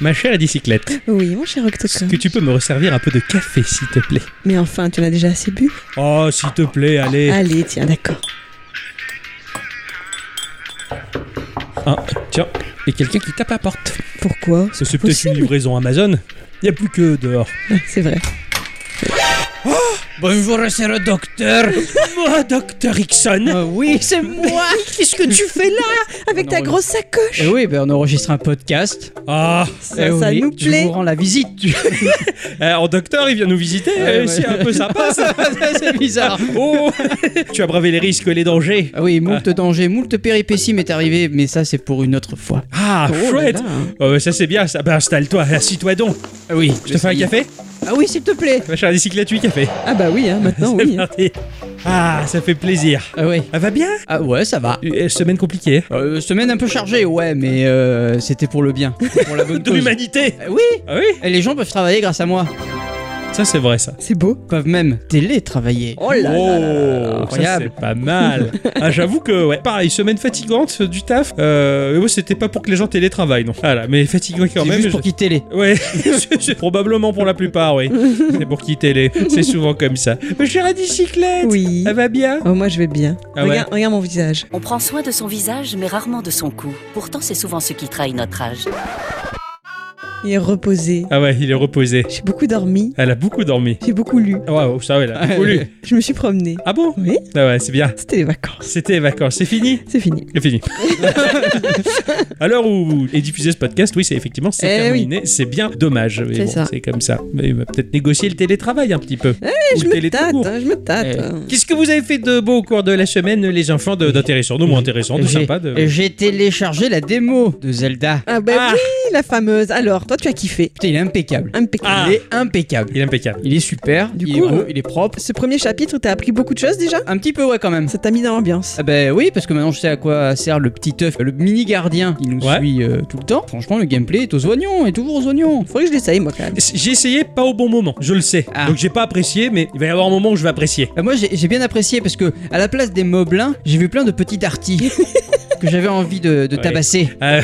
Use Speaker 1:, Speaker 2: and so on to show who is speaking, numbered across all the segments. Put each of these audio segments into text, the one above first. Speaker 1: Ma chère bicyclette,
Speaker 2: Oui, mon cher
Speaker 1: est-ce
Speaker 2: Octocom.
Speaker 1: que tu peux me resservir un peu de café, s'il te plaît
Speaker 2: Mais enfin, tu en as déjà assez bu
Speaker 1: Oh, s'il te plaît,
Speaker 3: Eh.
Speaker 1: allez.
Speaker 2: Allez, tiens, d'accord.
Speaker 1: Ah, tiens, et quelqu'un qui tape à la porte.
Speaker 2: Pourquoi
Speaker 1: Ça, C'est peut-être une
Speaker 2: possible.
Speaker 1: livraison Amazon. Il n'y a plus que dehors.
Speaker 2: Ouais, C'est vrai.
Speaker 1: Bonjour, c'est le docteur. Moi, docteur Hickson.
Speaker 3: Euh, oui, c'est
Speaker 2: Moi Ah. Qu'est-ce que tu fais là hein, Avec
Speaker 3: Non,
Speaker 2: ta
Speaker 3: mais-
Speaker 2: grosse sacoche
Speaker 3: Eh oui, ben on enregistre un podcast.
Speaker 1: Ah,
Speaker 2: Ça,
Speaker 3: Eh
Speaker 2: ça
Speaker 3: oui,
Speaker 2: nous
Speaker 3: Je
Speaker 2: plaît.
Speaker 3: vous rends la visite. tu-
Speaker 1: alors eh, docteur, il vient nous visiter.
Speaker 2: Ah,
Speaker 3: Ouais,
Speaker 1: euh, C'est
Speaker 3: ouais.
Speaker 1: un peu sympa, ça.
Speaker 3: c'est bizarre.
Speaker 1: Oh, tu as bravé les risques et les dangers.
Speaker 3: Ah Oui, moult dangers, moult péripéties m'est arrivé, mais ça c'est pour une autre fois.
Speaker 1: Ah,
Speaker 3: Oh là
Speaker 1: chouette.
Speaker 3: là.
Speaker 1: Oh, ça, c'est bien, ça. Bah, installe-toi, assis-toi donc.
Speaker 3: Ah oui,
Speaker 1: Je te fais un café
Speaker 3: Ah oui, s'il te plaît.
Speaker 1: Ma chère bicyclette, tu café.
Speaker 2: Ah bah oui, hein, maintenant oui. hein.
Speaker 1: Parti. Ah, ça fait plaisir.
Speaker 3: Ah oui.
Speaker 1: Elle va bien
Speaker 3: Ah ouais, ça va.
Speaker 1: Euh, Semaine compliquée.
Speaker 3: Euh, semaine un peu chargée, ouais, mais euh, c'était pour le bien, c'était pour la bonne
Speaker 1: De
Speaker 3: cause.
Speaker 1: l'humanité
Speaker 3: Ah oui,
Speaker 1: Ah oui
Speaker 3: et les gens peuvent travailler grâce à moi.
Speaker 1: Ça, c'est vrai, ça.
Speaker 2: C'est beau.
Speaker 3: Peuvent même télétravailler.
Speaker 2: Oh là là là là.
Speaker 1: Oh, ça
Speaker 3: incroyable.
Speaker 1: c'est pas mal. ah, j'avoue que ouais, pareil, semaine fatigante euh, du taf. Euh, mais moi, c'était pas pour que les gens télétravaillent, non. Voilà, mais fatigant quand
Speaker 3: C'est
Speaker 1: même.
Speaker 3: juste pour
Speaker 1: je-
Speaker 3: qu'ils télé.
Speaker 1: Ouais, c'est- c'est probablement pour la plupart, oui. c'est pour quitter les. C'est souvent comme ça. Ma chère à bicyclette,
Speaker 2: Oui.
Speaker 3: Ah bah.
Speaker 1: elle va bien.
Speaker 2: Oh, moi je vais bien.
Speaker 1: Ah ouais.
Speaker 2: regarde, regarde mon visage.
Speaker 4: On prend soin de son visage, mais rarement de son cou. Pourtant, c'est souvent ce qui trahit notre âge.
Speaker 2: Il est reposé.
Speaker 1: Ah ouais, il est reposé.
Speaker 2: J'ai beaucoup dormi.
Speaker 1: Elle a beaucoup dormi.
Speaker 2: J'ai beaucoup lu.
Speaker 1: Waouh, ça ouais, elle a beaucoup lu.
Speaker 2: Je me suis promenée.
Speaker 1: Ah bon
Speaker 2: Oui,
Speaker 1: Ah ouais, c'est bien.
Speaker 2: c'était les vacances.
Speaker 1: C'était les vacances, c'est fini.
Speaker 2: C'est fini.
Speaker 1: C'est fini. à l'heure où est diffusé ce podcast, oui, c'est effectivement c'est
Speaker 2: Eh oui.
Speaker 1: terminé. C'est bien dommage. mais
Speaker 2: C'est
Speaker 1: bon,
Speaker 2: ça.
Speaker 1: C'est comme ça. Mais il va peut-être négocier le télétravail un petit peu.
Speaker 2: Eh,
Speaker 1: Ou
Speaker 2: je
Speaker 1: le
Speaker 2: me
Speaker 1: télé tout
Speaker 2: tâte,
Speaker 1: court.
Speaker 2: hein, je me tâte.
Speaker 3: Eh.
Speaker 2: hein.
Speaker 1: Qu'est-ce que vous avez fait de beau au cours de la semaine, les enfants, de- d'intéressant, de moins intéressant,
Speaker 2: Eh,
Speaker 1: de
Speaker 3: J'ai
Speaker 1: sympa de...
Speaker 3: j'ai téléchargé la démo de Zelda.
Speaker 2: Ah bah
Speaker 1: Ah.
Speaker 2: oui, la fameuse. Alors, toi tu as kiffé.
Speaker 3: Putain, il est impeccable.
Speaker 1: Ah.
Speaker 2: Impeccable.
Speaker 3: Il est impeccable.
Speaker 1: Il est impeccable.
Speaker 3: Il est super,
Speaker 2: Du
Speaker 3: il
Speaker 2: coup,
Speaker 3: est beau,
Speaker 2: euh,
Speaker 3: il est propre.
Speaker 2: Ce premier chapitre, t'as appris beaucoup de choses déjà
Speaker 3: Un petit peu, ouais, quand même.
Speaker 2: Ça t'a mis dans l'ambiance.
Speaker 3: Ah ben oui, parce que maintenant je sais à quoi sert le petit œuf, le mini gardien qui nous
Speaker 1: Ouais.
Speaker 3: suit euh, tout le temps. Franchement, le gameplay est aux oignons, est toujours aux oignons.
Speaker 2: Faudrait que je l'essaye moi quand même.
Speaker 1: J'ai essayé pas au bon moment, je le sais.
Speaker 3: Ah.
Speaker 1: Donc j'ai pas apprécié, mais il va y avoir un moment où je vais apprécier.
Speaker 3: Bah, moi j'ai j'ai bien apprécié parce que à la place des moblins, j'ai vu plein de petits darties que j'avais envie de, de
Speaker 1: Ouais.
Speaker 3: tabasser.
Speaker 1: Euh,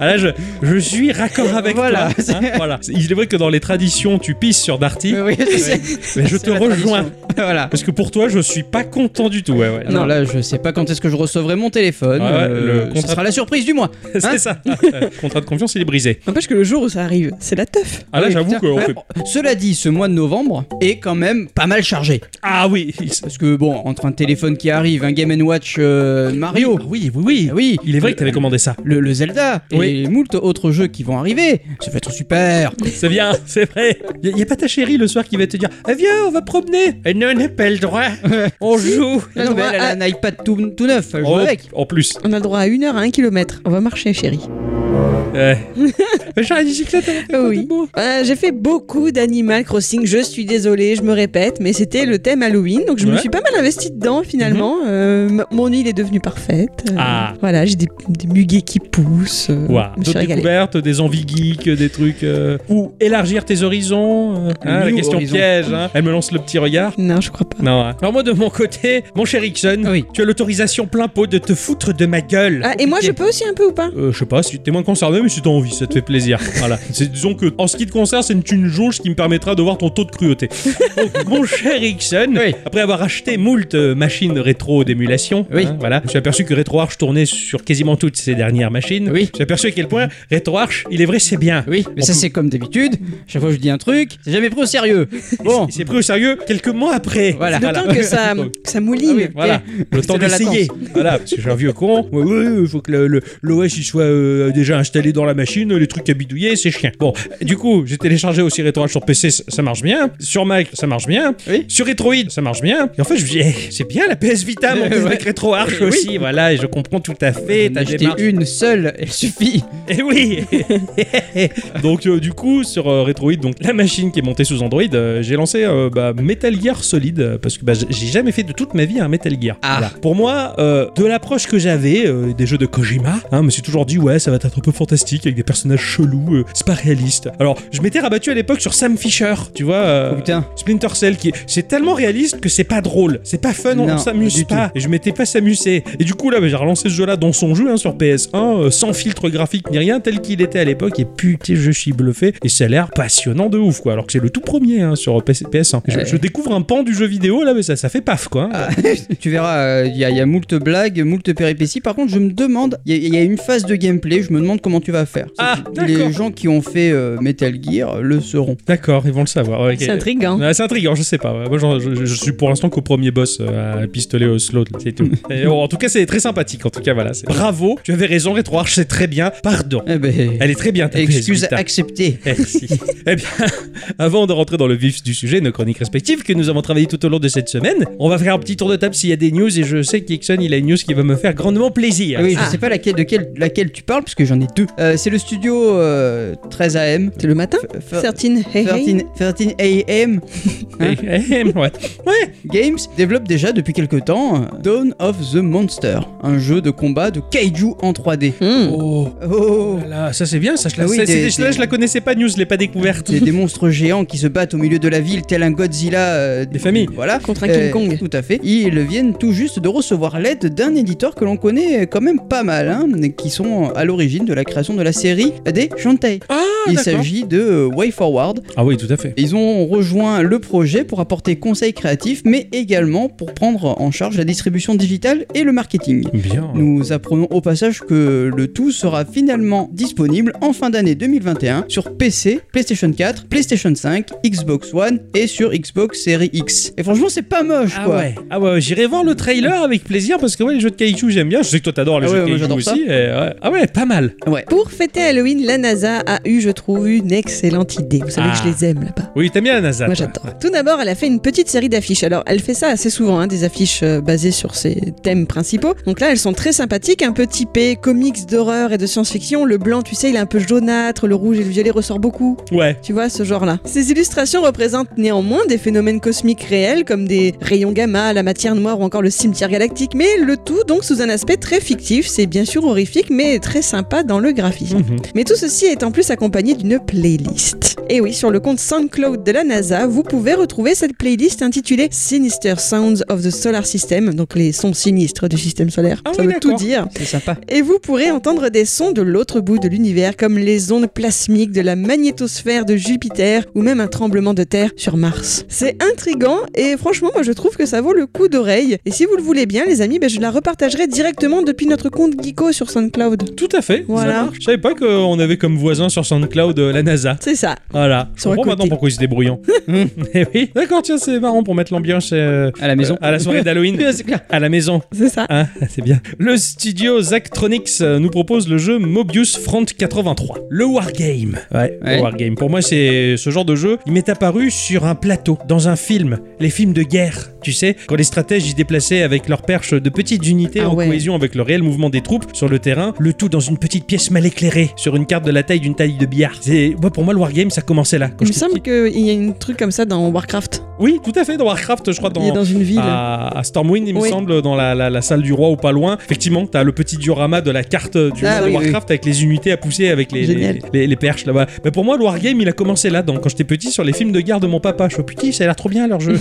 Speaker 1: ah là, je, je suis raccord avec
Speaker 3: Voilà,
Speaker 1: toi.
Speaker 3: c'est-
Speaker 1: hein, voilà. Il est vrai que dans les traditions, tu pisses sur Darty.
Speaker 2: Euh,
Speaker 3: Oui, oui, c'est-
Speaker 1: Mais je
Speaker 3: c'est
Speaker 1: te
Speaker 3: la
Speaker 1: rejoins.
Speaker 3: tradition. voilà.
Speaker 1: Parce que pour toi, je suis pas content du tout. Ouais, ouais.
Speaker 3: Non. là, je sais pas quand est-ce que je recevrai mon téléphone.
Speaker 1: Ouais, Ah ouais, le
Speaker 3: ça
Speaker 1: contrat-
Speaker 3: sera la surprise du mois.
Speaker 1: C'est
Speaker 3: Hein
Speaker 1: ça. Le contrat de confiance, il est brisé.
Speaker 2: N'empêche que le jour où ça arrive, c'est la teuf.
Speaker 1: Ah là,
Speaker 3: Oui,
Speaker 1: j'avoue
Speaker 3: putain.
Speaker 1: qu'on
Speaker 3: Ouais,
Speaker 1: fait.
Speaker 3: Cela dit, ce mois de novembre est quand même pas mal chargé.
Speaker 1: Ah oui. il-
Speaker 3: Parce que bon, entre un téléphone qui arrive, un Game Watch euh, Mario,
Speaker 1: Oui, oui, oui.
Speaker 3: Ah oui,
Speaker 1: Il est vrai que t'avais commandé ça.
Speaker 3: le, le Zelda et
Speaker 1: Oui.
Speaker 3: moult autres jeux qui vont arriver. Ça va être super.
Speaker 1: C'est bien, c'est vrai. Il y a pas ta chérie le soir qui va te dire Ah, Viens, on va promener. Et non, on n'a pas le droit. On joue.
Speaker 3: La nouvelle,
Speaker 2: Ah,
Speaker 3: elle a un iPad tout, tout neuf, elle joue
Speaker 1: Oh,
Speaker 3: avec.
Speaker 1: en plus.
Speaker 2: On a le droit à une heure à un kilomètre. On va marcher, chérie.
Speaker 1: Ouais. J'ai la bicyclette hein. avec
Speaker 2: Ah
Speaker 1: la
Speaker 2: oui. Euh, J'ai fait beaucoup d'Animal Crossing. Je suis désolée, je me répète, mais c'était le thème Halloween, donc je me
Speaker 1: Ouais.
Speaker 2: suis pas mal investie dedans finalement. Euh, m- mon île est devenue parfaite. Euh,
Speaker 1: Ah.
Speaker 2: Voilà, j'ai des, des muguets qui poussent. Euh,
Speaker 1: Wow.
Speaker 2: je me suis
Speaker 1: D'autres
Speaker 2: régalée.
Speaker 1: découvertes, des envies geeks, des trucs. euh, Ou élargir tes horizons. euh, hein, la
Speaker 3: New
Speaker 1: question
Speaker 3: horizon.
Speaker 1: piège. hein. Elle me lance le petit regard.
Speaker 2: Non, je crois pas.
Speaker 1: Non, hein. Alors moi de mon côté, mon cher Ixon,
Speaker 3: Oui.
Speaker 1: tu as l'autorisation plein pot de te foutre de ma gueule.
Speaker 2: Ah, et moi, je peux aussi un peu ou pas
Speaker 1: Euh, je sais pas, si t'es moins concerné, mais si t'as envie, ça te fait plaisir. voilà. C'est- Disons que, en ce qui te concerne, c'est une, une jauge qui me permettra de voir ton taux de cruauté. Donc, mon cher Ixon,
Speaker 3: Oui.
Speaker 1: après avoir acheté moult euh, machines rétro d'émulation,
Speaker 3: Oui.
Speaker 1: hein, voilà, je suis aperçu que RetroArch tournait sur quasiment toutes ces dernières machines.
Speaker 3: Oui.
Speaker 1: Je suis aperçu à quel point RetroArch, il est vrai, c'est bien.
Speaker 3: Oui, mais
Speaker 1: On
Speaker 3: ça
Speaker 1: peut-
Speaker 3: c'est comme d'habitude. Chaque fois que je dis un truc, c'est jamais pris au sérieux. Bon, Ah
Speaker 1: C'est pris au sérieux quelques mois après.
Speaker 3: Voilà.
Speaker 2: C'est D'autant que ça,
Speaker 1: Donc,
Speaker 2: que ça mouline.
Speaker 3: Ah oui.
Speaker 1: Voilà, le temps
Speaker 3: de la
Speaker 1: d'essayer. Voilà, parce que j'ai un vieux con. Ouais, ouais, ouais, faut que le- le- l'OS il soit euh, déjà installé dans la machine, les trucs à bidouiller, c'est chiant. Bon, du coup, j'ai téléchargé aussi RetroArch sur PC, ça ça marche bien. Sur Mac, ça marche bien.
Speaker 3: Oui.
Speaker 1: Sur Retroid, ça marche bien. Et en fait, je me dis, eh, c'est bien la PS Vita, mon
Speaker 3: Euh,
Speaker 1: avec
Speaker 3: ouais.
Speaker 1: RetroArch
Speaker 3: Oui.
Speaker 1: aussi. Voilà, et je comprends tout à fait ta
Speaker 3: acheter
Speaker 1: démarche.
Speaker 3: une seule, elle suffit.
Speaker 1: Et oui Donc euh, du coup sur euh, Retroid, donc la machine qui est montée sous Android, euh, j'ai lancé euh, bah, Metal Gear Solid euh, parce que bah, j- j'ai jamais fait de toute ma vie un Metal Gear.
Speaker 3: Ah.
Speaker 1: Pour moi, euh, de l'approche que j'avais euh, des jeux de Kojima, hein, je me suis toujours dit ouais ça va être un peu fantastique avec des personnages chelou, euh, c'est pas réaliste. Alors, je m'étais rabattu à l'époque sur Sam Fisher, tu vois, euh,
Speaker 3: Oh, putain.
Speaker 1: Splinter Cell, qui est- c'est tellement réaliste que c'est pas drôle, c'est pas fun, on-
Speaker 3: Non,
Speaker 1: on s'amuse
Speaker 3: du
Speaker 1: pas. Et je m'étais pas s'amusé. Et du coup, là, bah, j'ai relancé ce jeu-là dans son jeu hein, sur PS1, euh, sans filtre graphique ni rien, tel qu'il était à l'époque. Et putain, je suis bluffé. Et ça a l'air passionnant de ouf, quoi. Alors que c'est le tout premier hein, sur PS- PS1. Je,
Speaker 3: Ouais.
Speaker 1: je découvre un pan du jeu vidéo, là, mais ça, ça fait paf, quoi. hein.
Speaker 3: tu verras, il y, a- y a moult blagues, moult péripéties. Par contre, je me demande, il y, a une phase de gameplay, je me demande comment tu vas faire.
Speaker 1: Ah, d'accord.
Speaker 3: les gens qui ont fait euh, Metal Gear le seront.
Speaker 1: D'accord, ils vont le savoir. ouais, ok.
Speaker 2: C'est intriguant.
Speaker 1: Ah, c'est intriguant, je sais pas. ouais. Moi, j'en- je, je- je suis pour l'instant qu'au premier boss euh, à pistolet au slot, là, c'est tout. Et, oh, en tout cas, c'est très sympathique. En tout cas, voilà. c'est- Bravo, tu avais raison, RetroArch, c'est très bien. Pardon.
Speaker 3: Eh ben,
Speaker 1: Elle est très bien, ta
Speaker 3: excuse
Speaker 1: PS Vita.
Speaker 3: acceptée.
Speaker 1: Merci. eh bien, avant de rentrer dans le vif du sujet, nos chroniques respectives que nous avons travaillées tout au long de cette semaine, on va faire un petit tour de table s'il y a des news et je sais qu'Ixon, il a une news qui va me faire grandement plaisir.
Speaker 3: Ah oui, je
Speaker 2: Ah.
Speaker 3: sais pas laquelle, de quelle, laquelle tu parles, parce que j'en ai deux. Euh, c'est le studio euh, 13 AM.
Speaker 2: C'est le matin
Speaker 3: Fer-
Speaker 2: 13, hey, hey.
Speaker 3: 13 13 AM
Speaker 1: Eh, eh, ouais. Ouais,
Speaker 3: Games développe déjà depuis quelque temps euh, Dawn of the Monster, un jeu de combat de kaiju en 3D.
Speaker 2: Hmm.
Speaker 1: Oh,
Speaker 3: Oh
Speaker 1: là, ça c'est bien, ça je la,
Speaker 3: Ah oui,
Speaker 1: ça, c'est
Speaker 3: des-
Speaker 1: des- là, je la connaissais pas, news, je l'ai pas découverte.
Speaker 3: des, des monstres géants qui se battent au milieu de la ville, tel un Godzilla. euh,
Speaker 1: Des familles.
Speaker 3: Voilà. Euh,
Speaker 2: Contre un King Kong.
Speaker 3: Tout à fait. Ils viennent tout juste de recevoir l'aide d'un éditeur que l'on connaît quand même pas mal, hein, qui sont à l'origine de la création de la série des Shantae.
Speaker 1: Ah,
Speaker 3: Il
Speaker 1: d'accord.
Speaker 3: s'agit de euh, Way Forward.
Speaker 1: Ah oui, tout à fait.
Speaker 3: Ils ont rejoint le projet pour apporter conseils créatifs, mais également pour prendre en charge la distribution digitale et le marketing.
Speaker 1: Bien.
Speaker 3: Nous apprenons au passage que le tout sera finalement disponible en fin d'année 2021 sur PC, PlayStation 4, PlayStation 5, Xbox One et sur Xbox Series X. Et franchement, c'est pas moche
Speaker 1: Ah
Speaker 3: quoi.
Speaker 1: ouais, ah ouais, ouais, j'irai voir le trailer avec plaisir parce que ouais, les jeux de kaiju j'aime bien. Je sais que toi t'adores les
Speaker 3: Ah
Speaker 1: jeux
Speaker 3: ouais,
Speaker 1: de
Speaker 3: moi,
Speaker 1: kaiju
Speaker 3: j'adore ça.
Speaker 1: aussi. et ouais. Ah ouais, pas mal.
Speaker 3: Ouais.
Speaker 2: Pour fêter Halloween, la NASA a eu, je trouve, une excellente idée. Vous savez
Speaker 1: Ah.
Speaker 2: que je les aime là-bas.
Speaker 1: Oui, t'aimes bien la NASA.
Speaker 2: Moi
Speaker 1: toi.
Speaker 2: j'adore. Tout d'abord, elle a fait une petite série d'affiches. Alors, elle fait ça assez souvent, hein, des affiches euh, basées sur ses thèmes principaux. Donc là, elles sont très sympathiques, un peu typées, comics d'horreur et de science-fiction. Le blanc, tu sais, il est un peu jaunâtre, le rouge et le violet ressortent beaucoup.
Speaker 1: Ouais.
Speaker 2: Tu vois, ce genre-là. Ces illustrations représentent néanmoins des phénomènes cosmiques réels comme des rayons gamma, la matière noire ou encore le cimetière galactique, mais le tout donc sous un aspect très fictif. C'est bien sûr horrifique, mais très sympa dans le graphisme.
Speaker 1: Mhm.
Speaker 2: Mais tout ceci est en plus accompagné d'une playlist. Et oui, sur le compte SoundCloud de la NASA, vous pouvez retrouver cette playlist intitulée Sinister Sounds of the Solar System, donc les sons sinistres du système solaire.
Speaker 1: Ah
Speaker 2: Ça
Speaker 1: oui,
Speaker 2: veut tout
Speaker 1: d'accord.
Speaker 2: dire.
Speaker 3: C'est sympa.
Speaker 2: Et vous pourrez entendre des sons de l'autre bout de l'univers, comme les ondes plasmiques de la magnétosphère de Jupiter ou même un tremblement de terre sur Mars. C'est intriguant et franchement, moi je trouve que ça vaut le coup d'oreille. Et si vous le voulez bien, les amis, ben, je la repartagerai directement depuis notre compte Geeko sur SoundCloud.
Speaker 1: Tout à fait.
Speaker 2: Voilà.
Speaker 1: Ça marche. Je savais pas qu'on avait comme voisin sur SoundCloud euh, la NASA.
Speaker 2: C'est ça.
Speaker 1: Voilà. Je
Speaker 2: Sur un
Speaker 1: comprends
Speaker 2: côté.
Speaker 1: maintenant pourquoi ils se débrouillent. Eh oui. D'accord, tiens, c'est marrant pour mettre l'ambiance euh,
Speaker 3: À la maison.
Speaker 1: à la soirée d'Halloween.
Speaker 3: Ouais, c'est clair.
Speaker 1: à la maison.
Speaker 2: C'est ça.
Speaker 1: Ah, c'est bien. Le studio Zachtronics euh, nous propose le jeu Mobius Front 83. Le Wargame. Ouais,
Speaker 3: Ouais.
Speaker 1: le Wargame. Pour moi, c'est euh, ce genre de jeu. Il m'est apparu sur un plateau, dans un film. Les films de guerre, tu sais, quand les stratèges y déplaçaient avec leurs perches de petites unités
Speaker 2: Ah
Speaker 1: en
Speaker 2: ouais.
Speaker 1: cohésion avec le réel mouvement des troupes sur le terrain, le tout dans une petite pièce mal éclairée, sur une carte de la taille d'une taille de billard. C'est- ouais, pour moi, le Wargame, ça commençait là. quand
Speaker 2: Il me
Speaker 1: j'étais
Speaker 2: semble
Speaker 1: petit.
Speaker 2: qu'il y a une truc comme ça dans Warcraft.
Speaker 1: Oui, tout à fait, dans Warcraft, je crois, dans Ah.
Speaker 2: Il est dans une ville.
Speaker 1: à, à Stormwind, il me
Speaker 2: Oui.
Speaker 1: semble, dans la, la- la salle du roi ou pas loin. Effectivement, t'as le petit diorama de la carte du
Speaker 3: Ah
Speaker 1: monde
Speaker 3: oui,
Speaker 1: de Warcraft avec les unités à pousser, avec les,
Speaker 2: Génial.
Speaker 1: les, les- les perches là-bas. Mais pour moi, le Wargame, il a commencé là, donc quand j'étais petit, sur les films de guerre de mon papa. Je suis petit, ça a l'air trop bien leur jeu.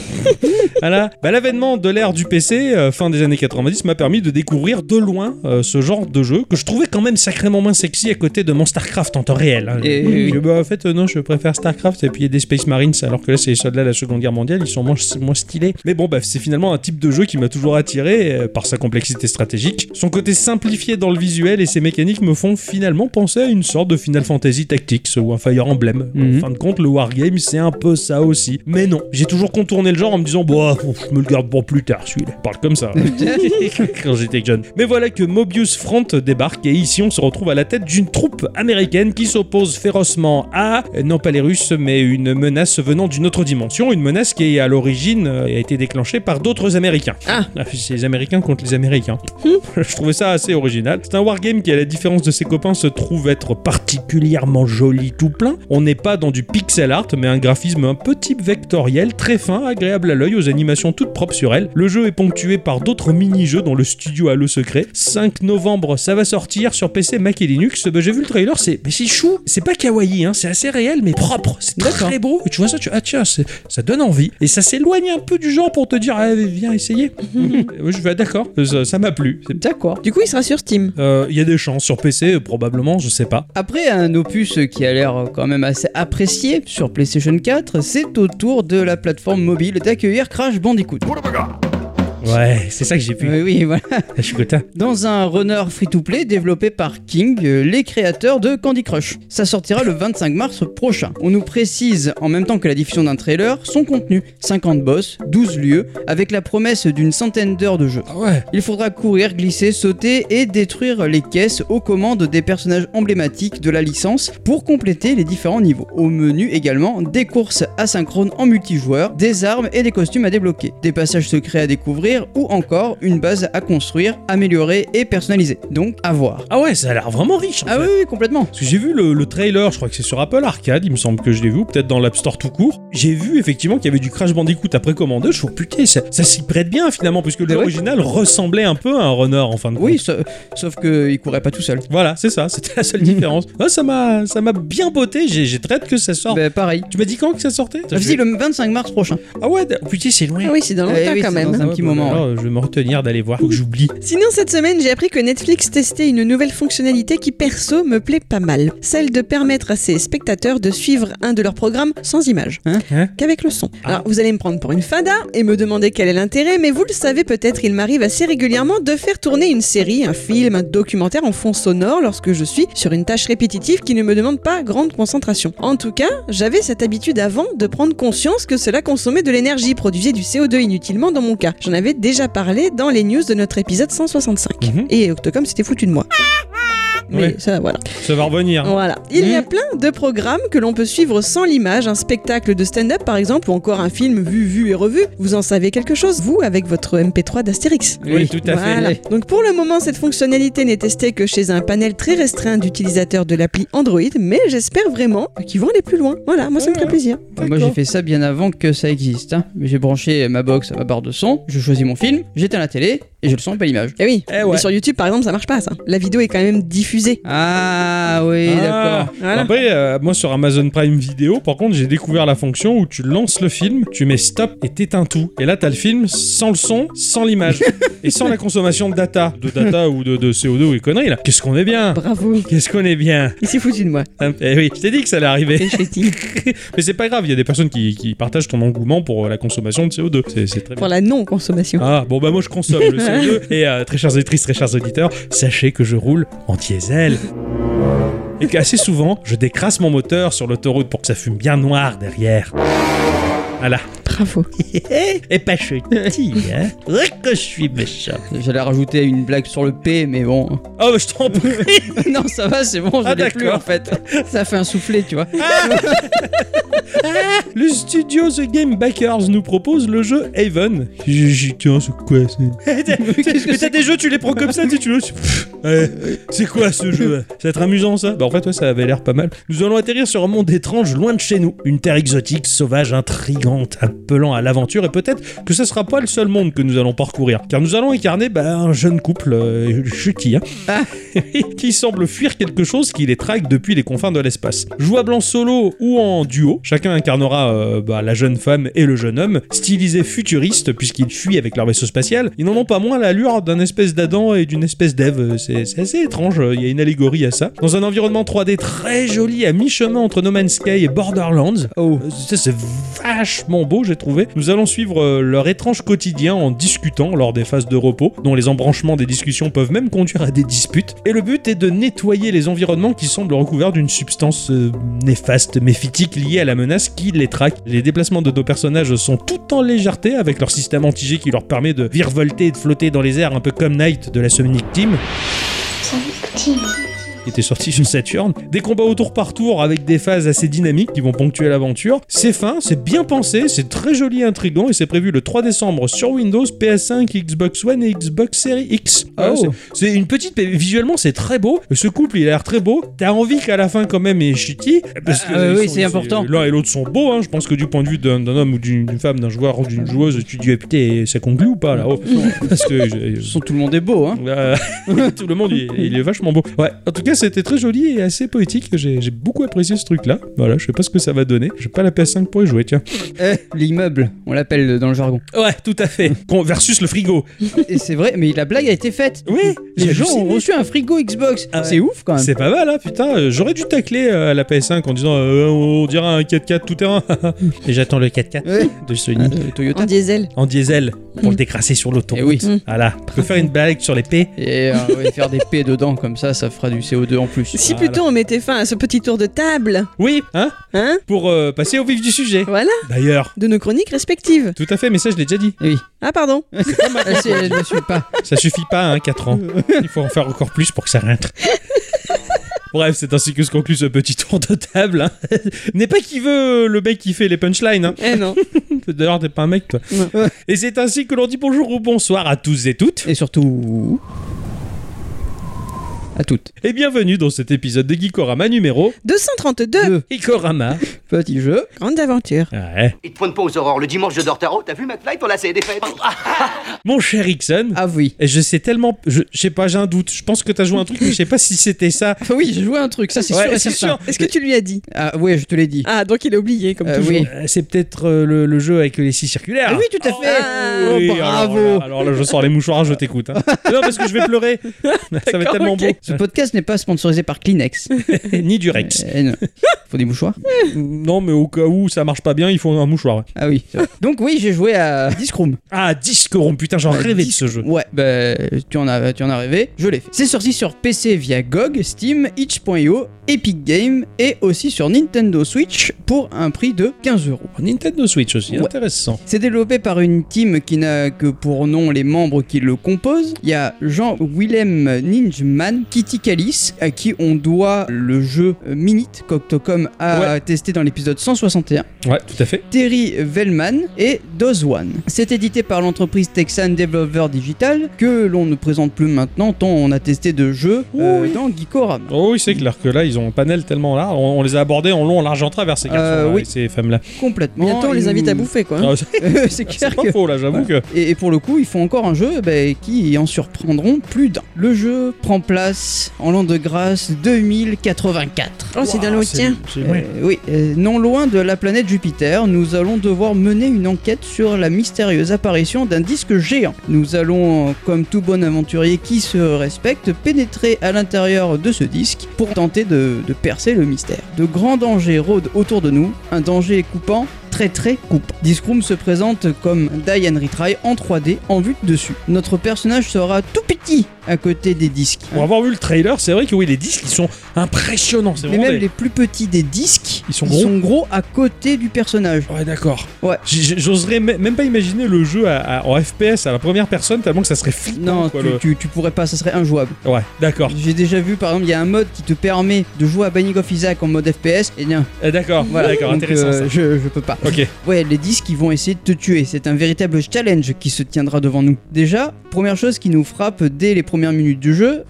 Speaker 1: voilà. Bah, L'avènement de l'ère du PC, euh, fin des années 90, m'a permis de découvrir de loin euh, ce genre de jeu que je trouvais quand même sacrément moins sexy à côté de mon StarCraft en temps réel. hein.
Speaker 3: Et-
Speaker 1: Je- bah, en fait, euh, non, je préfère StarCraft et puis il y a des Space Marines, alors que là, c'est les soldats de la Seconde Guerre mondiale, ils sont moins, moins stylés. Mais bon, bah, c'est finalement un type de jeu qui m'a toujours attiré euh, par sa complexité stratégique. Son côté simplifié dans le visuel et ses mécaniques me font finalement penser à une sorte de Final Fantasy Tactics ou un Fire Emblem.
Speaker 3: Mhm.
Speaker 1: En fin de compte, le Wargame, c'est un peu ça aussi. Mais non, j'ai toujours contourné le genre en me disant, bah, pff, je me le garde pour plus tard, celui-là. Je Parle comme ça. quand j'étais jeune. Mais voilà que Mobius Front débarque et ici on se retrouve à la tête d'une troupe américaine qui s'oppose férocement à, euh, non pas les Russes, mais une menace venant d'une autre dimension, une menace qui est à l'origine euh, a été déclenchée par d'autres Américains.
Speaker 2: Ah.
Speaker 1: C'est les Américains contre les Américains. Je trouvais ça assez original. C'est un wargame qui, à la différence de ses copains, se trouve être particulièrement joli tout plein. On n'est pas dans du pixel art, mais un graphisme un peu type vectoriel, très fin, agréable à l'œil, aux animations toutes propres sur elle. Le jeu est ponctué par d'autres mini-jeux dont le studio a le secret. 5 novembre, ça va sortir sur PC, Mac et Linux. Bah, J'ai vu le trailer, c'est c'est mais c'est chou, c'est pas kawaii, hein, c'est assez réel mais propre, c'est très,
Speaker 3: D'accord.
Speaker 1: très beau. Et tu vois ça, tu ah tiens, c'est- ça donne envie. Et ça s'éloigne un peu du genre pour te dire ah, viens essayer. Euh, Je vais ah, d'accord, ça ça m'a plu. C'est-
Speaker 3: D'accord.
Speaker 2: Du coup, il sera sur Steam.
Speaker 1: Euh, Il y a des chances sur PC euh, probablement, je sais pas.
Speaker 3: Après un opus qui a l'air quand même assez apprécié sur PlayStation 4, c'est au tour de la plateforme mobile d'accueillir Crash Bandicoot.
Speaker 1: Ouais, c'est ça que j'ai vu.
Speaker 3: Oui, oui, voilà.
Speaker 1: Je suis content.
Speaker 3: Dans un runner free-to-play développé par King, euh, les créateurs de Candy Crush. Ça sortira le 25 mars prochain. On nous précise, en même temps que la diffusion d'un trailer, son contenu. 50 boss, 12 lieux, avec la promesse d'une centaine d'heures de jeu.
Speaker 1: Ah ouais.
Speaker 3: Il faudra courir, glisser, sauter et détruire les caisses aux commandes des personnages emblématiques de la licence pour compléter les différents niveaux. Au menu également, des courses asynchrones en multijoueur, des armes et des costumes à débloquer, des passages secrets à découvrir ou encore une base à construire, améliorer et personnaliser. Donc à voir.
Speaker 1: Ah ouais, ça a l'air vraiment riche. en
Speaker 3: Ah
Speaker 1: fait.
Speaker 3: oui, oui, complètement.
Speaker 1: Parce que j'ai vu le, le trailer, je crois que c'est sur Apple Arcade, il me semble que je l'ai vu, ou peut-être dans l'App Store tout court. J'ai vu effectivement qu'il y avait du Crash Bandicoot à précommander. Je trouve putain, ça, ça s'y prête bien finalement, puisque
Speaker 3: Ah ouais.
Speaker 1: l'original ressemblait un peu à un runner en fin de compte.
Speaker 3: Oui, sa- sauf que il courait pas tout seul.
Speaker 1: Voilà, c'est ça, c'était la seule différence. Ah, ça m'a ça m'a bien botté, j'ai j'ai très hâte que ça sorte.
Speaker 3: Bah, pareil.
Speaker 1: Tu m'as dit quand que ça sortait
Speaker 3: Je dis le 25 mars prochain.
Speaker 1: Ah ouais, d- putain, c'est loin.
Speaker 2: Ah oui, c'est dans
Speaker 3: Eh
Speaker 2: longtemps
Speaker 3: oui,
Speaker 2: quand
Speaker 3: c'est
Speaker 2: même. hein.
Speaker 3: dans un
Speaker 1: Ah ouais,
Speaker 3: petit
Speaker 1: bah,
Speaker 3: moment,
Speaker 1: alors, Je vais me retenir d'aller voir, faut que j'oublie.
Speaker 2: Sinon, cette semaine, j'ai appris que Netflix testait une nouvelle fonctionnalité qui, perso, me plaît pas mal. Celle de permettre à ses spectateurs de suivre un de leurs programmes sans image.
Speaker 3: Hein
Speaker 1: Hein
Speaker 2: Qu'avec le son.
Speaker 1: Ah.
Speaker 2: Alors, vous allez me prendre pour une fada et me demander quel est l'intérêt, mais vous le savez peut-être, il m'arrive assez régulièrement de faire tourner une série, un film, un documentaire en fond sonore lorsque je suis sur une tâche répétitive qui ne me demande pas grande concentration. En tout cas, j'avais cette habitude avant de prendre conscience que cela consommait de l'énergie, produisait du CO2 inutilement dans mon cas. J'en avais déjà parlé dans les news de notre épisode 165.
Speaker 1: Mhm.
Speaker 2: Et Octocom s'était foutu de moi. Mais
Speaker 1: Ouais.
Speaker 2: ça, voilà.
Speaker 1: Ça va revenir.
Speaker 2: Voilà. Il y a
Speaker 1: Mmh.
Speaker 3: Mm.
Speaker 2: plein de programmes que l'on peut suivre sans l'image, un spectacle de stand-up par exemple, ou encore un film vu, vu et revu. Vous en savez quelque chose, vous, avec votre MP3 d'Astérix.
Speaker 1: Oui, tout à fait.
Speaker 2: Voilà. Donc pour le moment, cette fonctionnalité n'est testée que chez un panel très restreint d'utilisateurs de l'appli Android, mais j'espère vraiment qu'ils vont aller plus loin. Voilà, moi ça me
Speaker 1: Mmh.
Speaker 2: ferait plaisir.
Speaker 3: Bah, Moi j'ai fait ça bien avant que ça existe. hein. J'ai branché ma box à ma barre de son, je choisis mon film, j'éteins la télé et j'ai le son et pas l'image.
Speaker 2: Eh oui.
Speaker 1: Eh ouais.
Speaker 2: Mais sur YouTube par exemple, ça marche pas ça. La vidéo est quand même diffusée.
Speaker 3: Ah oui,
Speaker 1: Ah.
Speaker 3: d'accord.
Speaker 2: Voilà.
Speaker 1: Après, euh, moi sur Amazon Prime Video, par contre, j'ai découvert la fonction où tu lances le film, tu mets stop et t'éteins tout. Et là, t'as le film sans le son, sans l'image et sans la consommation de data, de data ou de, de CO2 ou des conneries là. Qu'est-ce qu'on est bien
Speaker 2: Bravo.
Speaker 1: Qu'est-ce qu'on est bien
Speaker 2: Il s'est foutu de moi.
Speaker 1: Eh oui, je t'ai dit que ça allait arriver.
Speaker 2: Et je dis,
Speaker 1: Mais c'est pas grave, il y a des personnes qui, qui partagent ton engouement pour euh, la consommation de CO2. C'est- C'est très bien.
Speaker 2: pour la non-consommation.
Speaker 1: Ah, bon, bah moi je consomme le CO2. Et euh, très chères auditrices, très chers auditeurs, sachez que je roule en diesel. Et qu'assez souvent, je décrasse mon moteur sur l'autoroute pour que ça fume bien noir derrière. Voilà.
Speaker 2: Bravo.
Speaker 1: Et pas chutis, hein que je suis méchant.
Speaker 3: J'allais rajouter une blague sur le P, mais bon.
Speaker 1: Oh, bah, je t'en prie.
Speaker 3: non, ça va, c'est bon, je
Speaker 1: Ah,
Speaker 3: l'ai plus
Speaker 1: d'accord.
Speaker 3: en fait. Ça fait un soufflet, tu vois.
Speaker 1: Le studio The Game Backers nous propose le jeu Haven. J'ai j'ai- tiens, c'est quoi ça
Speaker 3: Qu'est-ce que
Speaker 1: Mais t'as
Speaker 3: c'est
Speaker 1: des jeux, tu les prends comme ça, tu sais, tu le- Pff, ouais, C'est quoi ce jeu Ça va être amusant ça Bah en fait, ouais, ça avait l'air pas mal. Nous allons atterrir sur un monde étrange loin de chez nous. Une terre exotique, sauvage, intrigante, appelant à l'aventure et peut-être que ce sera pas le seul monde que nous allons parcourir. Car nous allons incarner bah, un jeune couple, euh, chutis, hein, qui semble fuir quelque chose qui les traque depuis les confins de l'espace. Jouable en solo ou en duo, chacun incarnera euh, bah, la jeune femme et le jeune homme, stylisés futuristes puisqu'ils fuient avec leur vaisseau spatial. Ils n'en ont pas moins l'allure d'un espèce d'Adam et d'une espèce d'Ève. Euh, C'est c'est assez étrange, euh, il y a une allégorie à ça. Dans un environnement 3D très joli à mi-chemin entre No Man's Sky et Borderlands,
Speaker 3: Oh.
Speaker 1: euh, ça, c'est vachement beau, j'ai trouvé. Nous allons suivre euh, leur étrange quotidien en discutant lors des phases de repos, dont les embranchements des discussions peuvent même conduire à des disputes. Et le but est de nettoyer les environnements qui semblent recouverts d'une substance euh, néfaste, méphitique, liée à la menace qui les traque. Les déplacements de nos personnages sont tout en légèreté, avec leur système anti qui leur permet de virevolter et de flotter dans les airs, un peu comme Knight de la Sonic Team qui était sorti sur Saturn. Des combats au tour par tour avec des phases assez dynamiques qui vont ponctuer l'aventure. C'est fin, c'est bien pensé, c'est très joli et intriguant et c'est prévu le 3 décembre sur Windows, PS5, Xbox One et Xbox Series X. Voilà,
Speaker 3: Oh.
Speaker 1: c'est- C'est une petite... Visuellement, c'est très beau. Ce couple, il a l'air très beau. T'as envie qu'à la fin, quand même, il chutty. Parce que
Speaker 3: Ah,
Speaker 1: ils
Speaker 3: oui,
Speaker 1: sont-
Speaker 3: c'est
Speaker 1: ils-
Speaker 3: important.
Speaker 1: L'un et l'autre sont beaux. hein. Je pense que du point de vue d'un d'un homme ou d'une d'une femme, d'un joueur ou d'une joueuse, tu te dis, eh, putain, ça conclut ou pas, là oh. Parce que... je-
Speaker 3: Son, tout le monde est beau, hein.
Speaker 1: euh, tout le monde, il, il est vachement beau. Ouais, en tout cas, cas, c'était très joli et assez poétique. J'ai j'ai beaucoup apprécié ce truc-là. Voilà, je sais pas ce que ça va donner. J'ai pas la PS5 pour y jouer, tiens.
Speaker 3: Euh, L'immeuble, on l'appelle euh, dans le jargon.
Speaker 1: Ouais, tout à fait. Con- Versus le frigo.
Speaker 3: Et c'est vrai, mais la blague a été faite.
Speaker 1: Oui, j'ai
Speaker 3: Les gens ont
Speaker 1: halluciné.
Speaker 3: reçu un frigo Xbox.
Speaker 1: Ah ouais.
Speaker 3: C'est ouf quand même.
Speaker 1: C'est pas mal, hein, putain. Euh, J'aurais dû tacler euh, à la PS5 en disant euh, on dirait un 4x4 tout terrain. et j'attends le 4x4
Speaker 3: Ouais.
Speaker 1: de
Speaker 3: Ah,
Speaker 1: Sony
Speaker 3: euh, Toyota.
Speaker 2: En diesel.
Speaker 1: en diesel pour
Speaker 2: Mm.
Speaker 1: le décrasser sur l'autoroute.
Speaker 3: Eh oui.
Speaker 2: Mm.
Speaker 1: Voilà. Je peux faire une blague sur l'épée.
Speaker 3: Et euh, ouais, faire des P dedans comme ça, ça fera du CO2 en plus.
Speaker 2: Si
Speaker 1: Voilà.
Speaker 2: plutôt on mettait fin à ce petit tour de table,
Speaker 1: Oui, hein
Speaker 2: hein
Speaker 1: Pour euh, passer au vif du sujet.
Speaker 2: Voilà,
Speaker 1: D'ailleurs.
Speaker 2: de nos chroniques respectives.
Speaker 1: Tout à fait, mais ça je l'ai déjà dit.
Speaker 3: Eh Oui.
Speaker 2: Ah pardon.
Speaker 3: Ah, si, je ne suis pas.
Speaker 1: Ça suffit pas, hein, 4 ans. Il faut en faire encore plus pour que ça rentre. Bref, c'est ainsi que se conclut ce petit tour de table. hein. N'est pas qui veut le mec qui fait les punchlines. hein.
Speaker 2: Eh non.
Speaker 1: D'ailleurs, t'es pas un mec, toi.
Speaker 2: Non.
Speaker 1: Et c'est ainsi que l'on dit bonjour ou bonsoir à tous et toutes.
Speaker 3: Et surtout. À toutes.
Speaker 1: Et bienvenue dans cet épisode de Geekorama numéro
Speaker 2: 232.
Speaker 3: Deux
Speaker 1: Geekorama.
Speaker 3: petits jeux.
Speaker 2: Grande aventure.
Speaker 1: Ouais.
Speaker 5: Il te pointe pas aux aurores. Le dimanche, je dors tard. Oh, t'as vu, McFly, ton lacet est défait.
Speaker 1: Mon cher Ixon.
Speaker 3: Ah oui.
Speaker 1: Et je sais tellement. Je je sais pas, j'ai un doute. Je pense que t'as joué un truc, mais je sais pas si c'était ça.
Speaker 3: Ah oui, j'ai joué à un truc, ça c'est
Speaker 1: Ouais,
Speaker 3: sûr et
Speaker 1: c'est
Speaker 3: certain.
Speaker 1: sûr. Euh,
Speaker 2: Est-ce que tu lui as dit
Speaker 3: Ah oui, je te l'ai dit.
Speaker 2: Ah, donc il a oublié, comme
Speaker 3: Euh,
Speaker 2: toujours.
Speaker 3: oui.
Speaker 1: Euh, C'est peut-être euh, le, le jeu avec les six circulaires.
Speaker 3: Ah oui, tout à fait.
Speaker 2: Ah,
Speaker 3: Oh,
Speaker 1: Oui,
Speaker 3: bravo.
Speaker 1: Alors là, alors là, je sors les mouchoirs, je t'écoute. hein. Non, parce que je vais pleurer. Ça va être
Speaker 2: D'accord,
Speaker 1: tellement
Speaker 2: ok.
Speaker 3: Ce podcast n'est pas sponsorisé par Kleenex.
Speaker 1: beau. Ni du Rex.
Speaker 3: Euh, non. Faut des mouchoirs.
Speaker 1: Non, mais au cas où ça marche pas bien, il faut un mouchoir. ouais.
Speaker 3: Ah oui. c'est vrai. Donc oui, j'ai joué à Discroom.
Speaker 1: Ah, disque rond, putain, j'en
Speaker 3: Ouais,
Speaker 1: rêvais de
Speaker 3: disque-
Speaker 1: ce jeu.
Speaker 3: Ouais, bah tu en as, tu en as rêvé, je l'ai fait. C'est sorti sur PC via GOG, Steam, itch.io, Epic Games et aussi sur Nintendo Switch pour un prix de 15 euros.
Speaker 1: Nintendo Switch aussi,
Speaker 3: Ouais.
Speaker 1: intéressant.
Speaker 3: C'est développé par une team qui n'a que pour nom les membres qui le composent. Il y a Jean-Willem Ninjman, Kitty Callis, à qui on doit le jeu euh, Minit qu'Octocom a testé dans l'épisode 161.
Speaker 1: Ouais, tout à fait.
Speaker 3: Terry Vellman et Dozwan. C'est édité par l'entreprise Texan Developer Digital que l'on ne présente plus maintenant tant on a testé de jeux euh,
Speaker 1: Oui.
Speaker 3: dans Geekorama.
Speaker 1: Oh oui, c'est clair que là, ils ont un panel tellement large. On, on les a abordés en long, en large, en travers, ces
Speaker 3: Euh,
Speaker 1: garçons-là
Speaker 3: oui.
Speaker 1: et ces femmes-là.
Speaker 3: Complètement.
Speaker 2: Bientôt, on
Speaker 3: ils
Speaker 2: les invite à
Speaker 3: nous-
Speaker 2: bouffer, quoi.
Speaker 1: Ah, c'est-
Speaker 3: C'est clair
Speaker 1: c'est pas
Speaker 3: que
Speaker 1: faux, là, j'avoue que.
Speaker 3: Et, et pour le coup, ils font encore un jeu bah, qui en surprendront plus d'un. Le jeu prend place en l'an de grâce 2084.
Speaker 2: Oh, c'est dans le tien.
Speaker 1: C'est- ouais.
Speaker 3: Euh, oui, euh, non loin de la planète Jupiter, nous allons devoir mener une enquête sur la mystérieuse apparition d'un disque géant. Nous allons, euh, comme tout bon aventurier qui se respecte, pénétrer à l'intérieur de ce disque pour tenter de, de percer le mystère. De grands dangers rôdent autour de nous, un danger coupant. Très très coupant. Discroom se présente comme Die and Retry en 3D en vue de dessus. Notre personnage sera tout petit à côté des disques.
Speaker 1: Pour avoir vu le trailer, c'est vrai que oui, les disques, ils sont impressionnants. C'est
Speaker 3: Mais
Speaker 1: vraiment
Speaker 3: même
Speaker 1: des-
Speaker 3: les plus petits des disques,
Speaker 1: Ils sont gros
Speaker 3: à côté du personnage.
Speaker 1: Ouais, d'accord.
Speaker 3: Ouais.
Speaker 1: J- j- J'oserais me- même pas imaginer le jeu à- à- en FPS à la première personne, tellement que ça serait flippant.
Speaker 3: Non,
Speaker 1: quoi,
Speaker 3: tu,
Speaker 1: le-
Speaker 3: tu- tu pourrais pas, ça serait injouable.
Speaker 1: Ouais, d'accord.
Speaker 3: J'ai déjà vu, par exemple, il y a un mode qui te permet de jouer à Binding of Isaac en mode FPS. Et bien,
Speaker 1: Eh, D'accord,
Speaker 3: voilà,
Speaker 1: d'accord,
Speaker 3: donc,
Speaker 1: intéressant
Speaker 3: euh, je, je peux pas.
Speaker 1: ça. Ok.
Speaker 3: Ouais, les disques, ils vont essayer de te tuer. C'est un véritable challenge qui se tiendra devant nous. Déjà, première chose qui nous frappe dès les premières minutes du jeu,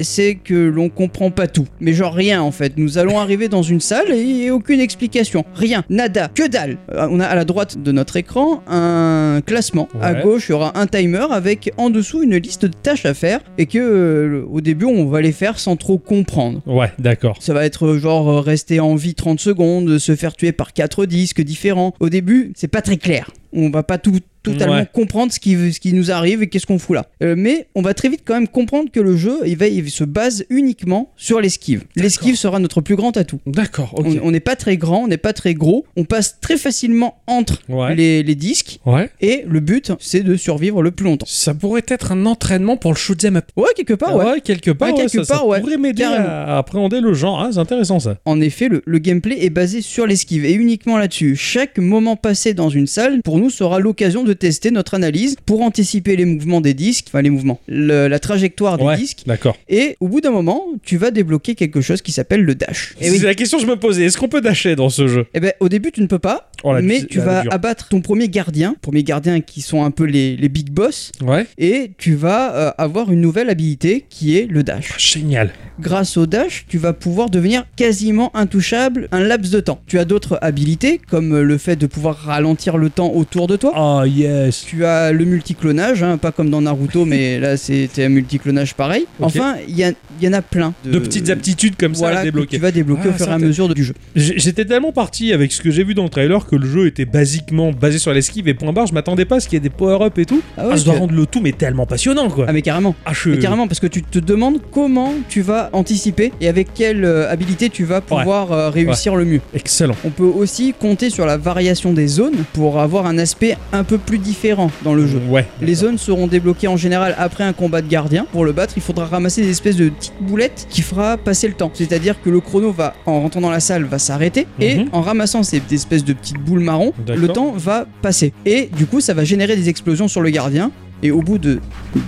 Speaker 3: c'est que l'on comprend pas tout. Mais genre rien en fait. Nous allons arriver dans une salle et, et aucune explication. Rien, nada, que dalle. Euh, on a à la droite de notre écran un classement. À
Speaker 1: Ouais.
Speaker 3: gauche, il y aura un timer avec en dessous une liste de tâches à faire et que euh, au début, on va les faire sans trop comprendre.
Speaker 1: Ouais, d'accord.
Speaker 3: Ça va être euh, genre euh, rester en vie 30 secondes, se faire tuer par quatre disques différents. Au début, c'est pas très clair. On va pas tout totalement
Speaker 1: Ouais.
Speaker 3: comprendre ce qui, ce qui nous arrive et qu'est-ce qu'on fout là. Euh, mais on va très vite quand même comprendre que le jeu, il, va, il se base uniquement sur l'esquive. L'esquive sera notre plus grand atout.
Speaker 1: D'accord, ok.
Speaker 3: On- On n'est pas très grand, on n'est pas très gros. On passe très facilement entre
Speaker 1: Ouais.
Speaker 3: les, les disques.
Speaker 1: Ouais.
Speaker 3: Et le but, c'est de survivre le plus longtemps.
Speaker 1: Ça pourrait être un entraînement pour le shoot'em up.
Speaker 3: Ouais, quelque
Speaker 1: Ah
Speaker 3: part, ouais.
Speaker 1: quelque part,
Speaker 3: Ouais,
Speaker 1: ouais,
Speaker 3: quelque
Speaker 1: ça, ça
Speaker 3: part, ouais.
Speaker 1: pourrait m'aider
Speaker 3: Carrément.
Speaker 1: à appréhender le genre. hein, c'est intéressant ça.
Speaker 3: En effet, le, le gameplay est basé sur l'esquive et uniquement là-dessus. Chaque moment passé dans une salle, pour nous, sera l'occasion de tester notre analyse pour anticiper les mouvements des disques, enfin les mouvements, le- la trajectoire des
Speaker 1: ouais,
Speaker 3: disques.
Speaker 1: d'accord.
Speaker 3: Et au bout d'un moment, tu vas débloquer quelque chose qui s'appelle le dash.
Speaker 1: C'est la question que je me posais. Est-ce qu'on peut dasher dans ce jeu
Speaker 3: Eh ben, au début, tu ne peux pas,
Speaker 1: Oh, la-
Speaker 3: mais
Speaker 1: la-
Speaker 3: tu
Speaker 1: la
Speaker 3: vas
Speaker 1: dure.
Speaker 3: abattre ton premier gardien, premier gardien qui sont un peu les, les big boss,
Speaker 1: Ouais.
Speaker 3: et tu vas euh, avoir une nouvelle habilité qui est le dash.
Speaker 1: Génial.
Speaker 3: Grâce au dash, tu vas pouvoir devenir euh, quasiment intouchable un laps de temps. Tu as d'autres habilités, comme le fait de pouvoir ralentir le temps autour autour de toi.
Speaker 1: Ah yes.
Speaker 3: Tu as le multiclonage, hein, pas comme dans Naruto, mais là c'était un multiclonage pareil.
Speaker 1: Ok.
Speaker 3: Enfin, il y, a- il y en a plein.
Speaker 1: De petites aptitudes comme ça
Speaker 3: voilà,
Speaker 1: à
Speaker 3: que
Speaker 1: débloquer.
Speaker 3: tu vas débloquer
Speaker 1: Ah,
Speaker 3: au fur et
Speaker 1: ça,
Speaker 3: à
Speaker 1: t'as-
Speaker 3: mesure du jeu.
Speaker 1: J- J'étais tellement parti avec ce que j'ai vu dans le trailer que le jeu était basiquement basé sur l'esquive et point barre. Je m'attendais pas à ce qu'il y ait des power-up et tout.
Speaker 3: Ah
Speaker 1: Ah,
Speaker 3: ouais,
Speaker 1: ça doit
Speaker 3: tu-
Speaker 1: rendre le tout mais tellement passionnant quoi.
Speaker 3: ah mais carrément.
Speaker 1: Ah, je-
Speaker 3: Mais carrément, parce que tu te demandes comment tu vas anticiper et avec quelle euh, habilité tu vas pouvoir euh, réussir le mieux.
Speaker 1: Excellent.
Speaker 3: On peut aussi compter sur la variation des zones pour avoir un aspect un peu plus différent dans le jeu.
Speaker 1: Ouais.
Speaker 3: Les zones seront débloquées en général après un combat de gardien. Pour le battre, il faudra ramasser des espèces de petites boulettes qui fera passer le temps. C'est-à-dire que le chrono va, en rentrant dans la salle, va s'arrêter et
Speaker 1: Mhm.
Speaker 3: en ramassant ces espèces de petites boules marron,
Speaker 1: D'accord.
Speaker 3: le temps va passer. Et du coup, ça va générer des explosions sur le gardien. Et au bout de-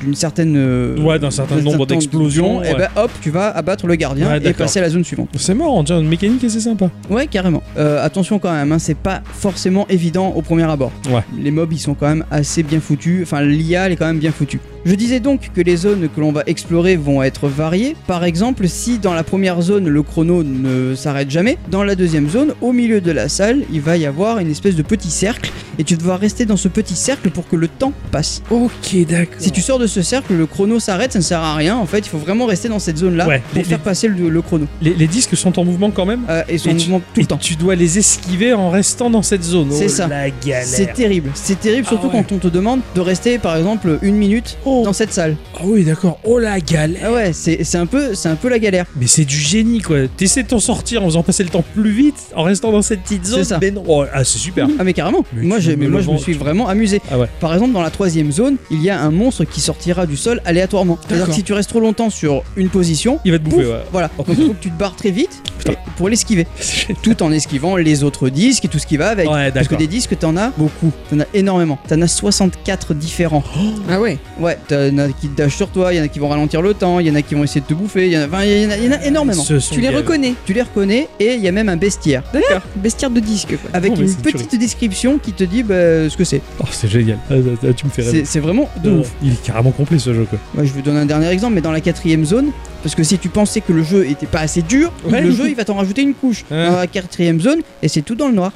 Speaker 3: d'une certaine euh,
Speaker 1: Ouais, d'un certain nombre
Speaker 3: temps ben-
Speaker 1: d'explosions,
Speaker 3: et
Speaker 1: ouais.
Speaker 3: ben hop, tu vas abattre le gardien
Speaker 1: Ouais,
Speaker 3: et
Speaker 1: d'accord.
Speaker 3: passer à la zone suivante.
Speaker 1: C'est marrant, tiens, une mécanique assez sympa.
Speaker 3: Ouais, carrément. Euh, attention quand même, hein, c'est pas forcément évident au premier abord.
Speaker 1: Ouais.
Speaker 3: Les mobs, ils sont quand même assez bien foutus. Enfin, l'IA, elle est quand même bien foutue. Je disais donc que les zones que l'on va explorer vont être variées. Par exemple, si dans la première zone, le chrono ne s'arrête jamais, dans la deuxième zone, au milieu de la salle, il va y avoir une espèce de petit cercle. Et tu devras rester dans ce petit cercle pour que le temps passe.
Speaker 1: Ok, d'accord.
Speaker 3: Si tu sors de ce cercle, le chrono s'arrête, ça ne sert à rien. En fait, il faut vraiment rester dans cette zone-là
Speaker 1: Ouais,
Speaker 3: pour
Speaker 1: les-
Speaker 3: faire
Speaker 1: les-
Speaker 3: passer le, le chrono.
Speaker 1: les, les disques sont en mouvement quand même
Speaker 3: Euh, et son
Speaker 1: Et tu-
Speaker 3: mouvement tout
Speaker 1: Et
Speaker 3: le temps.
Speaker 1: Tu dois les esquiver en restant dans cette zone.
Speaker 3: C'est
Speaker 1: Oh,
Speaker 3: ça.
Speaker 1: La galère.
Speaker 3: C'est terrible, c'est terrible
Speaker 1: Ah
Speaker 3: surtout
Speaker 1: ouais.
Speaker 3: quand on te demande de rester par exemple une minute
Speaker 1: Oh.
Speaker 3: dans cette salle.
Speaker 1: Ah oui, d'accord. Oh la galère.
Speaker 3: Ah ouais, c'est c'est un peu, c'est un peu la galère.
Speaker 1: Mais c'est du génie quoi. T'essaies de t'en sortir en faisant passer le temps plus vite, en restant dans cette petite zone.
Speaker 3: C'est ça.
Speaker 1: Mais non. Oh, ah, c'est super.
Speaker 3: Ah mais carrément.
Speaker 1: Mais
Speaker 3: moi,
Speaker 1: tu
Speaker 3: j'ai-
Speaker 1: me
Speaker 3: mais moi, je me
Speaker 1: vends-
Speaker 3: suis
Speaker 1: tu-
Speaker 3: vraiment amusé.
Speaker 1: Ah ouais.
Speaker 3: Par exemple, dans la troisième zone, il y a un monstre qui sortira du sol aléatoirement. C'est-à-dire que
Speaker 1: D'accord.
Speaker 3: si tu restes trop longtemps sur une position,
Speaker 1: Il va te bouffer,
Speaker 3: pouf,
Speaker 1: ouais.
Speaker 3: voilà. Donc il faut que tu te barres très vite
Speaker 1: Putain.
Speaker 3: et- pour l'esquiver, tout en esquivant les autres disques et tout ce qui va avec.
Speaker 1: Ouais,
Speaker 3: Parce que
Speaker 1: d'accord.
Speaker 3: des disques, t'en as beaucoup, t'en as énormément, t'en as 64 différents.
Speaker 2: Ah ouais.
Speaker 3: Ouais, t'en as qui te dashent sur toi, il y en a qui vont ralentir le temps, il y en a qui vont essayer de te bouffer, il y en a, enfin, il y en a, il y en a énormément.
Speaker 1: Ce sont
Speaker 2: Tu les
Speaker 1: des-
Speaker 2: reconnais.
Speaker 3: Tu les reconnais et il y a même un bestiaire
Speaker 2: D'accord. Bestiaire de disque quoi.
Speaker 3: avec
Speaker 1: Oh, mais
Speaker 3: une
Speaker 1: c'est une
Speaker 3: petite description qui te dit bah, ce que c'est.
Speaker 1: Oh, c'est génial. Ah, ça- ça, tu me fais rêver.
Speaker 3: C'est c'est vraiment de
Speaker 1: Oh,
Speaker 3: ouf.
Speaker 1: Il est carrément complet ce jeu quoi.
Speaker 3: Ouais, je vais donner un dernier exemple, mais dans la quatrième zone, parce que si tu pensais que le jeu était pas assez dur,
Speaker 1: Ouais.
Speaker 3: le jeu il va t'en rajouter une couche.
Speaker 1: Ah.
Speaker 3: Dans la quatrième zone, et c'est tout dans le noir.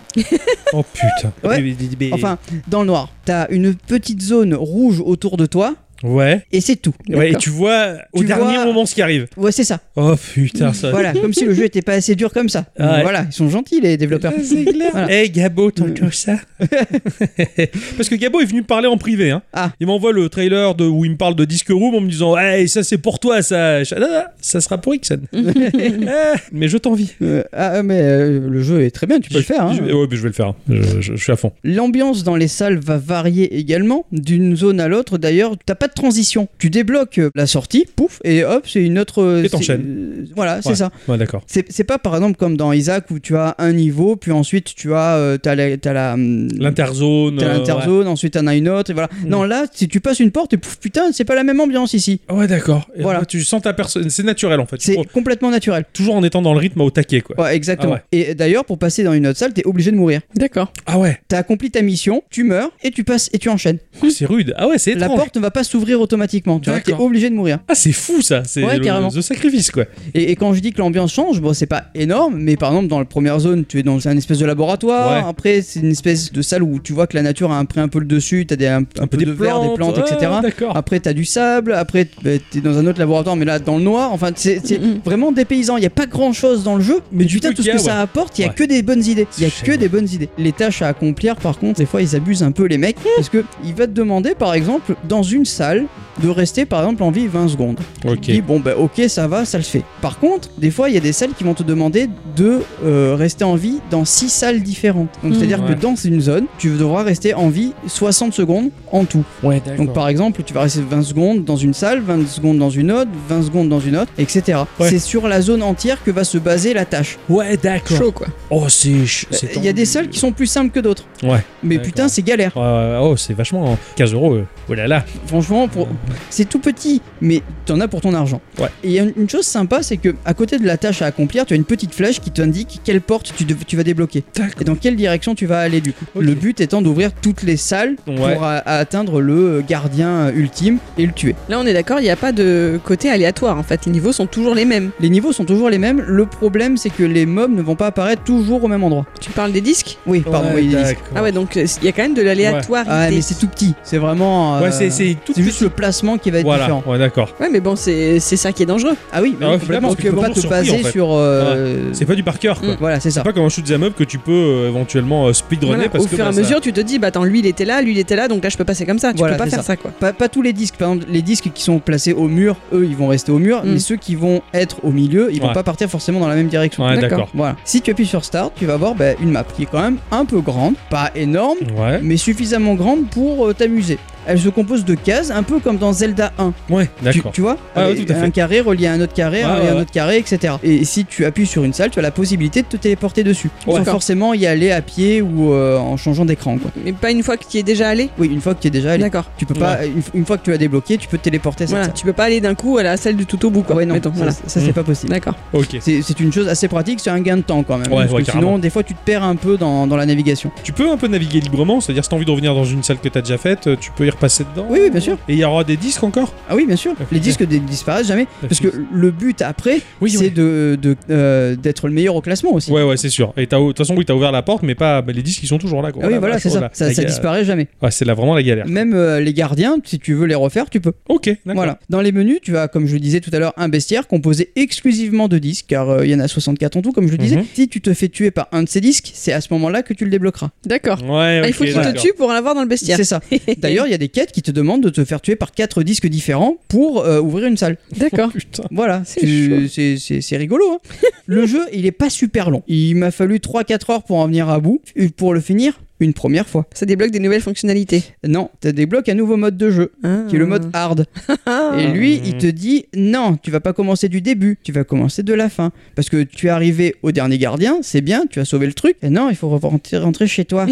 Speaker 1: Oh putain.
Speaker 3: Ouais.
Speaker 1: Mais- mais- mais-
Speaker 3: Enfin, dans le noir. T'as une petite zone rouge autour de toi,
Speaker 1: Ouais.
Speaker 3: et c'est tout.
Speaker 1: Ouais, et
Speaker 2: D'accord.
Speaker 1: tu vois au
Speaker 3: Tu
Speaker 1: dernier
Speaker 3: vois-
Speaker 1: moment ce qui arrive.
Speaker 3: Ouais, c'est ça.
Speaker 1: Oh putain, ça.
Speaker 3: Voilà, comme si le jeu était pas assez dur comme ça.
Speaker 1: Ah ouais.
Speaker 3: Voilà, ils sont gentils les développeurs.
Speaker 1: C'est clair.
Speaker 3: Voilà.
Speaker 1: Hey Gabo, t'entends ça Parce que Gabo est venu me parler en privé. Hein.
Speaker 3: Ah.
Speaker 1: Il m'envoie le trailer de, où il me parle de Disque Room en me disant Hey, ça c'est pour toi, ça. Je- Ah, ah, ça sera pour Ixon. Ah, mais je t'envie.
Speaker 3: Euh, ah, mais euh, le jeu est très bien, tu peux le faire. hein.
Speaker 1: Je, ouais, mais je vais le faire. hein. Je, je- je suis à fond.
Speaker 3: L'ambiance dans les salles va varier également d'une zone à l'autre. D'ailleurs, t'as pas de transition. Tu débloques euh, la sortie, pouf, et hop, c'est une autre. euh,
Speaker 1: Et
Speaker 3: c'est-
Speaker 1: t'enchaînes.
Speaker 3: euh, Voilà, c'est
Speaker 1: Ouais.
Speaker 3: ça.
Speaker 1: Ouais, d'accord.
Speaker 3: C'est c'est pas par exemple comme dans Isaac où tu as un niveau, puis ensuite tu as euh, t'as la t'as la hum,
Speaker 1: L'interzone.
Speaker 3: t'as
Speaker 1: euh, Hmm.
Speaker 3: l'interzone, ensuite t'en as une autre, et voilà. Non, là, si tu passes une porte, et pouf, putain, c'est pas la même ambiance ici.
Speaker 1: Ouais, Ouais, d'accord. Et
Speaker 3: Voilà.
Speaker 1: là, Tu sens ta personne. C'est naturel en fait. Tu
Speaker 3: C'est
Speaker 1: prends-
Speaker 3: complètement naturel.
Speaker 1: Toujours en étant dans le rythme au taquet quoi.
Speaker 3: Ouais, exactement.
Speaker 1: Oh. Ah
Speaker 3: Et d'ailleurs, pour passer dans une autre salle, t'es obligé de mourir.
Speaker 2: D'accord.
Speaker 1: Ah ouais,
Speaker 3: T'as accompli ta mission, tu meurs et tu passes et tu enchaînes.
Speaker 1: c'est rude. Ah ouais, c'est
Speaker 3: Hmm. La
Speaker 1: étrange.
Speaker 3: porte ne va pas s'ouvrir automatiquement. Tu vois, t'es
Speaker 1: D'accord.
Speaker 3: obligé de mourir.
Speaker 1: Ah, c'est fou ça. C'est
Speaker 3: Ouais,
Speaker 1: le,
Speaker 3: carrément.
Speaker 1: le sacrifice quoi.
Speaker 3: Et, et quand je dis que l'ambiance change, bon, c'est pas énorme, mais par exemple, dans la première zone, tu es dans un espèce de laboratoire.
Speaker 1: Ouais.
Speaker 3: Après, c'est une espèce de salle où tu vois que la nature a un- pris un peu le dessus, t'as des, un, un peu de verre, des plantes,
Speaker 1: ouais,
Speaker 3: etc.
Speaker 1: D'accord.
Speaker 3: Après, t'as du sable. Après, bah, t'es dans un autre laboratoire, mais là, dans le noir. Enfin, c'est c'est vraiment dépaysant. Il y a pas grand chose dans le jeu, mais
Speaker 1: Mais Mm, du
Speaker 3: putain,
Speaker 1: peu
Speaker 3: tout ce
Speaker 1: qu'il
Speaker 3: que
Speaker 1: y a,
Speaker 3: ça apporte, il y a
Speaker 1: Ouais.
Speaker 3: que des bonnes idées. Il y a
Speaker 1: C'est
Speaker 3: que
Speaker 1: génial.
Speaker 3: des bonnes idées. Les tâches à accomplir, par contre, des fois, ils abusent un peu les
Speaker 1: Mm.
Speaker 3: mecs parce que il va te demander, par exemple, dans une salle, de rester, par exemple, en vie 20 secondes.
Speaker 1: Ok.
Speaker 3: Tu dis, bon bah ok ça va ça le fait par contre des fois il y a des salles qui vont te demander de euh, rester en vie dans 6 salles différentes donc
Speaker 2: Mhm.
Speaker 3: c'est à dire
Speaker 1: Mm. Ouais.
Speaker 3: que dans une zone tu devras rester en vie 60 secondes en tout
Speaker 1: Ouais,
Speaker 3: donc par exemple tu vas rester 20 secondes dans une salle 20 secondes dans une autre 20 secondes dans une autre etc
Speaker 1: Ouais.
Speaker 3: c'est sur la zone entière que va se baser la tâche
Speaker 1: Ouais, d'accord.
Speaker 2: Chaud quoi.
Speaker 1: Oh, c'est. ch- c'est
Speaker 3: Euh, il y a
Speaker 1: tendu.
Speaker 3: des salles qui sont plus simples que d'autres
Speaker 1: Ouais.
Speaker 3: mais
Speaker 1: D'accord.
Speaker 3: putain c'est galère
Speaker 1: Ouais, ouais, oh, c'est vachement. 15 euros. euh. Oh là là.
Speaker 3: Franchement, pour- c'est tout petit, mais t'en as pour ton argent.
Speaker 1: Ouais.
Speaker 3: Et il y a une- une chose sympa, c'est que à côté de la tâche à accomplir, tu as une petite flèche qui t'indique quelle porte tu, dev- tu vas débloquer
Speaker 1: D'accord.
Speaker 3: et dans quelle direction tu vas aller du coup.
Speaker 1: Ok.
Speaker 3: Le but étant d'ouvrir toutes les salles
Speaker 1: Ouais.
Speaker 3: pour a- à atteindre le euh, gardien euh, ultime et le tuer.
Speaker 2: Là, on est d'accord, il n'y a pas de côté aléatoire en fait. Les niveaux sont toujours les mêmes.
Speaker 3: Les niveaux sont toujours les mêmes. Le problème, c'est que les mobs ne vont pas apparaître toujours au même endroit.
Speaker 2: Tu parles des disques
Speaker 3: Oui, pardon. oui, les disques.
Speaker 2: Ah ouais, donc euh, il y a quand même de l'aléatoire.
Speaker 3: Ah, mais c'est tout petit. C'est vraiment. euh,
Speaker 1: Ouais, c'est c'est tout
Speaker 3: c'est juste
Speaker 1: petit.
Speaker 3: le placement qui va être
Speaker 1: Voilà,
Speaker 3: différent.
Speaker 1: ouais, d'accord.
Speaker 2: Ouais, mais bon, c'est c'est ça qui est dangereux.
Speaker 3: Ah oui, mais
Speaker 1: Ah ouais,
Speaker 3: complètement,
Speaker 1: parce que
Speaker 3: tu peux
Speaker 1: t'es
Speaker 3: pas te
Speaker 1: toujours surpris,
Speaker 3: baser
Speaker 1: en fait. Ah
Speaker 3: sur. euh,
Speaker 1: C'est pas du par cœur, quoi.
Speaker 2: Mm.
Speaker 3: Voilà, c'est ça.
Speaker 1: C'est pas comme un shoot 'em up que tu peux euh, éventuellement euh, speedrunner
Speaker 2: Voilà,
Speaker 1: parce
Speaker 2: Au
Speaker 1: que
Speaker 2: fur et
Speaker 1: bah,
Speaker 2: à
Speaker 1: ça-
Speaker 2: mesure, tu te dis, bah attends, lui il était là, lui il était là, donc là je peux passer comme ça. Tu
Speaker 3: Voilà,
Speaker 2: peux pas
Speaker 3: c'est
Speaker 2: faire
Speaker 3: ça.
Speaker 2: ça, quoi.
Speaker 3: Pas, pas tous les disques, par exemple, les disques qui sont placés au mur, eux, ils vont rester au mur,
Speaker 2: Mm.
Speaker 3: mais ceux qui vont être au milieu, ils vont
Speaker 1: Ouais.
Speaker 3: pas partir forcément dans la même direction.
Speaker 1: Ouais,
Speaker 2: D'accord.
Speaker 1: d'accord.
Speaker 3: Voilà. Si tu appuies sur Start, tu vas voir bah, une map qui est quand même un peu grande, pas énorme,
Speaker 1: Ouais,
Speaker 3: mais suffisamment grande pour euh, t'amuser. Elle se compose de cases, un peu comme dans Zelda 1.
Speaker 1: ouais,
Speaker 3: Tu,
Speaker 1: d'accord.
Speaker 3: tu vois
Speaker 1: Ah ouais,
Speaker 3: Euh,
Speaker 1: tout à fait.
Speaker 3: Un carré relié à un autre carré,
Speaker 1: Ouais,
Speaker 3: relié à
Speaker 1: ouais,
Speaker 3: un
Speaker 1: ouais.
Speaker 3: autre carré, etc. Et si tu appuies sur une salle, tu as la possibilité de te téléporter dessus.
Speaker 1: Ouais.
Speaker 3: Sans
Speaker 1: D'accord.
Speaker 3: forcément y aller à pied ou euh, en changeant d'écran. quoi.
Speaker 2: Mais pas une fois que tu y es déjà allé.
Speaker 3: Oui, une fois que tu es déjà allé.
Speaker 2: D'accord.
Speaker 3: Tu peux pas, une, une fois que tu l'as débloqué, tu peux te téléporter à cette
Speaker 2: Voilà,
Speaker 3: salle.
Speaker 2: tu peux pas aller d'un coup à la salle du tout au bout, quoi.
Speaker 3: Ouais, non,
Speaker 2: Mettons,
Speaker 3: ça,
Speaker 2: voilà.
Speaker 3: ça, c'est
Speaker 1: Mm.
Speaker 3: pas possible.
Speaker 2: D'accord.
Speaker 1: Ok.
Speaker 3: C'est c'est une chose assez pratique, c'est un gain de temps quand même.
Speaker 1: Ouais,
Speaker 3: parce
Speaker 1: ouais,
Speaker 3: que sinon,
Speaker 1: carrément.
Speaker 3: des fois, tu te perds un peu dans, dans la navigation.
Speaker 1: Tu peux un peu naviguer librement, c'est-à-dire si t'as envie de revenir dans une salle que t'as déjà faite, euh, tu peux y repasser dedans.
Speaker 3: Oui, oui, bien sûr.
Speaker 1: Et il y aura des disques encore
Speaker 3: Ah oui, bien sûr.
Speaker 1: Ah, putain.
Speaker 3: Les disques dé- disparaissent jamais.
Speaker 1: Ah,
Speaker 3: Parce que le but après,
Speaker 1: Oui,
Speaker 3: c'est
Speaker 1: ouais.
Speaker 3: de de- euh, d'être le meilleur au classement aussi.
Speaker 1: Ouais, ouais, c'est sûr. Et t'as- de toute façon, oui, t'as ouvert la porte, mais pas bah, les disques, ils sont toujours là. Quoi.
Speaker 3: Ah oui,
Speaker 1: La
Speaker 3: voilà,
Speaker 1: vache,
Speaker 3: c'est
Speaker 1: oh
Speaker 3: ça.
Speaker 1: là,
Speaker 3: Ça,
Speaker 1: la
Speaker 3: ça
Speaker 1: ga-
Speaker 3: disparaît jamais.
Speaker 1: Ouais, c'est là vraiment la galère.
Speaker 3: Même euh, les gardiens, si tu veux les refaire, tu peux.
Speaker 1: Ok, d'accord.
Speaker 3: Voilà. Dans les menus, tu as, comme je le disais tout à l'heure, un bestiaire composé exclusivement de disques, car euh, il y en a 64 en tout, comme je le disais.
Speaker 1: Mhm.
Speaker 3: Si tu te fais tuer par un de ces disques, c'est à ce moment-là que tu le débloqueras.
Speaker 2: D'accord.
Speaker 1: Ouais,
Speaker 2: Ah, il
Speaker 1: ok,
Speaker 2: faut qu'il te
Speaker 1: d'accord.
Speaker 2: tue pour en avoir dans le bestiaire.
Speaker 3: C'est ça. D'ailleurs, il y a des quêtes qui te demandent de te faire tuer par quatre disques différents pour euh, ouvrir une salle.
Speaker 2: D'accord.
Speaker 1: Putain.
Speaker 3: Voilà,
Speaker 2: C'est
Speaker 3: Tu- c'est c'est- c'est rigolo. hein. le jeu, il est pas super long. Il m'a fallu 3-4 heures pour en venir à bout, et pour le finir une première fois.
Speaker 2: Ça débloque des nouvelles fonctionnalités.
Speaker 3: Non, tu débloques un nouveau mode de jeu,
Speaker 2: Ah.
Speaker 3: qui est le mode hard.
Speaker 2: Ah.
Speaker 3: Et lui, il te dit non, tu vas pas commencer du début, tu vas commencer de la fin. Parce que tu es arrivé au dernier gardien, c'est bien, tu as sauvé le truc. Et non, il faut rentrer rentrer chez toi.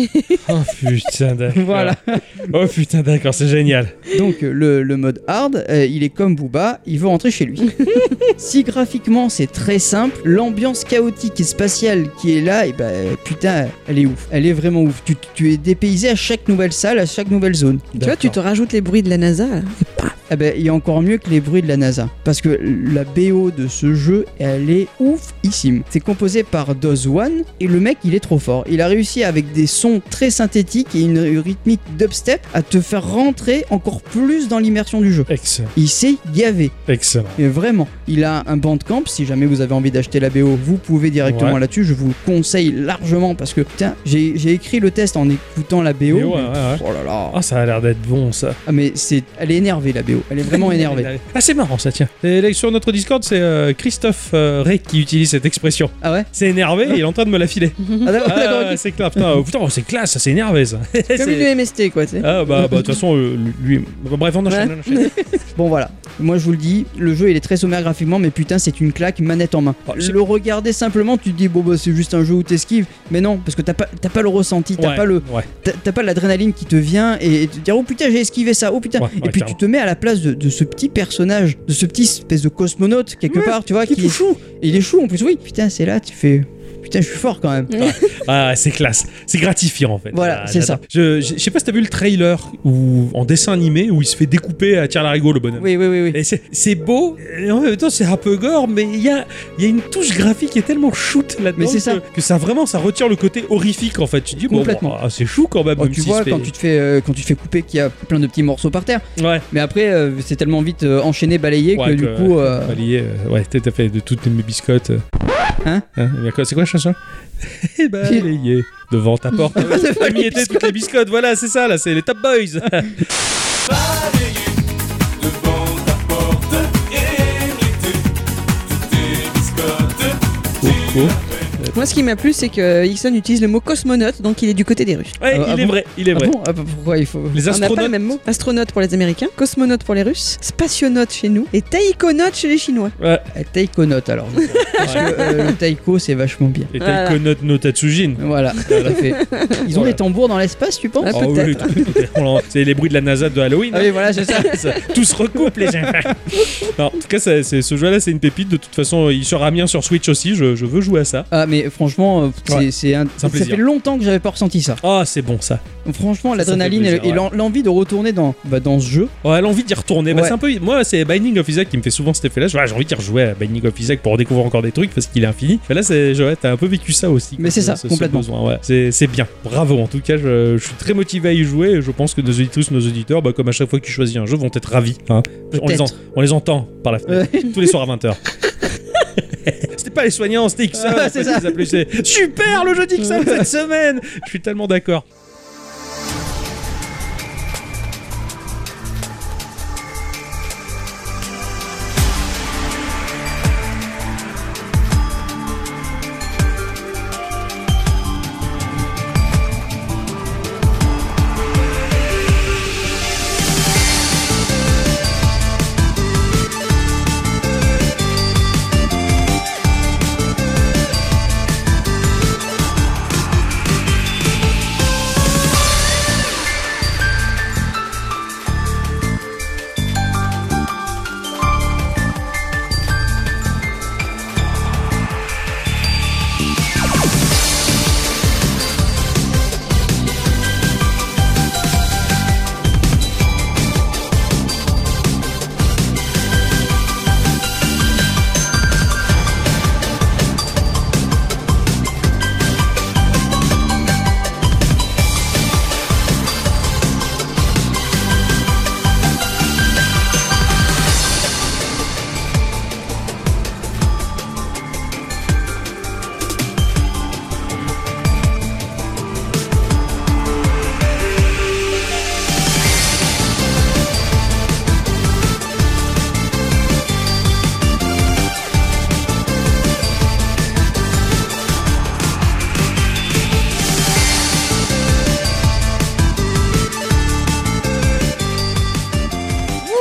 Speaker 1: Oh putain, d'accord.
Speaker 3: Voilà.
Speaker 1: Oh putain, d'accord, c'est génial.
Speaker 3: Donc euh, le, le mode hard, euh, il est comme Booba, il veut rentrer chez lui. si graphiquement c'est très simple, l'ambiance chaotique et spatiale qui est là, et ben putain, elle est ouf. Elle est vraiment ouf. Tu, tu es dépaysé à chaque nouvelle salle, à chaque nouvelle zone.
Speaker 2: Tu vois, tu te rajoutes les bruits de la NASA. là.
Speaker 3: Ah ben, il y a encore mieux que les bruits de la NASA. Parce que la BO de ce jeu, elle est oufissime. C'est composé par Doz One, et le mec, il est trop fort. Il a réussi avec des sons très synthétiques et une rythmique dubstep à te faire rentrer encore plus dans l'immersion du jeu.
Speaker 1: Excellent,
Speaker 3: Il s'est gavé.
Speaker 1: excellent.
Speaker 3: Et vraiment, il a un bandcamp. Si jamais vous avez envie d'acheter la BO, vous pouvez directement
Speaker 1: Ouais.
Speaker 3: là-dessus. Je vous le conseille largement parce que putain, j'ai j'ai écrit le test en écoutant la BO.
Speaker 1: Mais ouais, ouais, ouais.
Speaker 3: Oh là là.
Speaker 1: Ah, ça a l'air d'être bon, ça.
Speaker 3: Ah, mais c'est, elle est énervée la BO. Elle est vraiment énervée.
Speaker 1: Ah, c'est marrant, ça, tiens. Et là, sur notre Discord, c'est euh, Christophe euh, Ray qui utilise cette expression.
Speaker 3: Ah ouais.
Speaker 1: C'est énervé et il est en train de me la filer.
Speaker 3: Ah, d'accord, d'accord,
Speaker 1: Ah,
Speaker 3: ok.
Speaker 1: c'est clair, putain, oh, putain, oh, c'est classe, ça, c'est énervé, ça.
Speaker 2: Comme
Speaker 1: C'est-
Speaker 2: une UMST, quoi, tu sais.
Speaker 1: Ah, bah, bah, de toute façon, euh, lui. bah, Bref, on enchaîne,
Speaker 2: Ouais.
Speaker 1: on enchaîne.
Speaker 3: Bon voilà. Moi je vous le dis, le jeu il est très sommaire graphiquement, mais putain c'est une claque manette en main.
Speaker 1: Oh, c'est-
Speaker 3: le regarder simplement, tu te dis bon bah c'est juste un jeu où t'esquives, mais non parce que t'as pas, t'as pas le ressenti, t'as
Speaker 1: Ouais,
Speaker 3: pas le,
Speaker 1: ouais.
Speaker 3: t'as- t'as pas l'adrénaline qui te vient et, et te dire oh putain j'ai esquivé ça, oh putain.
Speaker 1: Ouais, ouais,
Speaker 3: et puis
Speaker 1: clairement.
Speaker 3: tu te mets à la place de, de ce petit personnage, de ce petit espèce de cosmonaute quelque
Speaker 2: Ouais,
Speaker 3: part, tu vois, qui est chou. Il est chou en plus, oui. Putain c'est là, tu fais putain je suis fort quand même.
Speaker 1: Ah, c'est classe. C'est gratifiant, en fait.
Speaker 3: Voilà,
Speaker 1: Ah,
Speaker 3: c'est ça.
Speaker 1: j'adore. Je, je je sais pas si t'as vu le trailer ou en dessin animé où il se fait découper à tire la le bonhomme.
Speaker 3: oui oui oui oui.
Speaker 1: Et c'est- c'est beau, et en même temps c'est un peu gore, mais il y a, il y a une touche graphique qui est tellement shoot là-dedans
Speaker 3: Mais c'est
Speaker 1: que,
Speaker 3: ça.
Speaker 1: que ça vraiment ça retire le côté horrifique en fait. Tu dis bon,
Speaker 3: Complètement.
Speaker 1: bon, ah, c'est chou quand même.
Speaker 3: Oh,
Speaker 1: même
Speaker 3: tu
Speaker 1: si
Speaker 3: vois
Speaker 1: c'est-
Speaker 3: quand tu te fais euh, quand tu te fais couper qu'il y a plein de petits morceaux par terre,
Speaker 1: ouais,
Speaker 3: mais après euh, c'est tellement vite euh, enchaîné balayé
Speaker 1: Ouais,
Speaker 3: que, du
Speaker 1: que-
Speaker 3: coup euh,
Speaker 1: allié, euh, ouais, t'as t'as fait de toutes mes biscottes. euh.
Speaker 3: Hein
Speaker 1: Eh bien, quoi- C'est quoi la chanson Eh ben, balayé devant ta porte. T'as mis était toutes les biscottes. Voilà, c'est ça là, c'est les Top Boys. Oh,
Speaker 2: Moi, ce qui m'a plu, c'est que Hickson utilise le mot cosmonaute, donc il est du côté des Russes.
Speaker 1: Ouais,
Speaker 3: Ah,
Speaker 1: il
Speaker 3: ah
Speaker 1: est
Speaker 3: bon
Speaker 1: vrai, il est vrai.
Speaker 3: Ah bon Ah bah pourquoi il faut.
Speaker 1: Les
Speaker 2: On n'a pas le
Speaker 1: astronautes.
Speaker 2: même mot. Astronaute pour les Américains, cosmonaute pour les Russes, spationaute chez nous et taïkonaute chez les Chinois.
Speaker 1: Ouais,
Speaker 3: Euh, Taïkonaute alors. Parce que euh, le taïko c'est vachement bien.
Speaker 1: et
Speaker 2: Voilà.
Speaker 1: taïkonaute no Tatsujin.
Speaker 3: Voilà, tout à fait. Ils ont
Speaker 1: Voilà.
Speaker 3: les tambours dans l'espace, tu penses
Speaker 2: Ah,
Speaker 1: Ah oui,
Speaker 2: peut-être.
Speaker 1: tout- on l'en- c'est les bruits de la NASA de Halloween. hein.
Speaker 3: Ah oui, voilà, c'est ça.
Speaker 1: Ça- tout se recoupe les gens. Non, en tout cas, ça- c'est- ce jeu-là, c'est une pépite. De toute façon, il sera bien sur Switch aussi. Je, je veux jouer à ça.
Speaker 3: Ah, mais franchement, euh, c'est-
Speaker 1: Ouais.
Speaker 3: c'est un-
Speaker 1: C'est un
Speaker 3: ça
Speaker 1: plaisir.
Speaker 3: fait longtemps que j'avais pas ressenti ça.
Speaker 1: Ah, c'est bon ça.
Speaker 3: Franchement,
Speaker 1: Ça, ça fait
Speaker 3: l'adrénaline et
Speaker 1: plaisir,
Speaker 3: le- et
Speaker 1: ouais.
Speaker 3: l'en- l'envie de retourner dans, bah, dans ce jeu.
Speaker 1: Ouais, l'envie d'y retourner. Bah,
Speaker 3: Ouais.
Speaker 1: c'est un peu. Moi, c'est Binding of Isaac qui me fait souvent cet effet-là. Je- ah, J'ai envie d'y rejouer à Binding of Isaac pour découvrir encore des trucs parce qu'il est infini. Mais là, c'est, je- ouais, t'as un peu vécu ça aussi.
Speaker 3: Mais c'est ça, complètement.
Speaker 1: besoin, ouais. c'est, c'est bien. Bravo. En tout cas, je, je suis très motivé à y jouer. et Je pense que nos auditrices, nos auditeurs, bah, comme à chaque fois que tu choisis un jeu, vont être ravis. hein. On, les en-
Speaker 3: Peut-être.
Speaker 1: on les entend par la fenêtre
Speaker 3: Ouais.
Speaker 1: tous les soirs à 20h. C'était pas les soignants, c'était Ixon.
Speaker 3: Ah,
Speaker 1: en fait,
Speaker 3: c'est ça.
Speaker 1: ils appelaient, c'est Super le jeu d'Ixon cette semaine Je suis tellement d'accord.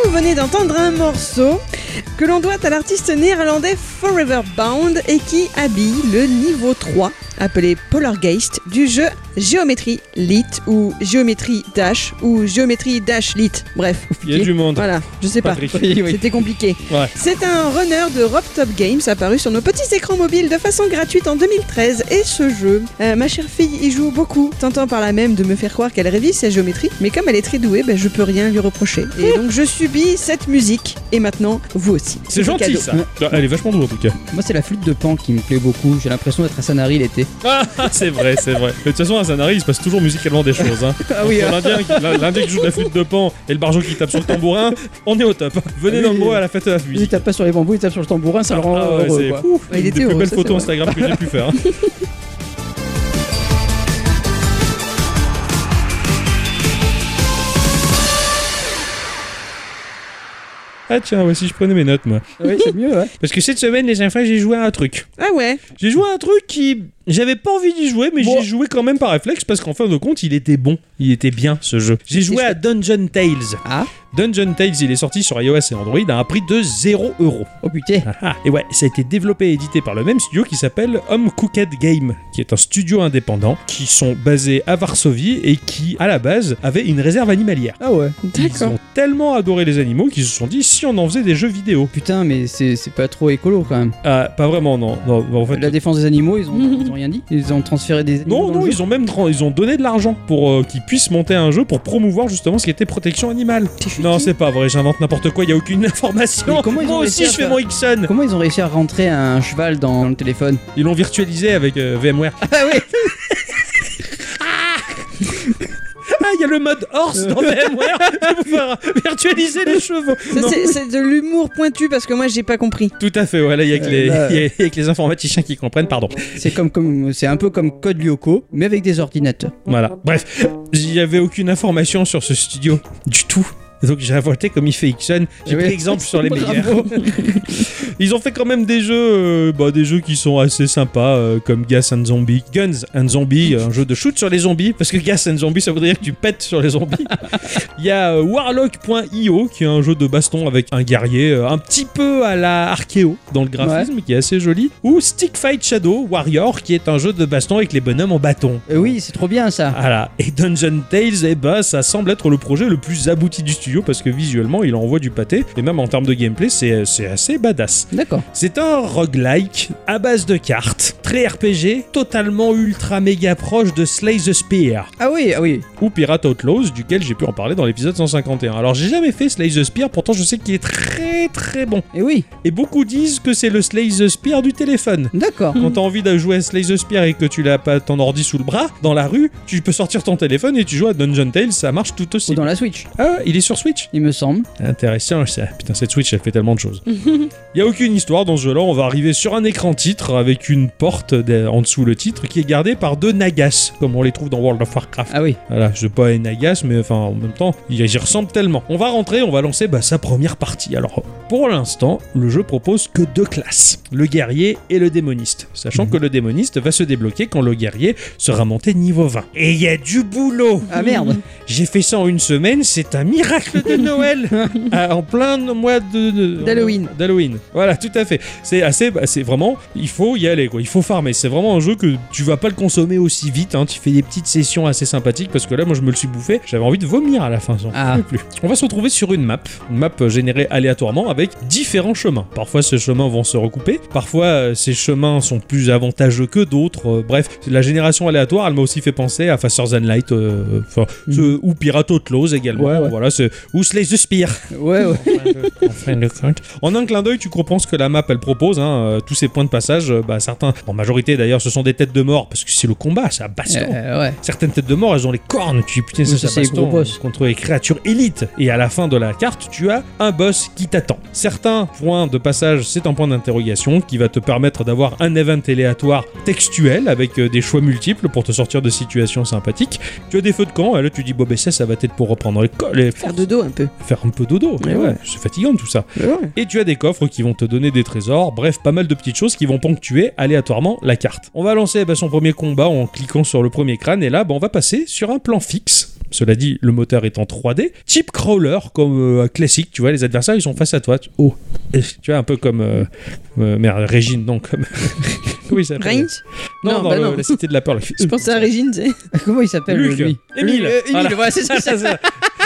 Speaker 2: Vous venez d'entendre un morceau que l'on doit à l'artiste néerlandais Forever Bound et qui habille le niveau 3 appelé Polargeist du jeu Géométrie Lit ou Géométrie Dash ou Géométrie Dash Lit. Bref,
Speaker 1: Il y a du monde.
Speaker 2: voilà, je sais pas.
Speaker 1: Patrick.
Speaker 3: Oui, oui.
Speaker 2: C'était compliqué.
Speaker 1: Ouais.
Speaker 2: C'est un runner de Rob Top Games apparu sur nos petits écrans mobiles de façon gratuite en 2013. Et ce jeu, euh, ma chère fille y joue beaucoup, tentant par là même de me faire croire qu'elle révise sa géométrie. Mais comme elle est très douée, ben, je peux rien lui reprocher. Et donc je subis cette musique. Et maintenant, vous aussi.
Speaker 1: C'est gentil
Speaker 2: cadeau.
Speaker 1: ça. Elle est vachement douée en tout cas.
Speaker 3: Moi, c'est la flûte de Pan qui me plaît beaucoup. J'ai l'impression d'être à Sanary l'été.
Speaker 1: Ah, c'est vrai, c'est vrai. Mais de toute façon, à Sanary, il se passe toujours musicalement des choses. Hein.
Speaker 3: Ah oui,
Speaker 1: Entre L'Indien qui, l'Indien qui joue de la flûte de pan et le barjo qui tape sur le tambourin, on est au top. Venez
Speaker 3: Ah oui.
Speaker 1: nombreux à la fête de la
Speaker 3: Ils
Speaker 1: musique.
Speaker 3: tapent pas sur les bambous, ils tapent sur le tambourin, ça le rend
Speaker 1: Ah ouais,
Speaker 3: heureux,
Speaker 1: c'est
Speaker 3: quoi.
Speaker 1: ouf.
Speaker 2: Ouais, il
Speaker 1: Une des
Speaker 2: était
Speaker 1: plus
Speaker 2: heureux,
Speaker 1: belles
Speaker 2: ça,
Speaker 1: photos
Speaker 2: c'est
Speaker 1: Instagram que j'ai pu faire. hein. Ah tiens, ouais, si je prenais mes notes, moi.
Speaker 3: Oui, c'est mieux, ouais.
Speaker 1: Parce que cette semaine, les enfants, j'ai joué à un truc.
Speaker 2: Ah ouais
Speaker 1: J'ai joué à un truc qui. J'avais pas envie d'y jouer, mais
Speaker 3: Bon.
Speaker 1: j'ai joué quand même par réflexe parce qu'en fin de compte, il était bon. Il était bien ce jeu. J'ai joué à Dungeon Tales.
Speaker 3: Ah.
Speaker 1: Dungeon Tales, il est sorti sur iOS et Android à un prix de 0 euros.
Speaker 3: Oh putain.
Speaker 1: Ah, ah. Et ouais, ça a été développé et édité par le même studio qui s'appelle Home Cooked Game, qui est un studio indépendant qui sont basés à Varsovie et qui, à la base, avait une réserve animalière.
Speaker 3: Ah ouais.
Speaker 1: Ils
Speaker 2: D'accord.
Speaker 1: ont tellement adoré les animaux qu'ils se sont dit si on en faisait des jeux vidéo.
Speaker 3: Putain, mais c'est c'est pas trop écolo quand même.
Speaker 1: Ah, pas vraiment, non. non en fait,
Speaker 3: La défense des animaux, ils ont, ils ont rien dit. Ils ont transféré des.
Speaker 1: Non,
Speaker 3: animaux dans
Speaker 1: non,
Speaker 3: le
Speaker 1: ils ont même tran- ils ont donné de l'argent pour euh, qu'ils puissent monter un jeu pour promouvoir justement ce qui était protection animale. Non, c'est pas vrai, j'invente n'importe quoi, il y a aucune information.
Speaker 3: Mais comment ils
Speaker 1: Moi
Speaker 3: ont
Speaker 1: aussi,
Speaker 3: réussi à
Speaker 1: je fais mon
Speaker 3: faire-
Speaker 1: Ixon.
Speaker 3: Comment ils ont réussi à rentrer un cheval dans, dans le téléphone
Speaker 1: Ils l'ont virtualisé avec euh, VMware.
Speaker 3: Ah oui
Speaker 1: Ah, il y a le mode horse dans VMware pour faire virtualiser les chevaux.
Speaker 2: Ça,
Speaker 1: Non.
Speaker 2: c'est- C'est de l'humour pointu parce que moi, j'ai pas compris.
Speaker 1: Tout à fait, voilà, il y a que
Speaker 3: Euh,
Speaker 1: les,
Speaker 3: là,
Speaker 1: il y a- il y a que les informaticiens qui comprennent, pardon.
Speaker 3: C'est comme, comme, c'est un peu comme Code Lyoko, mais avec des ordinateurs.
Speaker 1: Voilà. Bref, il n'y avait aucune information sur ce studio du tout. Donc j'ai inventé comme il fait Ixon. J'ai
Speaker 3: Eh Oui.
Speaker 1: pris exemple sur les meilleurs.
Speaker 3: Bravo.
Speaker 1: Ils ont fait quand même des jeux, euh, bah, des jeux qui sont assez sympas, euh, comme Gas and Zombie, Guns and Zombie, un jeu de shoot sur les zombies, parce que Gas and Zombie, ça voudrait dire que tu pètes sur les zombies. Il y a euh, Warlock.io, qui est un jeu de baston avec un guerrier, euh, un petit peu à la archéo dans le graphisme, qui est assez joli. Ou Stick Fight Shadow Warrior, qui est un jeu de baston avec les bonhommes en bâton.
Speaker 3: Euh, oui, c'est trop bien ça.
Speaker 1: Voilà. Et Dungeon Tales, eh ben, ça semble être le projet le plus abouti du studio parce que visuellement, il envoie du pâté. Et même en termes de gameplay, c'est euh, c'est assez badass.
Speaker 3: D'accord.
Speaker 1: C'est un roguelike à base de cartes, très RPG, totalement ultra méga proche de Slay the Spear
Speaker 3: Ah oui, ah oui.
Speaker 1: ou Pirate Outlaws, duquel j'ai pu en parler dans l'épisode 151. Alors, j'ai jamais fait Slay the Spear, pourtant je sais qu'il est très très bon.
Speaker 3: Et Eh oui,
Speaker 1: Et beaucoup disent que c'est le Slay the Spear du téléphone.
Speaker 3: d'accord.
Speaker 1: Quand t'as envie de jouer à Slay the Spear et que tu l'as pas ton ordi sous le bras, dans la rue, tu peux sortir ton téléphone et tu joues à Dungeon Tales, ça marche tout
Speaker 3: Ou
Speaker 1: aussi.
Speaker 3: dans la Switch,
Speaker 1: Ah, il est sur Switch
Speaker 3: il me semble.
Speaker 1: Intéressant ça. Putain, cette Switch, elle fait tellement de choses. Il y a aucune histoire dans ce jeu-là, on va arriver sur un écran titre avec une porte de- en dessous le titre qui est gardée par deux Nagas, comme on les trouve dans World of Warcraft.
Speaker 3: Ah oui.
Speaker 1: Voilà, je veux pas une agace, mais enfin, en même temps, il y ressemble tellement. On va rentrer, on va lancer bah, sa première partie. Alors, pour l'instant, le jeu propose que deux classes, le guerrier et le démoniste. Sachant
Speaker 3: Mhm.
Speaker 1: que le démoniste va se débloquer quand le guerrier sera monté niveau 20. Et il y a du boulot
Speaker 3: Ah merde.
Speaker 1: J'ai fait ça en une semaine, c'est un miracle de Noël Ah, En plein mois de... de-
Speaker 2: D'Halloween.
Speaker 1: D'Halloween. Voilà, tout à fait. C'est assez... bah, c'est vraiment... Il faut y aller, quoi. Il faut farmer. C'est vraiment un jeu que tu vas pas le consommer aussi vite. hein. Tu fais des petites sessions assez sympathiques parce que là, moi, je me le suis bouffé. J'avais envie de vomir à la fin. j'en
Speaker 3: Ah.
Speaker 1: pouvais plus. On va se retrouver sur une map. Une map euh, générée aléatoirement avec différents chemins. Parfois, ces chemins vont se recouper. Parfois, euh, ces chemins sont plus avantageux que d'autres. Euh, bref, la génération aléatoire, elle m'a aussi fait penser à Faster Than Light euh, enfin, ce- ou Pirate Outlaws également.
Speaker 3: Ouais, ouais.
Speaker 1: Voilà, c'est- ou Slay the Spear.
Speaker 3: Ouais, ouais.
Speaker 1: En fin de compte. En un clin d'œil, tu comprends ce que la map elle propose. hein, euh, tous ces points de passage, euh, bah, certains, en majorité d'ailleurs, ce sont des têtes de mort parce que c'est le combat, c'est un baston.
Speaker 3: Euh, ouais.
Speaker 1: Certaines têtes de mort, elles ont les cornes. Tu dis putain,
Speaker 3: Oui,
Speaker 1: ça,
Speaker 3: ça,
Speaker 1: ça
Speaker 3: c'est les
Speaker 1: baston
Speaker 3: gros boss.
Speaker 1: euh, contre les créatures élites. Et à la fin de la carte, tu as un boss qui t'attend. Certains points de passage, c'est un point d'interrogation qui va te permettre d'avoir un event aléatoire textuel avec euh, des choix multiples pour te sortir de situations sympathiques. Tu as des feux de camp, et là tu dis, bon, ben ça, ça va être pour reprendre les, co- les
Speaker 2: Faire dodo un peu.
Speaker 1: faire un peu dodo.
Speaker 3: Eh
Speaker 2: Mais
Speaker 1: Ouais,
Speaker 2: ouais.
Speaker 1: C'est fatigant tout ça.
Speaker 2: Ouais.
Speaker 1: Et tu as des coffres qui vont te donner des trésors, bref, pas mal de petites choses qui vont ponctuer aléatoirement la carte. On va lancer bah, son premier combat en cliquant sur le premier crâne, et là, bah, on va passer sur un plan fixe. Cela dit, le moteur est en 3D, type crawler, comme euh, classique, tu vois, les adversaires ils sont face à toi. Tu- Oh, Et tu vois, un peu comme. euh, euh, merde, Régine, non, comme. oui, ça s'appelle
Speaker 2: Range
Speaker 1: Non,
Speaker 2: Non,
Speaker 1: dans
Speaker 2: bah
Speaker 1: le-
Speaker 2: non.
Speaker 1: la cité de la peur. là.
Speaker 2: Je pensais à Régine, tu sais.
Speaker 3: Comment il s'appelle
Speaker 1: Luc,
Speaker 3: lui
Speaker 1: Émile.
Speaker 3: Luc, euh, Émile,
Speaker 1: Voilà.
Speaker 3: voilà, c'est ça.
Speaker 1: Ça, ça.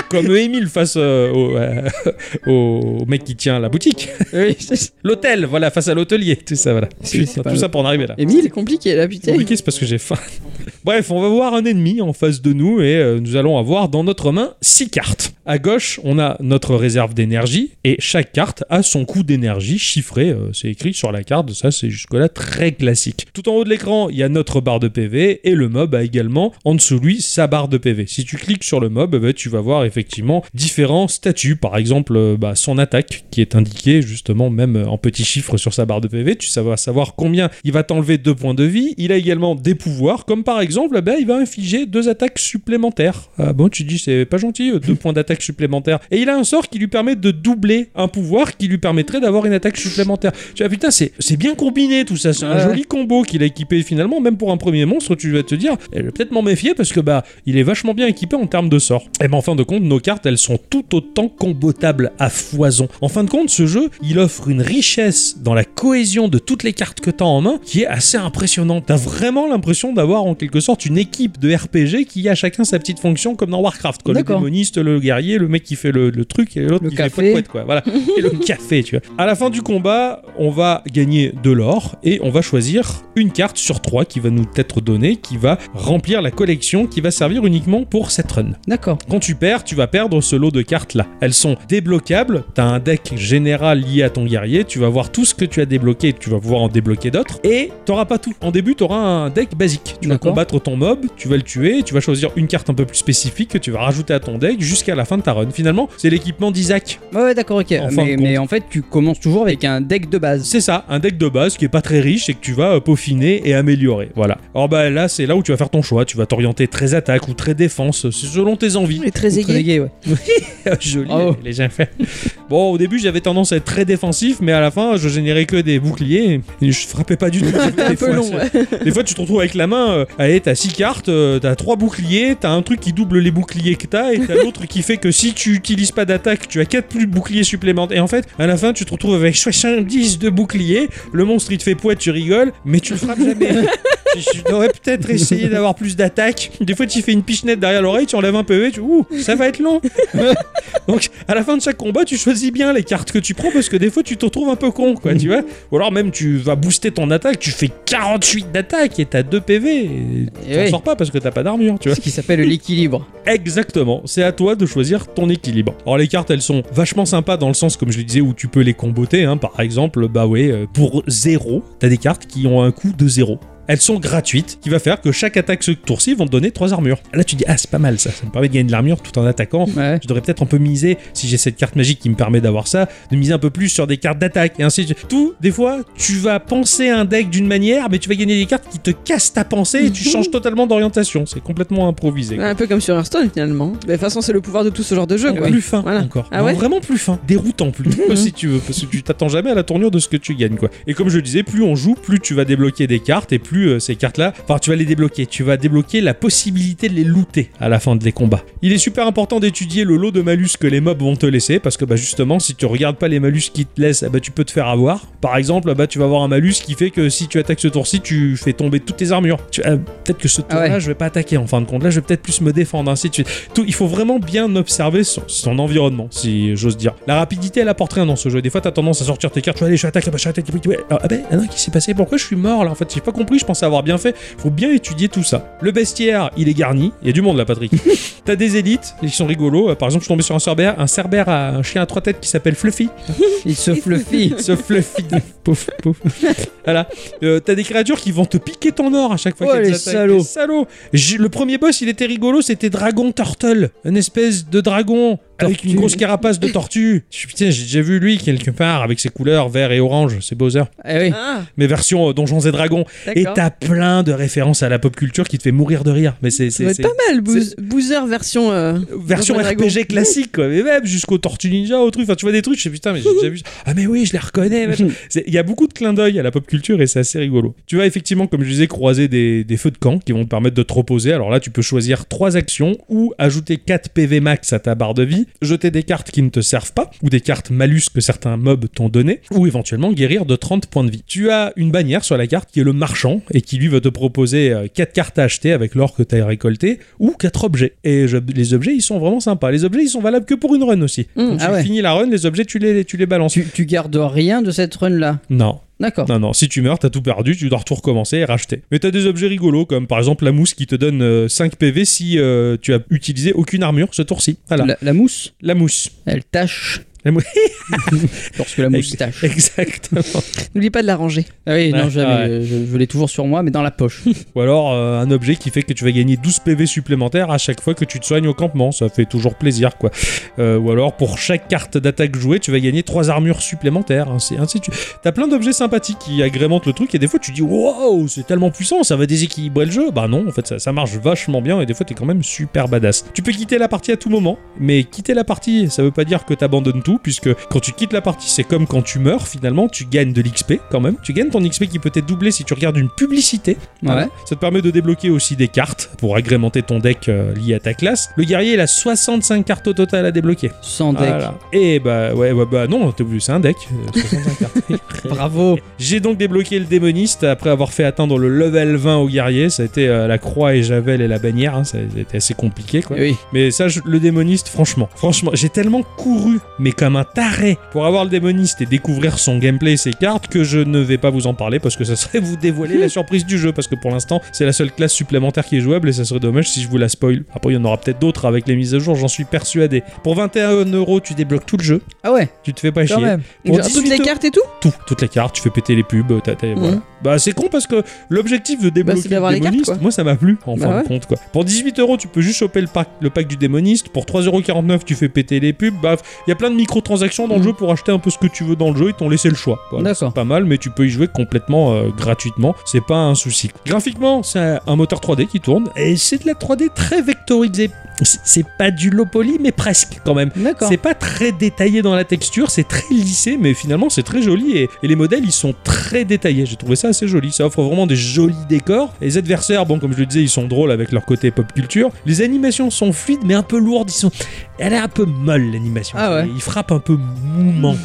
Speaker 1: Comme Émile face euh, au, euh, au mec qui tient la boutique.
Speaker 3: Oui, c'est ça.
Speaker 1: L'hôtel, voilà, face à l'hôtelier, tout ça, voilà.
Speaker 3: Je sais pas.
Speaker 1: tout ça pour en arriver là.
Speaker 2: Émile, c'est compliqué là, putain.
Speaker 1: Compliqué, c'est parce que j'ai faim. Bref, on va voir un ennemi en face de nous et euh, nous allons avoir dans notre main six cartes. À gauche, on a notre réserve d'énergie et chaque carte a son coût d'énergie chiffré. euh, c'est écrit sur la carte, ça c'est jusque-là très classique. Tout en haut de l'écran, il y a notre barre de PV et le mob a également en dessous de lui sa barre de PV. Si tu cliques sur le mob, eh ben, tu vas voir effectivement différents statuts. Par exemple, euh, bah, son attaque qui est indiquée justement même euh, en petits chiffres sur sa barre de PV. Tu vas savoir combien il va t'enlever deux points de vie. Il a également des pouvoirs, comme par exemple, eh ben, il va infliger deux attaques supplémentaires. Ah bon, tu te dis c'est pas gentil, euh, deux points d'attaque supplémentaires. Et il a un sort qui lui permet de doubler un pouvoir qui lui permettrait d'avoir une attaque supplémentaire. Tu vois, putain, c'est c'est bien combiné tout ça. C'est un
Speaker 3: Ouais.
Speaker 1: joli combo qu'il a équipé finalement. Même pour un premier monstre, tu vas te dire, eh, je vais peut-être m'en méfier parce que bah, il est vachement bien équipé en termes de sorts. Et ben en fin de compte, nos cartes, elles sont tout autant combotables à foison. En fin de compte, ce jeu, il offre une richesse dans la cohésion de toutes les cartes que t'as en main qui est assez impressionnante. T'as vraiment l'impression d'avoir en quelque sorte une équipe de RPG qui a chacun sa petite fonction comme dans Warcraft. Quoi. Le
Speaker 3: D'accord.
Speaker 1: démoniste, le guerrier, le mec qui fait le, le truc et l'autre
Speaker 3: Le
Speaker 1: qui
Speaker 3: café.
Speaker 1: fait pouet, pouet, quoi. Voilà. Et le café, tu vois. À la fin du combat, on va gagner de l'or et on va choisir une carte sur trois qui va nous être donnée, qui va remplir la collection, qui va servir uniquement pour cette run.
Speaker 3: D'accord.
Speaker 1: Quand tu perds, tu vas perdre ce lot de cartes là. Elles sont débloquables. T'as un deck général lié à ton guerrier. Tu vas voir tout ce que tu as débloqué. Tu vas pouvoir en débloquer d'autres. Et t'auras pas tout. En début, t'auras un deck basique. Tu vas
Speaker 3: D'accord.
Speaker 1: combattre ton mob. Tu vas le tuer. Tu vas choisir une carte un peu plus spécifique que tu vas rajouter à ton deck jusqu'à la fin de ta run. Finalement, c'est l'équipement d'Isaac.
Speaker 3: Ouais, ouais, d'accord, ok.
Speaker 1: En fin
Speaker 3: mais,
Speaker 1: de
Speaker 3: mais en fait, tu commences toujours avec un deck de base.
Speaker 1: C'est ça, un deck de base qui est pas très riche et que tu vas euh, peaufiner et améliorer. Voilà. Or bah là, c'est là où tu vas faire ton choix. Tu vas t'orienter très attaque ou très défense. C'est selon tes envies.
Speaker 2: Il est très
Speaker 3: Très
Speaker 2: aigué.
Speaker 3: fatigué, ouais.
Speaker 2: Ah,
Speaker 1: Joli,
Speaker 3: Bravo.
Speaker 1: les infos. Bon, au début, j'avais tendance à être très défensif, mais à la fin, je générais que des boucliers. Et je frappais pas du tout.
Speaker 2: C'était un peu long. ouais.
Speaker 1: Des fois, tu te retrouves avec la main, euh, allez, t'as 6 cartes, euh, t'as 3 boucliers, t'as un truc qui double les boucliers que t'as, et t'as l'autre qui fait que si tu utilises pas d'attaque, tu as 4 plus de boucliers supplémentaires. Et en fait, à la fin, tu te retrouves avec 70 de boucliers, le monstre il te fait poids, tu rigoles, mais tu le frappes jamais. Je- Je devrais peut-être essayer d'avoir plus d'attaque. Des fois, tu fais une pichenette derrière l'oreille, tu enlèves un PV, tu ouh, ça va être long. Donc, à la fin de chaque combat, tu choisis bien les cartes que tu prends parce que des fois, tu te retrouves un peu con, quoi, tu vois. Ou alors même, tu vas booster ton attaque, tu fais 48 d'attaque et t'as 2 PV. Et
Speaker 3: Et
Speaker 1: t'en
Speaker 3: oui.
Speaker 1: sors pas parce que t'as pas d'armure, tu vois.
Speaker 3: Ce qui s'appelle l'équilibre.
Speaker 1: Exactement, c'est à toi de choisir ton équilibre. Alors les cartes, elles sont vachement sympas dans le sens, comme je le disais, où tu peux les comboter. hein. Par exemple, bah ouais, euh, pour 0, t'as des cartes qui ont un coût de 0. Elles sont gratuites, qui va faire que chaque attaque ce tour-ci vont te donner 3 armures. Là tu dis, ah c'est pas mal ça, ça me permet de gagner de l'armure tout en attaquant.
Speaker 3: Ouais.
Speaker 1: Je devrais peut-être un peu miser, si j'ai cette carte magique qui me permet d'avoir ça, de miser un peu plus sur des cartes d'attaque et ainsi de suite. Tout, des fois, tu vas penser un deck d'une manière, mais tu vas gagner des cartes qui te cassent ta pensée et tu changes totalement d'orientation. C'est complètement improvisé. quoi.
Speaker 2: Un peu comme sur Hearthstone finalement. Mais De toute façon, c'est le pouvoir de tout ce genre de jeu.
Speaker 1: Non,
Speaker 2: Quoi.
Speaker 1: Eh Plus fin
Speaker 2: Voilà.
Speaker 1: encore.
Speaker 2: Ah
Speaker 1: Non,
Speaker 2: ouais
Speaker 1: vraiment plus fin. Déroutant plus, Bah, si tu veux, parce que tu t'attends jamais à la tournure de ce que tu gagnes. quoi. Et comme je le disais, plus on joue, plus tu vas débloquer des cartes et plus euh, ces cartes-là, enfin tu vas les débloquer, tu vas débloquer la possibilité de les looter à la fin des combats. Il est super important d'étudier le lot de malus que les mobs vont te laisser, parce que bah, justement, si tu regardes pas les malus qui te laissent, ah bah, tu peux te faire avoir. Par exemple, bah, tu vas avoir un malus qui fait que si tu attaques ce tour-ci, tu fais tomber toutes tes armures. Tu- ah, peut-être que ce
Speaker 3: Ah ouais.
Speaker 1: tour-là, je vais pas attaquer en fin de compte. Là, je vais peut-être plus me défendre, ainsi de suite. Tout, il faut vraiment bien observer son, son environnement, si j'ose dire. La rapidité, elle apporte rien dans ce jeu. Des fois, t'as tendance à sortir tes cartes. Tu vois, allez, je attaque, ah bah, je attaque. ouais, Ah ah ben, ah non, qu'est-ce qui s'est passé Pourquoi je suis mort là En fait, j'ai pas compris. Je pensais avoir bien fait. Faut bien étudier tout ça. Le bestiaire, il est garni. Il y a du monde là, Patrick. T'as des élites, ils sont rigolos. Euh, Par exemple, je suis tombé sur un cerbère, un cerbère, à- un chien à trois têtes qui s'appelle Fluffy.
Speaker 3: Il se fluffy.
Speaker 1: Ce Fluffy, de... pouf, pouf. voilà. Euh, T'as des créatures qui vont te piquer ton or à chaque fois
Speaker 3: Oh,
Speaker 1: qu'elles
Speaker 3: les
Speaker 1: attaquent.
Speaker 3: salauds.
Speaker 1: Les salauds. J'ai- Le premier boss, il était rigolo, c'était Dragon Turtle, une espèce de dragon. Avec une
Speaker 3: Tortue.
Speaker 1: grosse carapace de tortue. Je- Putain, j'ai déjà vu lui quelque part avec ses couleurs vert et orange, c'est Bowser.
Speaker 3: Eh oui.
Speaker 2: Ah,
Speaker 1: Mais version euh, Donjons et Dragons. Et
Speaker 2: d'accord.
Speaker 1: t'as plein de références à la pop culture qui te fait mourir de rire. Mais c'est
Speaker 2: Ça
Speaker 1: c'est-
Speaker 2: doit
Speaker 1: c'est-
Speaker 2: être pas mal, Booz- Boozer version. euh,
Speaker 1: version
Speaker 2: Donjons et Dragons.
Speaker 1: RPG classique quoi mais même jusqu'au Tortue Ninja au truc enfin tu vois des trucs je sais putain mais j'ai déjà vu ça. ah mais oui je les reconnais machin. C'est- il y a beaucoup de clins d'œil à la pop culture et c'est assez rigolo tu vas effectivement comme je disais croiser des, des feux de camp qui vont te permettre de te reposer alors là tu peux choisir trois actions ou ajouter 4 PV max à ta barre de vie jeter des cartes qui ne te servent pas ou des cartes malus que certains mobs t'ont donné ou éventuellement guérir de 30 points de vie tu as une bannière sur la carte qui est le marchand et qui lui va te proposer 4 cartes à acheter avec l'or que tu as récolté ou quatre objets. Et je- les objets, ils sont vraiment sympas. Les objets, ils sont valables que pour une run aussi.
Speaker 2: Mm.
Speaker 1: Donc, tu
Speaker 3: Ah ouais.
Speaker 1: finis la run, les objets, tu les, tu les balances.
Speaker 3: Tu, tu gardes rien de cette run là.
Speaker 1: Non,
Speaker 3: D'accord.
Speaker 1: non, non. Si tu meurs, t'as tout perdu, tu dois tout recommencer et racheter. Mais t'as des objets rigolos, comme par exemple la mousse qui te donne euh, 5 PV si euh, tu as utilisé aucune armure ce tour-ci. Voilà, la,
Speaker 3: La, la mousse,
Speaker 1: mousse.
Speaker 3: elle tâche.
Speaker 1: La mou-
Speaker 3: Lorsque la mousse tâche.
Speaker 1: Exactement.
Speaker 2: N'oublie pas de la ranger.
Speaker 3: Ah oui, non,
Speaker 1: Ouais,
Speaker 3: j'avais- je, je l'ai toujours sur moi, mais dans la poche.
Speaker 1: Ou alors euh, un objet qui fait que tu vas gagner 12 PV supplémentaires à chaque fois que tu te soignes au campement. Ça fait toujours plaisir, quoi. Euh, ou alors pour chaque carte d'attaque jouée, tu vas gagner 3 armures supplémentaires. Ainsi, ainsi de suite. T'as plein d'objets sympathiques qui agrémentent le truc et des fois tu dis waouh, c'est tellement puissant, ça va déséquilibrer le jeu. Bah non, en fait ça, ça marche vachement bien et des fois t'es quand même super badass. Tu peux quitter la partie à tout moment, mais quitter la partie, ça veut pas dire que t'abandonnes tout puisque quand tu quittes la partie, c'est comme quand tu meurs finalement, tu gagnes de l'XP quand même. Tu gagnes ton XP qui peut être doublé si tu regardes une publicité
Speaker 3: Ah Ouais.
Speaker 1: ça te permet de débloquer aussi des cartes pour agrémenter ton deck euh, lié à ta classe. Le guerrier, il a 65 cartes au total à débloquer.
Speaker 3: Sans deck.
Speaker 1: Voilà. Et bah ouais, ouais, bah non, t'es obligé, c'est un deck. euh, 65 cartes.
Speaker 3: Bravo.
Speaker 1: J'ai donc débloqué le démoniste après avoir fait atteindre le level 20 au guerrier. Ça a été euh, la croix et Javel et la bannière. hein, ça a été assez compliqué quoi.
Speaker 3: Eh Oui.
Speaker 1: Mais ça, je- le démoniste, franchement, franchement, j'ai tellement couru, mais comme un taré, pour avoir le démoniste et découvrir son gameplay et ses cartes, que je ne vais pas vous en parler parce que ça serait vous dévoiler la surprise du jeu, parce que pour l'instant, c'est la seule classe supplémentaire qui est jouable et ça serait dommage si je vous la spoil. Après, il y en aura peut-être d'autres avec les mises à jour, j'en suis persuadé. Pour 21 euros, tu débloques tout le jeu,
Speaker 3: Ah ouais,
Speaker 1: tu te fais pas
Speaker 3: quand
Speaker 1: chier.
Speaker 3: même.
Speaker 1: Pour
Speaker 2: Genre, toutes
Speaker 1: 18
Speaker 2: les
Speaker 1: euros,
Speaker 2: cartes et tout
Speaker 1: tout, toutes les cartes, tu fais péter les pubs, t'as, t'as- voilà.
Speaker 2: Mhm. Bah,
Speaker 1: Bah c'est con parce que l'objectif de débloquer
Speaker 2: c'est d'avoir
Speaker 1: le
Speaker 2: les cartes,
Speaker 1: démoniste,
Speaker 2: quoi.
Speaker 1: moi ça m'a plu en
Speaker 2: Bah
Speaker 1: fin
Speaker 2: ouais.
Speaker 1: de compte quoi. Pour 18 euros tu peux juste choper le pack, le pack du démoniste, pour 3,49€ tu fais péter les pubs, baf, il y a plein de microtransactions dans le
Speaker 3: Mhm.
Speaker 1: jeu pour acheter un peu ce que tu veux dans le jeu, ils t'ont laissé le choix. Voilà,
Speaker 3: D'accord.
Speaker 1: c'est pas mal mais tu peux y jouer complètement euh, gratuitement, c'est pas un souci. Graphiquement c'est un moteur 3D qui tourne et c'est de la 3D très vectorisée. C'est- C'est pas du low poly, mais presque quand même.
Speaker 3: D'accord.
Speaker 1: C'est pas très détaillé dans la texture, c'est très lissé, mais finalement c'est très joli et, et les modèles ils sont très détaillés. J'ai trouvé ça assez joli. Ça offre vraiment des jolis décors. Les adversaires, bon, comme je le disais, ils sont drôles avec leur côté pop culture. Les animations sont fluides mais un peu lourdes. Ils sont... Elle est un peu molle l'animation.
Speaker 3: Ah ouais.
Speaker 1: Ils frappent un peu mouvement.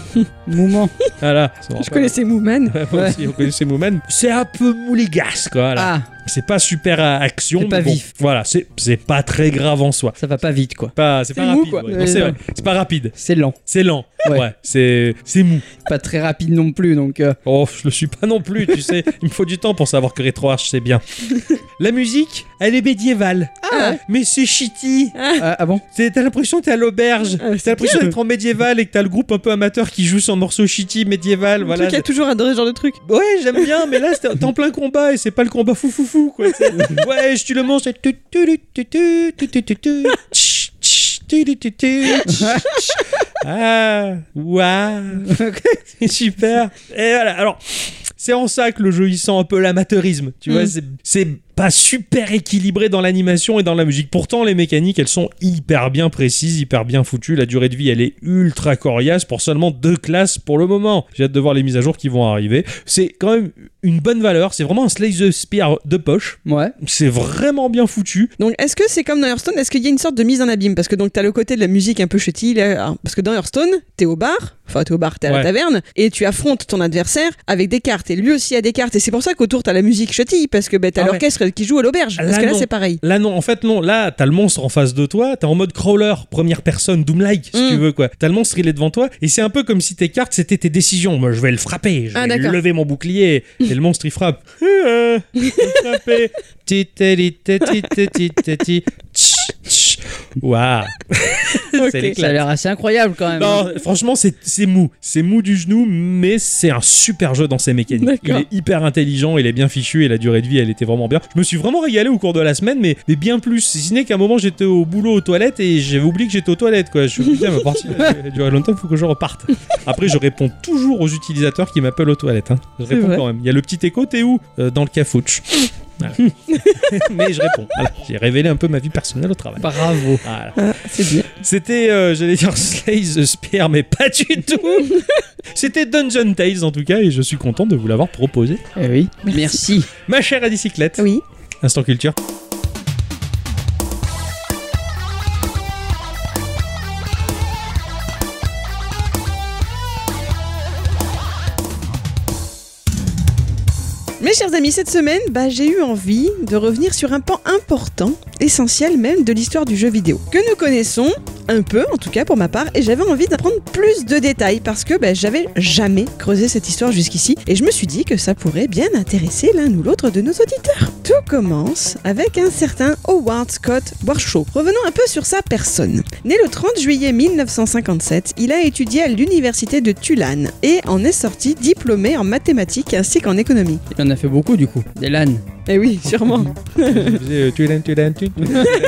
Speaker 3: Mouvement.
Speaker 1: voilà.
Speaker 2: Je connaissais Mooman.
Speaker 1: Ouais, moi aussi, on connaissait Mooman. C'est un peu mouligasque, quoi. voilà.
Speaker 3: Ah,
Speaker 1: C'est pas super à action.
Speaker 3: C'est pas
Speaker 1: mais bon,
Speaker 3: vif.
Speaker 1: Voilà, c'est c'est pas très grave en soi.
Speaker 3: ça va pas vite, quoi.
Speaker 1: C'est pas, c'est
Speaker 2: C'est
Speaker 1: pas
Speaker 2: mou,
Speaker 1: rapide.
Speaker 2: quoi.
Speaker 1: ouais. Non, c'est vrai. C'est pas rapide.
Speaker 3: C'est lent.
Speaker 1: C'est lent. Ouais.
Speaker 3: Ouais.
Speaker 1: c'est c'est mou.
Speaker 3: Pas très rapide non plus, donc. euh,
Speaker 1: Oh, je le suis pas non plus, tu sais. Il me faut du temps pour savoir que RetroArch c'est bien. La musique, elle est médiévale.
Speaker 2: Ah ouais.
Speaker 1: Mais c'est shitty.
Speaker 3: Ah, ah bon
Speaker 1: C'est- T'as l'impression que t'es à l'auberge.
Speaker 2: Ah, c'est
Speaker 1: T'as l'impression
Speaker 2: bien.
Speaker 1: d'être en médiéval et que t'as le groupe un peu amateur qui joue son morceau shitty médiéval.
Speaker 2: Le
Speaker 1: Voilà.
Speaker 2: truc a toujours adoré ce genre de truc.
Speaker 1: Ouais, j'aime bien, mais là, c'est- t'es en plein combat et c'est pas le combat fou fou fou, quoi. C'est- Ouais, je tue le monstre, c'est tu- tu- tu- tu- tu- tu- tu- tu- tch, tch, tu- tu- tu- tu- tch, tch. Ah, waouh, c'est super. Et voilà, alors, c'est en ça que le jeu, il sent un peu l'amateurisme, tu vois,
Speaker 2: Mm.
Speaker 1: c'est- c'est pas super équilibré dans l'animation et dans la musique. Pourtant, les mécaniques, elles sont hyper bien précises, hyper bien foutues. La durée de vie, elle est ultra coriace pour seulement deux classes pour le moment. J'ai hâte de voir les mises à jour qui vont arriver. C'est quand même une bonne valeur. C'est vraiment un Slay the Spear de poche.
Speaker 3: Ouais.
Speaker 1: C'est vraiment bien foutu.
Speaker 2: Donc, est-ce que c'est comme dans Hearthstone Est-ce qu'il y a une sorte de mise en abîme Parce que donc, t'as le côté de la musique un peu chétille. là, hein, Parce que dans Hearthstone, t'es au bar, enfin, t'es au bar, t'es à
Speaker 1: Ouais.
Speaker 2: la taverne, et tu affrontes ton adversaire avec des cartes. Et lui aussi a des cartes. Et c'est pour ça qu'autour, t'as la musique chétille, parce que ben, t'as
Speaker 1: Ah ouais.
Speaker 2: l'orchestre qui joue à l'auberge.
Speaker 1: Là,
Speaker 2: Parce que là,
Speaker 1: non.
Speaker 2: c'est pareil.
Speaker 1: Là, non, en fait, non. Là, t'as le monstre en face de toi. T'es en mode crawler, première personne, Doom-like, si
Speaker 2: Mm.
Speaker 1: tu veux, quoi. T'as le monstre, il est devant toi. Et c'est un peu comme si tes cartes, c'était tes décisions. Moi, je vais le frapper. Je
Speaker 2: Ah,
Speaker 1: vais
Speaker 2: d'accord.
Speaker 1: lever mon bouclier. Et le monstre, il frappe. Euh, je vais le frapper. Ti, ti, li, ti, ti, ti, ti, ti, ti. Tch, tch. Waouh.
Speaker 2: Ok.
Speaker 1: C'est les
Speaker 3: Ça a l'air assez incroyable quand même.
Speaker 1: Non,
Speaker 2: hein.
Speaker 1: franchement, c'est c'est mou. C'est mou du genou, mais c'est un super jeu dans ses mécaniques. Il
Speaker 2: D'accord.
Speaker 1: est hyper intelligent, il est bien fichu et la durée de vie, elle était vraiment bien. Je me suis vraiment régalé au cours de la semaine, mais, mais bien plus. Si ce n'est qu'à un moment, j'étais au boulot aux toilettes et j'avais oublié que j'étais aux toilettes. Quoi. Je suis putain, ma partie elle a duré longtemps, faut que je reparte. Après, je réponds toujours aux utilisateurs qui m'appellent aux toilettes. hein. Je
Speaker 2: C'est
Speaker 1: réponds
Speaker 2: vrai.
Speaker 1: quand même. Il y a le petit écho, t'es où Euh, Dans le cafouche. Voilà. mais je réponds. Voilà. J'ai révélé un peu ma vie personnelle au travail.
Speaker 3: Bravo.
Speaker 1: Voilà.
Speaker 2: C'est bien.
Speaker 1: C'était, euh, j'allais dire Slay the Spear, mais pas du tout. C'était Dungeon Tales en tout cas, et je suis content de vous l'avoir proposé.
Speaker 3: Eh oui. Merci.
Speaker 1: Ma chère à bicyclette,
Speaker 2: Oui.
Speaker 1: Instant Culture.
Speaker 2: Mes chers amis, cette semaine, bah, j'ai eu envie de revenir sur un pan important, essentiel même de l'histoire du jeu vidéo, que nous connaissons un peu, en tout cas pour ma part, et j'avais envie d'apprendre plus de détails parce que bah, j'avais jamais creusé cette histoire jusqu'ici, et je me suis dit que ça pourrait bien intéresser l'un ou l'autre de nos auditeurs. Tout commence avec un certain Howard Scott Warshaw. Revenons un peu sur sa personne. Né le 30 juillet 1957, il a étudié à l'université de Tulane et en est sorti diplômé en mathématiques ainsi qu'en économie.
Speaker 3: Il en a fait beaucoup du coup. Des LAN.
Speaker 2: Eh oui, sûrement.
Speaker 1: Je faisais, euh, tu l'aimes, tu l'aimes, tu l'aimes,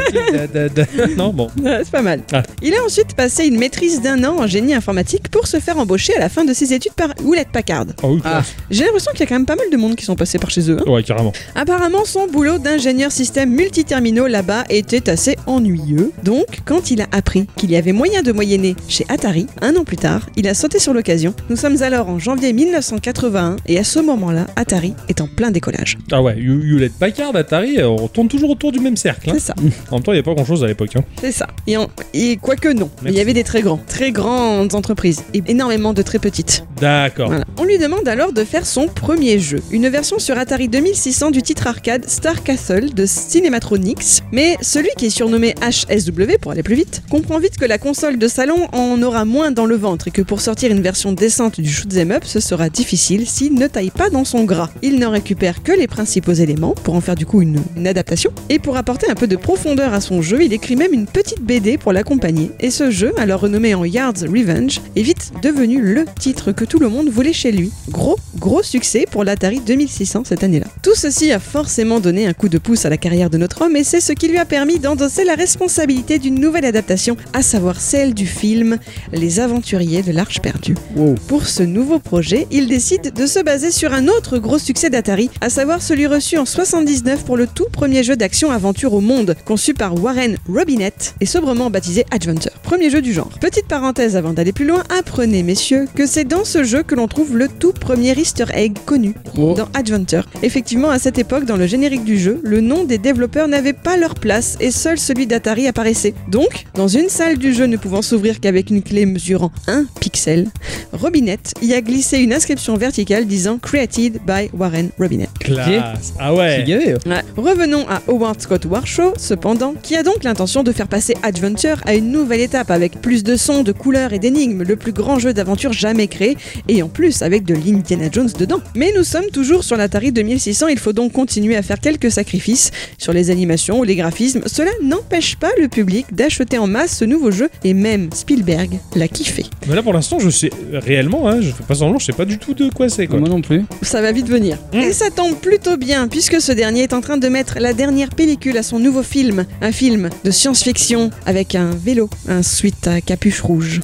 Speaker 1: tu l'aimes, da, da, da. Non, bon.
Speaker 2: C'est pas mal.
Speaker 1: Ah.
Speaker 2: Il a ensuite passé une maîtrise d'un an en génie informatique pour se faire embaucher à la fin de ses études par Hewlett Packard.
Speaker 1: Oh, oui,
Speaker 3: Ah.
Speaker 2: J'ai l'impression qu'il y a quand même pas mal de monde qui sont passés par chez eux. hein.
Speaker 1: Ouais, carrément.
Speaker 2: Apparemment, son boulot d'ingénieur système multiterminaux là-bas était assez ennuyeux. Donc, quand il a appris qu'il y avait moyen de moyenner chez Atari, un an plus tard, il a sauté sur l'occasion. Nous sommes alors en janvier 1981 et à ce moment-là, Atari est en plein décollage.
Speaker 1: Ah ouais, You- Hewlett Packard, Atari, euh, on tourne toujours autour du même cercle. hein.
Speaker 2: C'est ça.
Speaker 1: En même temps, il n'y a pas grand chose à l'époque. hein.
Speaker 2: C'est ça. Et, en- et quoique non, mais il
Speaker 1: Merci.
Speaker 2: y avait des très grands, très grandes entreprises et énormément de très petites.
Speaker 1: D'accord.
Speaker 2: Voilà. On lui demande alors de faire son premier jeu, une version sur Atari 2600 du titre arcade Star Castle de Cinematronics. Mais celui qui est surnommé HSW pour aller plus vite comprend vite que la console de salon en aura moins dans le ventre et que pour sortir une version décente du shoot'em up, ce sera difficile s'il ne taille pas dans son gras. Il n'en récupère que les principaux éléments pour en faire du coup une, une adaptation. Et pour apporter un peu de profondeur à son jeu, il écrit même une petite BD pour l'accompagner. Et ce jeu, alors renommé en Yards Revenge, est vite devenu le titre que tout le monde voulait chez lui. Gros, gros succès pour l'Atari 2600 cette année-là. Tout ceci a forcément donné un coup de pouce à la carrière de notre homme et c'est ce qui lui a permis d'endosser la responsabilité d'une nouvelle adaptation, à savoir celle du film Les Aventuriers de l'Arche perdue.
Speaker 3: Wow.
Speaker 2: Pour ce nouveau projet, il décide de se baser sur un autre gros succès d'Atari, à savoir celui reçu en 1979 pour le tout premier jeu d'action-aventure au monde, conçu par Warren Robinett et sobrement baptisé Adventure. Premier jeu du genre. Petite parenthèse avant d'aller plus loin, apprenez messieurs que c'est dans ce jeu que l'on trouve le tout premier easter egg connu
Speaker 3: Oh.
Speaker 2: dans Adventure. Effectivement, à cette époque, dans le générique du jeu, le nom des développeurs n'avait pas leur place et seul celui d'Atari apparaissait. Donc, dans une salle du jeu ne pouvant s'ouvrir qu'avec une clé mesurant 1 pixel, Robinette y a glissé une inscription verticale disant Created by Warren Robinette.
Speaker 1: Classe. Ah
Speaker 3: C'est
Speaker 1: ouais.
Speaker 3: gavé. hein.
Speaker 2: Revenons à Howard Scott Warshaw, cependant, qui a donc l'intention de faire passer Adventure à une nouvelle étape avec plus de sons, de couleurs et d'énigmes, le plus grand jeu d'aventure jamais créé, et en plus avec de l'Indiana Jones dedans. Mais nous sommes toujours sur l'Atari 2600, il faut donc continuer à faire quelques sacrifices sur les animations ou les graphismes. Cela n'empêche pas le public d'acheter en masse ce nouveau jeu, et même Spielberg l'a kiffé.
Speaker 1: Mais là pour l'instant, je sais réellement, hein, je fais pas semblant, je sais pas du tout de quoi c'est quoi.
Speaker 3: Moi non plus.
Speaker 2: Ça va vite venir.
Speaker 1: Mm.
Speaker 2: Et ça tombe plutôt bien, puisque ce dernier est en train de mettre la dernière pellicule à son nouveau film. Un film de science-fiction avec un vélo, un suite à capuche rouge.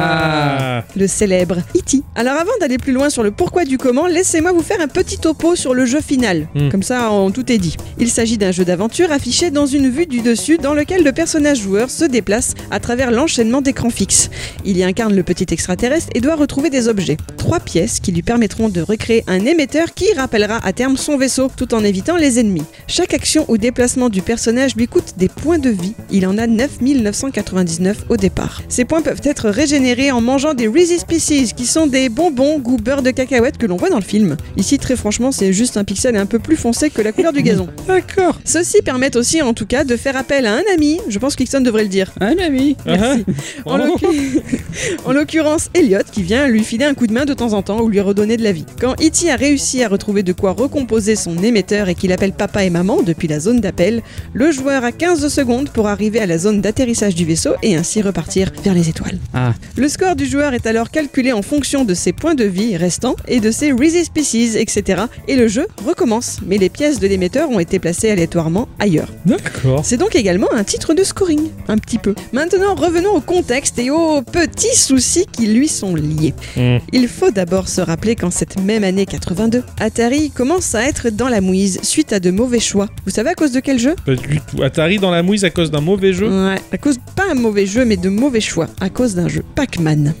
Speaker 1: Ah.
Speaker 2: Le célèbre E.T. Alors avant d'aller plus loin sur le pourquoi du comment, laissez-moi vous faire un petit topo sur le jeu final.
Speaker 1: Mm.
Speaker 2: Comme ça, on tout est dit. Il s'agit d'un jeu d'aventure affiché dans une vue du dessus dans lequel le personnage joueur se déplace à travers l'enchaînement d'écrans fixes. Il y incarne le petit extraterrestre et doit retrouver des objets. Trois pièces qui lui permettront de recréer un émetteur qui rappellera à terme son vaisseau tout en évitant les ennemis. Chaque action ou déplacement du personnage lui coûte des points de vie. Il en a 9999 au départ. Ces points peuvent être régénérés en mangeant des Reese's Pieces qui sont des bonbons goût beurre de cacahuète que l'on voit dans le film. Ici, très franchement, c'est juste un pixel un peu plus foncé que la couleur du gazon.
Speaker 3: D'accord.
Speaker 2: Ceux-ci permettent aussi, en tout cas, de faire appel à un ami. Je pense qu'Ixon devrait le dire.
Speaker 3: Un ami.
Speaker 2: Merci.
Speaker 1: Ah.
Speaker 2: En l'occu- en l'occurrence, Elliot qui vient lui filer un coup de main de temps en temps ou lui redonner de la vie. Quand E.T. a réussi à retrouver de quoi recomposer son émetteur et qu'il appelle papa et maman depuis la zone d'appel, le joueur a 15 secondes pour arriver à la zone d'atterrissage du vaisseau et ainsi repartir vers les étoiles.
Speaker 3: Ah.
Speaker 2: Le score du joueur est alors calculé en fonction de ses points de vie restants et de ses Reese's Pieces, etc. Et le jeu recommence, mais les pièces de l'émetteur ont été placées aléatoirement ailleurs.
Speaker 1: D'accord.
Speaker 2: C'est donc également un titre de scoring, un petit peu. Maintenant, revenons au contexte et aux petits soucis qui lui sont liés.
Speaker 1: Hmm.
Speaker 2: Il faut d'abord se rappeler qu'en cette même année 82, Atari commence à être dans la mouise suite à de mauvais choix. Vous savez à cause de quel jeu
Speaker 1: Pas du tout. Atari dans la mouise à cause d'un mauvais jeu.
Speaker 2: Ouais, à cause pas un mauvais jeu, mais de mauvais choix, à cause d'un jeu Pac-Man.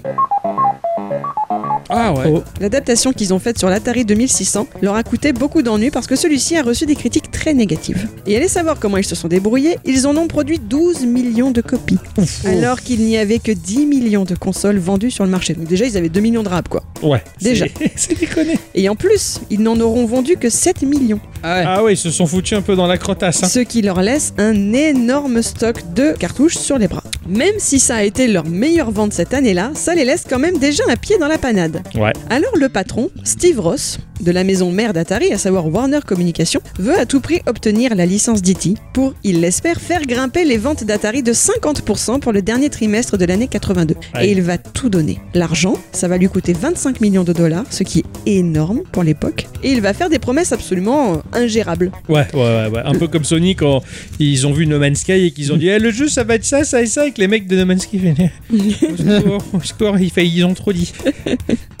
Speaker 3: Ah ouais.
Speaker 1: Oh.
Speaker 2: L'adaptation qu'ils ont faite sur l'Atari 2600 leur a coûté beaucoup d'ennuis parce que celui-ci a reçu des critiques très négatives. Et allez savoir comment ils se sont débrouillés, ils en ont produit 12 millions de copies. Mm. Alors qu'il n'y avait que 10 millions de consoles vendues sur le marché. Donc déjà, ils avaient 2 millions de rap, quoi.
Speaker 1: Ouais.
Speaker 2: Déjà.
Speaker 1: C'est- C'est déconné.
Speaker 2: Et en plus, ils n'en auront vendu que 7 millions.
Speaker 3: Ah ouais.
Speaker 1: Ah ouais, ils se sont foutus un peu dans la crotasse. hein.
Speaker 2: Ce qui leur laisse un énorme stock de cartouches sur les bras. Même si ça a été leur meilleure vente cette année-là, ça les laisse quand même déjà un pied dans la panade.
Speaker 1: Ouais.
Speaker 2: Alors le patron, Steve Ross, de la maison mère d'Atari, à savoir Warner Communication, veut à tout prix obtenir la licence d'IT pour, il l'espère, faire grimper les ventes d'Atari de 50% pour le dernier trimestre de l'année 82.
Speaker 1: Aïe.
Speaker 2: Et il va tout donner. L'argent, ça va lui coûter 25 millions de dollars, ce qui est énorme pour l'époque. Et il va faire des promesses absolument euh, ingérables.
Speaker 1: Ouais, ouais, ouais, ouais. Un peu comme Sony quand ils ont vu No Man's Sky et qu'ils ont dit Eh, le jeu ça va être ça, ça et ça, et que les mecs de No Man's Sky venaient. Au secours, au secours, ils, fait- ils ont trop dit.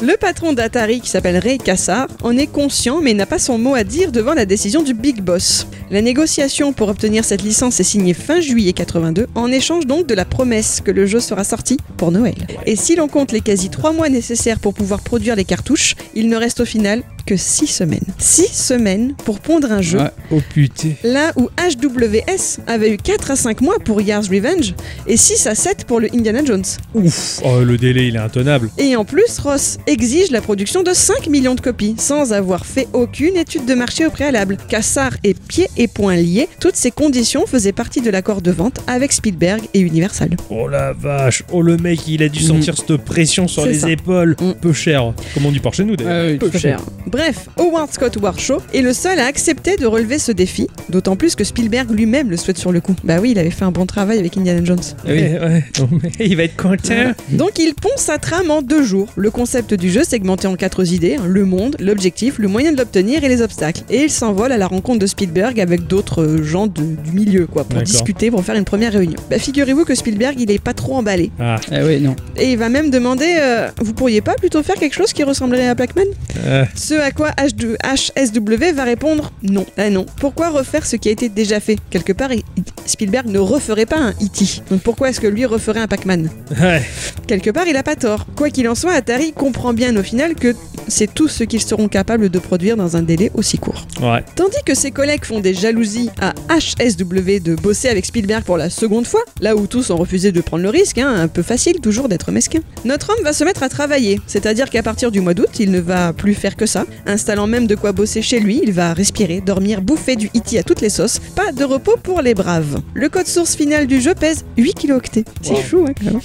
Speaker 2: Le patron d'Atari, qui s'appelle Ray Kassar, en est conscient mais n'a pas son mot à dire devant la décision du Big Boss. La négociation pour obtenir cette licence est signée fin juillet 82, en échange donc de la promesse que le jeu sera sorti pour Noël. Et si l'on compte les quasi 3 mois nécessaires pour pouvoir produire les cartouches, il ne reste au final que 6 semaines. 6 semaines pour pondre un jeu
Speaker 3: Ouais. Oh putain.
Speaker 2: Là où HWS avait eu 4 à 5 mois pour Yars Revenge et 6 à 7 pour le Indiana Jones.
Speaker 1: Ouf, oh, le délai il est intenable.
Speaker 2: Et en plus, Ross exige la production de 5 millions de copies, sans avoir fait aucune étude de marché au préalable. Cassar et pieds et poings liés, toutes ces conditions faisaient partie de l'accord de vente avec Spielberg et Universal.
Speaker 1: Oh la vache, oh le mec il a dû sentir cette pression sur
Speaker 2: Mm. C'est
Speaker 1: les
Speaker 2: ça.
Speaker 1: épaules.
Speaker 2: Mm.
Speaker 1: Peu cher, comme on dit par chez nous d'ailleurs.
Speaker 3: Ah oui, tout à fait.
Speaker 2: Bref, Howard Scott Warshaw est le seul à accepter de relever ce défi, d'autant plus que Spielberg lui-même le souhaite sur le coup. Bah oui, il avait fait un bon travail avec Indiana Jones.
Speaker 3: Ah oui.
Speaker 1: Eh, ouais. Non, mais il va être content.
Speaker 2: Donc il pond sa trame en deux jours. Le concept du jeu segmenté en quatre idées, hein, le monde, l'objectif, le moyen de l'obtenir et les obstacles. Et il s'envole à la rencontre de Spielberg avec d'autres euh, gens de- du milieu, quoi, pour
Speaker 1: D'accord.
Speaker 2: discuter, pour faire une première réunion. Bah figurez-vous que Spielberg, il est pas trop emballé.
Speaker 1: Ah,
Speaker 3: Ah oui, non.
Speaker 2: Et il va même demander, euh, vous pourriez pas plutôt faire quelque chose qui ressemblerait à Pac-Man
Speaker 1: euh,
Speaker 2: Ce à à quoi H2 HSW va répondre non. Ah non. Pourquoi refaire ce qui a été déjà fait Quelque part, I- I- Spielberg ne referait pas un E.T. Donc pourquoi est-ce que lui referait un Pac-Man
Speaker 1: Ouais.
Speaker 2: Quelque part, il a pas tort. Quoi qu'il en soit, Atari comprend bien au final que c'est tout ce qu'ils seront capables de produire dans un délai aussi court.
Speaker 1: Ouais.
Speaker 2: Tandis que ses collègues font des jalousies à HSW de bosser avec Spielberg pour la seconde fois, là où tous ont refusé de prendre le risque, hein, un peu facile toujours d'être mesquin, notre homme va se mettre à travailler, c'est-à-dire qu'à partir du mois d'août, il ne va plus faire que ça, installant même de quoi bosser chez lui, il va respirer, dormir, bouffer du E.T. à toutes les sauces, pas de repos pour les braves. Le code source final du jeu pèse 8 kilooctets. C'est chou, hein, quand même.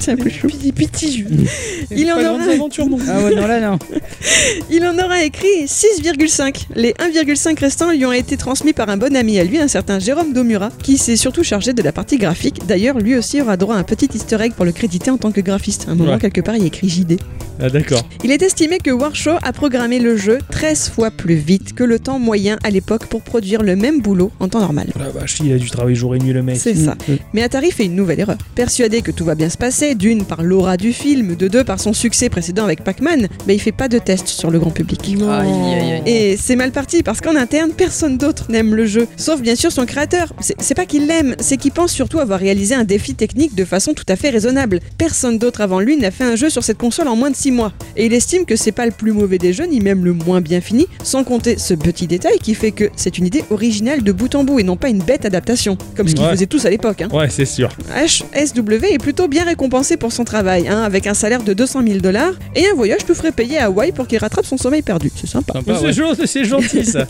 Speaker 2: C'est un peu chou. Il en
Speaker 1: Pas
Speaker 2: aura-
Speaker 1: grandes aventures non plus.
Speaker 3: Ah ouais, non, là, non.
Speaker 2: Il en aura écrit 6,5. Les 1,5 restants lui ont été transmis par un bon ami à lui, un certain Jérôme Domura, qui s'est surtout chargé de la partie graphique. D'ailleurs, lui aussi aura droit à un petit easter egg pour le créditer en tant que graphiste. À un moment,
Speaker 1: Ouais.
Speaker 2: quelque part, il écrit JD.
Speaker 1: Ah, d'accord.
Speaker 2: Il est estimé que Warshaw a programmé le jeu 13 fois plus vite que le temps moyen à l'époque pour produire le même boulot en temps normal.
Speaker 1: Oh La vache, il a dû travailler jour et nuit le mec.
Speaker 2: C'est ça.
Speaker 3: Mm.
Speaker 2: Mais Atari fait une nouvelle erreur. Persuadé que tout va bien se passer, d'une par l'aura du film, de deux par son succès précédent avec Pac-Man, mais il fait pas de test sur le grand public.
Speaker 3: Aïe, aïe, aïe.
Speaker 2: Et c'est mal parti parce qu'en interne, personne d'autre n'aime le jeu, sauf bien sûr son créateur. C'est c'est pas qu'il l'aime, c'est qu'il pense surtout avoir réalisé un défi technique de façon tout à fait raisonnable. Personne d'autre avant lui n'a fait un jeu sur cette console en moins de 6 mois. Et il estime que c'est pas le plus mauvais des jeux, ni même le moins bien fini, sans compter ce petit détail qui fait que c'est une idée originale de bout en bout et non pas une bête adaptation, comme ce qu'ils
Speaker 1: Ouais.
Speaker 2: faisaient tous à l'époque. hein.
Speaker 1: Ouais, c'est sûr.
Speaker 2: HSW est plutôt bien récompensé pour son travail, hein, avec un salaire de 200 000 dollars et un voyage tout frais payé à Hawaï pour qu'il rattrape son sommeil perdu. C'est sympa.
Speaker 1: Mais c'est gen- c'est gentil ça.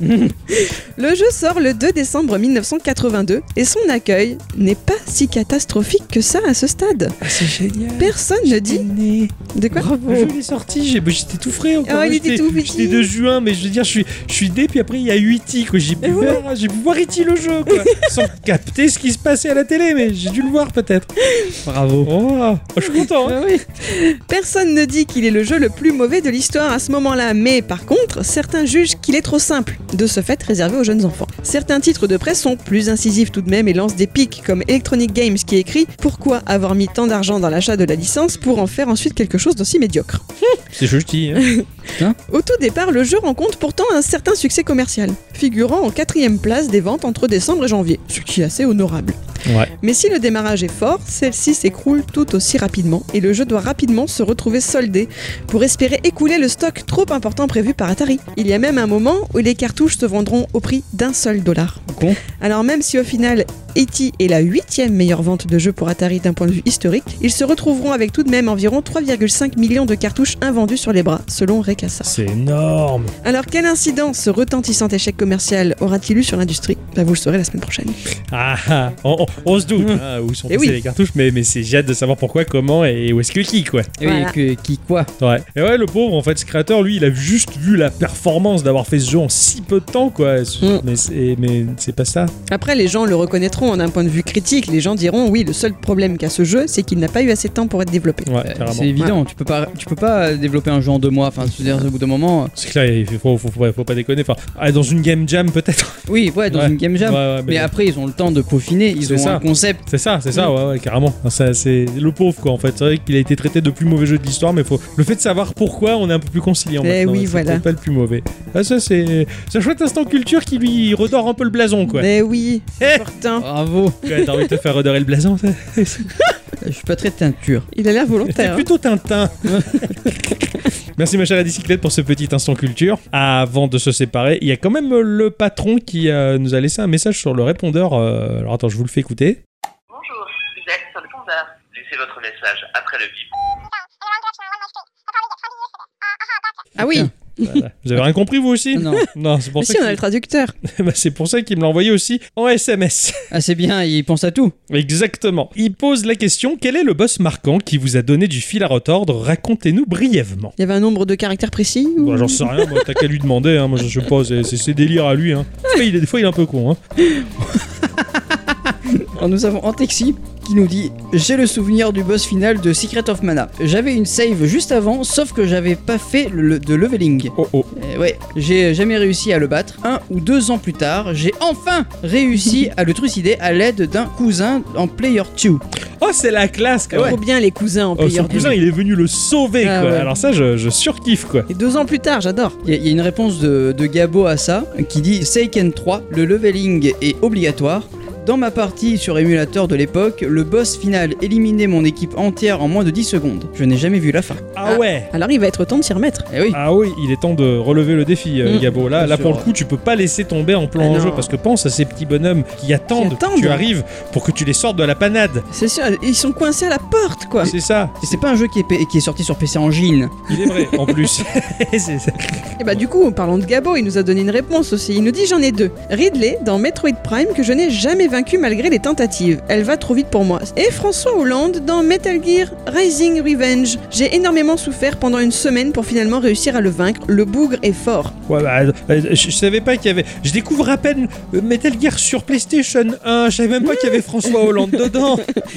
Speaker 2: Le jeu sort le 2 décembre 1982 et son accueil n'est pas si catastrophique que ça à ce stade.
Speaker 1: Ah, c'est génial.
Speaker 2: Personne ne dit de quoi
Speaker 1: Bravo. Je l'ai sorti, j'ai- bah, j'étais tout frais encore.
Speaker 2: Ah, il
Speaker 1: J'étais-
Speaker 2: était tout petit.
Speaker 1: J'étais de juin, mais je veux dire, je suis, je suis dé, puis après il y a 8 i, quoi. J'ai pu,
Speaker 2: Et ouais.
Speaker 1: voir- j'ai pu voir E.T. le jeu, quoi. sans capter ce qui se passait à la télé, mais j'ai dû le voir peut-être. Bravo. Oh, je suis content. hein.
Speaker 2: Personne ne dit qu'il est le jeu le plus mauvais de l'histoire à ce moment-là, mais par contre, certains jugent qu'il est trop simple, de ce fait réservé aux jeunes enfants. Certains titres de presse sont plus incisifs tout de même et lancent des pics, comme Electronic Games qui écrit Pourquoi avoir mis tant d'argent dans l'achat de la licence pour en faire ensuite quelque chose d'aussi médiocre
Speaker 1: C'est gentil. hein.
Speaker 2: Au tout départ, le jeu rencontre pourtant un certain succès commercial, figurant en quatrième place des ventes entre décembre et janvier, ce qui est assez honorable.
Speaker 1: Ouais.
Speaker 2: Mais si le démarrage est fort, celle-ci s'écroule tout aussi rapidement et le jeu doit rapidement se retrouver soldé pour espérer écouler le stock trop important prévu par Atari. Il y a même un moment où les cartouches se vendront au prix d'un seul dollar.
Speaker 3: Con.
Speaker 2: Alors même si au final E.T. est la huitième meilleure vente de jeux pour Atari d'un point de vue historique, ils se retrouveront avec tout de même environ 3,5 millions de cartouches invendues sur les bras, selon Rekassa.
Speaker 1: C'est énorme.
Speaker 2: Alors, quelle incidence ce retentissant échec commercial aura-t-il eu sur l'industrie Bah, Vous le saurez la semaine prochaine.
Speaker 1: Ah, ah, on, on- on se doute hein, où sont
Speaker 2: Eh
Speaker 1: passées
Speaker 2: oui.
Speaker 1: les cartouches, mais, mais c'est j'ai hâte de savoir pourquoi, comment et où est-ce que qui, quoi.
Speaker 3: Et Eh oui,
Speaker 2: Voilà.
Speaker 3: que- qui quoi
Speaker 1: Ouais. Et ouais, le pauvre, en fait, ce créateur, lui, il a juste vu la performance d'avoir fait ce jeu en si peu de temps, quoi.
Speaker 2: Mm.
Speaker 1: Mais c'est- Mais c'est pas ça.
Speaker 2: Après, les gens le reconnaîtront hein, d'un point de vue critique. Les gens diront oui, le seul problème qu'a ce jeu, c'est qu'il n'a pas eu assez de temps pour être développé.
Speaker 1: Ouais,
Speaker 3: Euh,
Speaker 1: carrément.
Speaker 3: C'est évident, tu peux pas, tu peux pas développer un jeu en deux mois. Enfin, je veux dire, au bout d'un moment. euh,
Speaker 1: C'est clair, il faut, faut, faut- faut pas déconner. Enfin, ah, dans une game jam peut-être.
Speaker 3: Oui, ouais, dans
Speaker 1: Ouais.
Speaker 3: une game jam.
Speaker 1: Ouais, ouais,
Speaker 3: mais
Speaker 1: mais-
Speaker 3: après, ils ont le temps de peaufiner. Ils
Speaker 1: C'est
Speaker 3: ont
Speaker 1: ça.
Speaker 3: un concept.
Speaker 1: C'est ça, c'est ça, ouais, ouais, carrément. Enfin, ça, C'est le pauvre quoi. En fait, c'est vrai qu'il a été traité de plus mauvais jeu de l'histoire, mais faut le fait de savoir pourquoi, on est un peu plus conciliant.
Speaker 2: Eh
Speaker 1: maintenant. hein,
Speaker 2: oui,
Speaker 1: C'est
Speaker 2: voilà.
Speaker 1: peut-être Pas le plus mauvais. Ah, ça c'est c'est un chouette instant culture qui lui redore un peu le blason quoi.
Speaker 2: Mais oui, c'est
Speaker 1: Eh
Speaker 2: important.
Speaker 3: Bravo.
Speaker 1: Ouais, T'as envie de te faire redorer le blason. ça
Speaker 3: Je suis pas très teinture.
Speaker 2: Il a l'air
Speaker 1: C'est
Speaker 2: volontaire. hein.
Speaker 1: plutôt Tintin. Merci ma chère la bicyclette pour ce petit instant culture. Avant de se séparer, il y a quand même euh, le patron qui euh, nous a laissé un message sur le répondeur. Euh, alors attends, je vous le fais écouter.
Speaker 6: Bonjour, vous êtes sur le pondeur.
Speaker 7: Laissez votre message après le bip.
Speaker 2: Ah oui,
Speaker 1: Voilà. Vous avez rien compris vous aussi
Speaker 3: Ah, Non.
Speaker 1: c'est
Speaker 2: mais
Speaker 1: pour,
Speaker 2: si
Speaker 1: ça
Speaker 2: on a le
Speaker 1: qu'il-
Speaker 2: traducteur.
Speaker 1: Bah, c'est pour ça qu'il me l'a envoyé aussi en SMS.
Speaker 3: Ah, c'est bien, ils pensent à tout.
Speaker 1: Exactement. Il pose la question quel est le boss marquant qui vous a donné du fil à retordre Racontez-nous brièvement.
Speaker 2: Il y avait un nombre de caractères précis ou-
Speaker 1: Bah, J'en sais rien, moi, t'as qu'à lui demander, hein. moi je sais pas, c'est- c'est c'est délire à lui. Hein. Des, fois, il est, des fois il est un peu con. Hein.
Speaker 3: Alors, nous avons Antexi, qui nous dit J'ai le souvenir du boss final de Secret of Mana. J'avais une save juste avant, sauf que j'avais pas fait le- le- de leveling.
Speaker 1: Oh oh.
Speaker 3: Eh ouais, j'ai jamais réussi à le battre. Un ou deux ans plus tard, j'ai enfin réussi à le trucider à l'aide d'un cousin en Player 2.
Speaker 1: Oh, c'est la classe, quoi.
Speaker 2: Trop bien les cousins en
Speaker 1: Oh,
Speaker 2: payeur
Speaker 1: son cousin, il est venu le sauver,
Speaker 2: Ah,
Speaker 1: quoi.
Speaker 2: ouais.
Speaker 1: Alors ça, je, je surkiffe, quoi.
Speaker 2: Et deux ans plus tard, j'adore.
Speaker 3: Il y, a- il y a une réponse de, de Gabo à ça qui dit Seiken 3, le leveling est obligatoire. Dans ma partie sur émulateur de l'époque, le boss final éliminait mon équipe entière en moins de 10 secondes. Je n'ai jamais vu la fin.
Speaker 1: Ah ouais
Speaker 2: Alors il va être temps de s'y remettre.
Speaker 3: Eh oui.
Speaker 1: Ah oui, il est temps de relever le défi, euh,
Speaker 2: Mm.
Speaker 1: Gabo. Là,
Speaker 3: Bien
Speaker 1: là
Speaker 3: sûr.
Speaker 1: pour le coup, tu peux pas laisser tomber en plan
Speaker 2: Ah,
Speaker 1: en
Speaker 2: non.
Speaker 1: jeu parce que pense à ces petits bonhommes qui attendent, que
Speaker 2: attendent.
Speaker 1: tu arrives pour que tu les sortes de la panade.
Speaker 2: C'est sûr, ils sont coincés à la porte quoi.
Speaker 1: C'est ça,
Speaker 3: Et C'est pas un jeu qui est, pa- qui est sorti sur PC Engine.
Speaker 1: il est vrai en plus. C'est ça.
Speaker 2: Et bah du coup, parlons de Gabo, il nous a donné une réponse aussi. Il nous dit j'en ai deux. Ridley dans Metroid Prime que je n'ai jamais vaincu malgré les tentatives. Elle va trop vite pour moi. Et François Hollande dans Metal Gear Rising Revenge. J'ai énormément souffert pendant une semaine pour finalement réussir à le vaincre. Le bougre est fort.
Speaker 1: Ouais, bah, euh, je, je savais pas qu'il y avait. Je découvre à peine euh, Metal Gear sur PlayStation 1. Je savais même pas qu'il y avait François Hollande dedans.